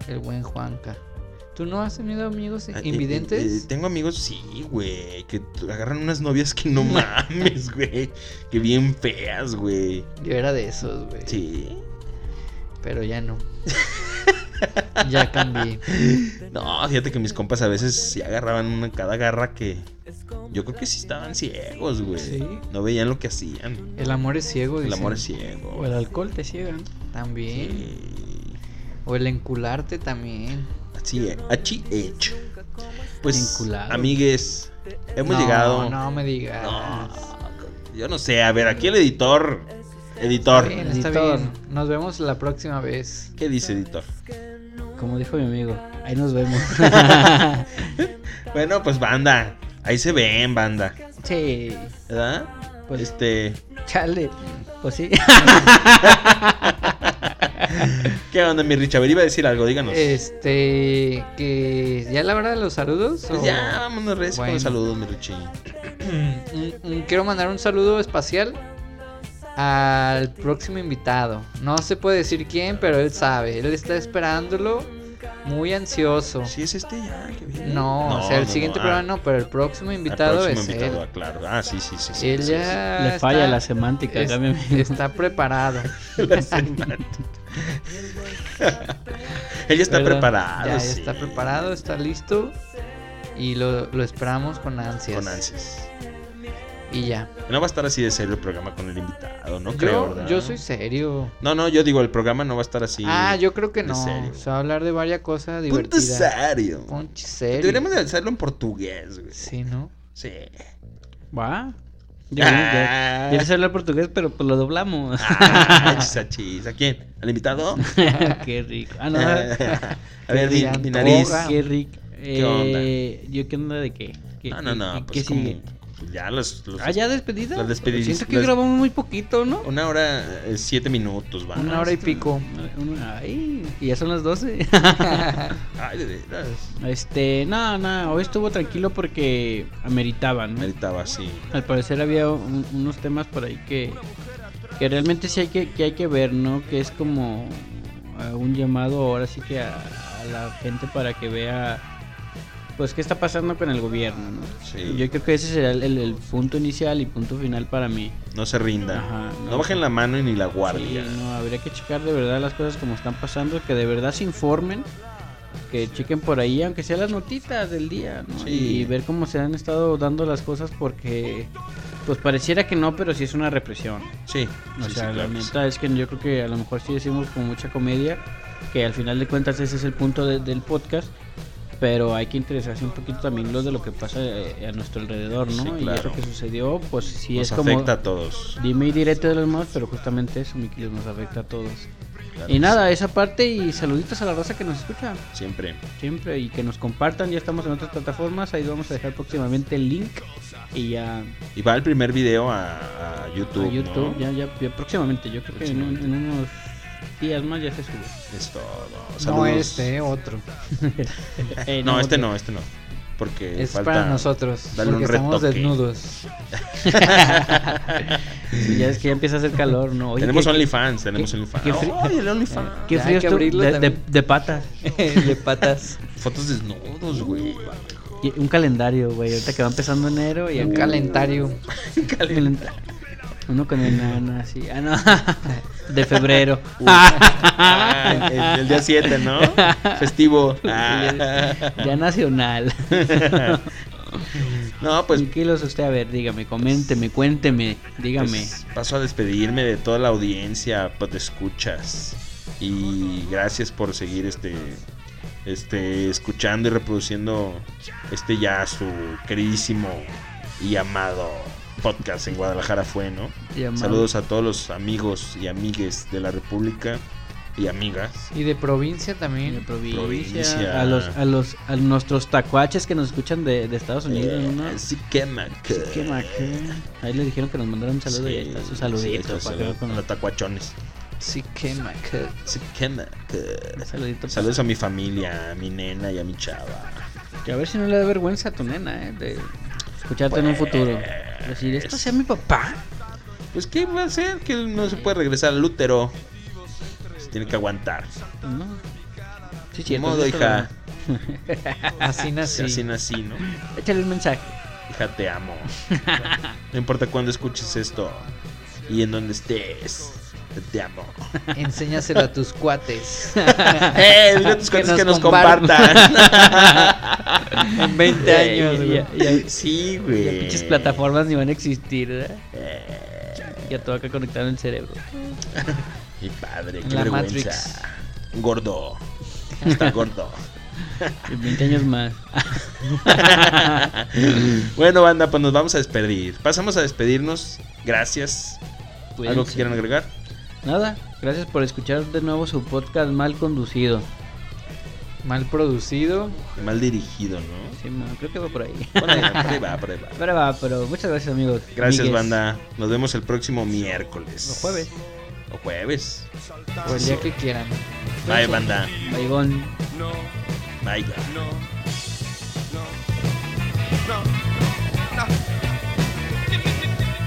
Speaker 3: el buen Juanca. ¿Tú no has tenido amigos
Speaker 2: Ah, eh, eh, eh,
Speaker 3: invidentes?
Speaker 2: tengo amigos, sí, güey, que t- agarran unas novias que no mames, güey. Que bien feas, güey.
Speaker 3: Yo era de esos, güey.
Speaker 2: Sí.
Speaker 3: Pero ya no. ya cambié.
Speaker 2: No, fíjate que mis compas a veces sí agarraban una cada garra que. Yo creo que sí estaban ciegos, güey.
Speaker 3: Sí. Pues
Speaker 2: No veían lo que hacían.
Speaker 3: El amor es ciego,
Speaker 2: El
Speaker 3: dicen.
Speaker 2: amor es ciego.
Speaker 3: Pues
Speaker 4: O el alcohol te ciega.
Speaker 3: También.
Speaker 2: Sí.
Speaker 3: O el encularte también.
Speaker 2: Así es, H H. Pues,
Speaker 4: Vinculado.
Speaker 2: amigues, hemos
Speaker 3: No,
Speaker 2: llegado.
Speaker 3: No me digas.
Speaker 2: No, yo no sé, a ver, aquí el editor. Editor.
Speaker 3: Bien, está
Speaker 4: Editor.
Speaker 3: bien. Nos vemos la próxima vez.
Speaker 2: ¿Qué dice editor?
Speaker 4: Como dijo mi amigo, ahí nos vemos.
Speaker 2: Bueno, pues banda. Ahí se ven, banda.
Speaker 4: sí,
Speaker 2: ¿Verdad?
Speaker 4: Pues-
Speaker 2: este.
Speaker 4: chale. Pues sí.
Speaker 2: ¿Qué onda, mi Rich? A ver, iba a decir algo, díganos.
Speaker 3: Este. Que. ¿Ya la hora de los saludos?
Speaker 2: pues
Speaker 3: ¿O-
Speaker 2: ya, vámonos, Reyes, con
Speaker 3: Bueno.
Speaker 2: los saludos, mi Richie.
Speaker 3: Un- un- Quiero mandar un saludo espacial al próximo invitado. No se puede decir quién, pero él sabe. Él está esperándolo muy ansioso.
Speaker 2: Si es este ya, que viene.
Speaker 3: No, o sea, el siguiente
Speaker 2: ah,
Speaker 3: programa no, pero el próximo
Speaker 2: al
Speaker 3: invitado
Speaker 2: próximo
Speaker 3: es
Speaker 2: invitado,
Speaker 3: él.
Speaker 2: ah, claro. Ah, sí, sí, sí. sí,
Speaker 3: Él
Speaker 2: sí,
Speaker 3: ya
Speaker 4: Le falla
Speaker 3: está-
Speaker 4: la semántica
Speaker 3: es-
Speaker 4: acá, mi amigo.
Speaker 3: está preparado.
Speaker 2: sí. La semántica. Él ya está
Speaker 4: ¿Verdad?
Speaker 2: preparado.
Speaker 3: Ya, ya
Speaker 2: sí.
Speaker 3: está preparado, está listo. Y lo, lo esperamos con ansias.
Speaker 2: Con ansias.
Speaker 3: Y ya.
Speaker 2: No va a estar así de serio el programa con el invitado, no creo,
Speaker 3: Yo,
Speaker 2: ¿verdad?
Speaker 3: yo soy serio.
Speaker 2: No, no, yo digo, el programa no va a estar así.
Speaker 3: ah, yo creo que
Speaker 2: de
Speaker 3: no.
Speaker 2: serio.
Speaker 3: Se va a hablar de varias cosas
Speaker 2: Punto
Speaker 3: divertidas.
Speaker 2: serio.
Speaker 3: Ponche serio.
Speaker 2: Deberíamos de hacerlo en portugués, güey. Sí.
Speaker 3: Sí, ¿no?
Speaker 4: Va.
Speaker 2: Ah.
Speaker 4: Quieres hablar portugués, pero pues lo doblamos.
Speaker 2: Ah, chis, chis. ¿A quién? ¿Al invitado?
Speaker 4: qué rico. Ah, no. Oh,
Speaker 2: a ver,
Speaker 3: Qué
Speaker 2: mi, mi nariz.
Speaker 3: diantorra.
Speaker 4: Qué rico.
Speaker 2: ¿Qué onda?
Speaker 4: Eh, ¿Yo qué onda de qué? ¿Qué-
Speaker 2: No, no,
Speaker 4: qué-
Speaker 2: no.
Speaker 4: ¿Qué
Speaker 2: Pues
Speaker 4: sigue?
Speaker 2: como. Ya los. los-
Speaker 4: ¿Ah, ya despedida?
Speaker 2: Las despedidas-
Speaker 4: Siento que
Speaker 2: las-
Speaker 4: grabamos muy poquito, ¿no?
Speaker 2: Una hora, eh, siete minutos, va.
Speaker 3: Una hora y pico.
Speaker 4: Una- Ay, y ya son las 12.
Speaker 2: Ay, de veras.
Speaker 4: este, no, no, hoy estuvo tranquilo porque ameritaban. ¿no?
Speaker 2: Meritaba así.
Speaker 4: Al parecer había un- unos temas por ahí que, que realmente sí hay que, que hay que ver, ¿no? Que es como eh, un llamado ahora sí que a, a la gente para que vea pues qué está pasando con el gobierno, ¿no?
Speaker 2: Sí.
Speaker 4: Yo creo que ese será el, el- el punto inicial y punto final para mí.
Speaker 2: No se rinda.
Speaker 4: Ajá,
Speaker 2: no,
Speaker 4: no.
Speaker 2: bajen la mano y ni la guardia.
Speaker 4: Sí, no, habría que checar de verdad las cosas como están pasando, que de verdad se informen, que chequen por ahí, aunque sea las notitas del día, ¿no?
Speaker 2: Sí.
Speaker 4: Y ver cómo se han estado dando las cosas porque, pues pareciera que no, pero sí es una represión.
Speaker 2: Sí.
Speaker 4: O
Speaker 2: sí, sí,
Speaker 4: sea, la
Speaker 2: claro que sí.
Speaker 4: neta es que yo creo que a lo mejor sí decimos con mucha comedia, que al final de cuentas ese es el punto de- del podcast. Pero hay que interesarse un poquito también lo de lo que pasa eh, a nuestro alrededor, ¿no?
Speaker 2: Sí,
Speaker 4: Y
Speaker 2: claro.
Speaker 4: eso que sucedió, pues sí
Speaker 2: Nos
Speaker 4: es como...
Speaker 2: afecta a todos.
Speaker 4: Dime y directo de los más, pero justamente eso, mi querido, nos afecta a todos.
Speaker 2: Claro que
Speaker 4: Y nada, esa parte y saluditos a la raza que nos escucha
Speaker 2: sí, Siempre.
Speaker 4: siempre y que nos compartan. Ya estamos en otras plataformas, ahí vamos a dejar próximamente el link y ya a
Speaker 2: Y va el primer video a, a YouTube.
Speaker 4: YouTube,
Speaker 2: ¿no?
Speaker 4: ya, ya, ya próximamente, yo creo que en, un- en unos días más ya se sube.
Speaker 2: Es todo.
Speaker 3: No
Speaker 2: Saludos.
Speaker 3: este, eh, otro.
Speaker 4: Eh,
Speaker 2: No, este
Speaker 4: otro.
Speaker 2: no, este no. Porque
Speaker 3: Es
Speaker 2: falta-
Speaker 3: para nosotros.
Speaker 2: dale un
Speaker 3: Porque estamos
Speaker 2: retoque.
Speaker 3: desnudos.
Speaker 4: Sí, ya es que ya empieza a hacer calor, ¿no. Oye,
Speaker 2: tenemos
Speaker 4: qué-
Speaker 2: OnlyFans, tenemos OnlyFans.
Speaker 4: qué fri-
Speaker 2: Ay, el OnlyFans.
Speaker 4: Qué
Speaker 3: Ya hay
Speaker 4: frío
Speaker 3: que
Speaker 4: estuvo-
Speaker 3: abrirlo
Speaker 4: de, de,
Speaker 3: también.
Speaker 4: de patas.
Speaker 3: De patas.
Speaker 2: Oh, Fotos desnudos, güey.
Speaker 4: Uh. Y un calendario, güey. Ahorita que va empezando enero y
Speaker 3: Un
Speaker 4: acá-
Speaker 3: calentario.
Speaker 4: Calenta- Uno con enana, así. Ah, no. De febrero.
Speaker 2: Ah, el, el día 7, ¿no? Festivo. Ah.
Speaker 4: Ya nacional.
Speaker 2: No, pues
Speaker 4: Tranquilos usted, a ver, dígame, coménteme, cuénteme, dígame.
Speaker 2: Pues, paso a despedirme de toda la audiencia, pues te escuchas. Y gracias por seguir este este escuchando y reproduciendo este ya su queridísimo y amado podcast en Guadalajara fue, ¿no?
Speaker 4: Y amado.
Speaker 2: Saludos a todos los amigos y amigues de la República y amigas.
Speaker 3: Y de provincia
Speaker 4: De
Speaker 3: también.
Speaker 4: provincia,
Speaker 2: Provincia.
Speaker 4: A los, a los, a nuestros tacuaches que nos escuchan de, de Estados Unidos,
Speaker 2: Eh,
Speaker 4: ¿no?
Speaker 2: así que ma-
Speaker 4: Sí, qué macán. Ahí le dijeron que nos mandaran un saludo y ahí está su saludito.
Speaker 2: sí,
Speaker 4: para que
Speaker 2: saludos a
Speaker 4: nos
Speaker 2: los
Speaker 4: conozcan.
Speaker 2: tacuachones.
Speaker 3: Sí, qué maca.
Speaker 2: Así que ma-
Speaker 4: Un saludito pues, para-
Speaker 2: Saludos a mi familia, a mi nena y a mi chava.
Speaker 4: Que a ver si no le da vergüenza a tu nena, ¿eh? De escucharte en un futuro. Decir, esto sea mi papá.
Speaker 2: Pues qué va a hacer que no se puede regresar al útero. Se tiene que aguantar.
Speaker 4: ¿no? Sí,
Speaker 2: Ni
Speaker 4: cierto,
Speaker 2: modo,
Speaker 4: sí, está
Speaker 2: hija.
Speaker 3: Así nací.
Speaker 2: Así nací, ¿no?
Speaker 4: bien. Échale un mensaje.
Speaker 2: Hija, te amo. No importa cuándo escuches esto y en donde estés. Te amo.
Speaker 3: Enséñaselo a tus cuates.
Speaker 2: ¡Eh! Dile a tus
Speaker 3: Que
Speaker 2: cuates
Speaker 3: nos
Speaker 2: que nos
Speaker 3: compartan.
Speaker 2: compartan.
Speaker 3: En 20 años,
Speaker 4: Y-
Speaker 3: güey.
Speaker 4: y- y-
Speaker 2: sí,
Speaker 4: y-
Speaker 2: güey.
Speaker 4: y pinches plataformas ni van a existir, ¿verdad?
Speaker 2: Eh,
Speaker 4: Ya todo acá conectado en el cerebro.
Speaker 2: Mi padre, qué
Speaker 3: La
Speaker 2: vergüenza. Gordo. Está gordo.
Speaker 4: En 20 años más.
Speaker 2: bueno, banda, pues nos vamos a despedir. Pasamos a despedirnos. Gracias. ¿Algo que
Speaker 4: Cuídense.
Speaker 2: quieran agregar?
Speaker 4: Nada, gracias por escuchar de nuevo su podcast mal conducido.
Speaker 3: Mal producido.
Speaker 2: Mal dirigido, ¿no?
Speaker 4: Sí, ma, creo que va por ahí.
Speaker 2: Por ahí va, por ahí va, por ahí va.
Speaker 4: Pero va, pero muchas gracias, amigos.
Speaker 2: Gracias,
Speaker 4: Amigues.
Speaker 2: banda. Nos vemos el próximo miércoles.
Speaker 4: Los jueves.
Speaker 2: O jueves.
Speaker 3: O el día que quieran.
Speaker 2: Bye, banda.
Speaker 4: Baigón.
Speaker 2: Bye, guys.
Speaker 6: no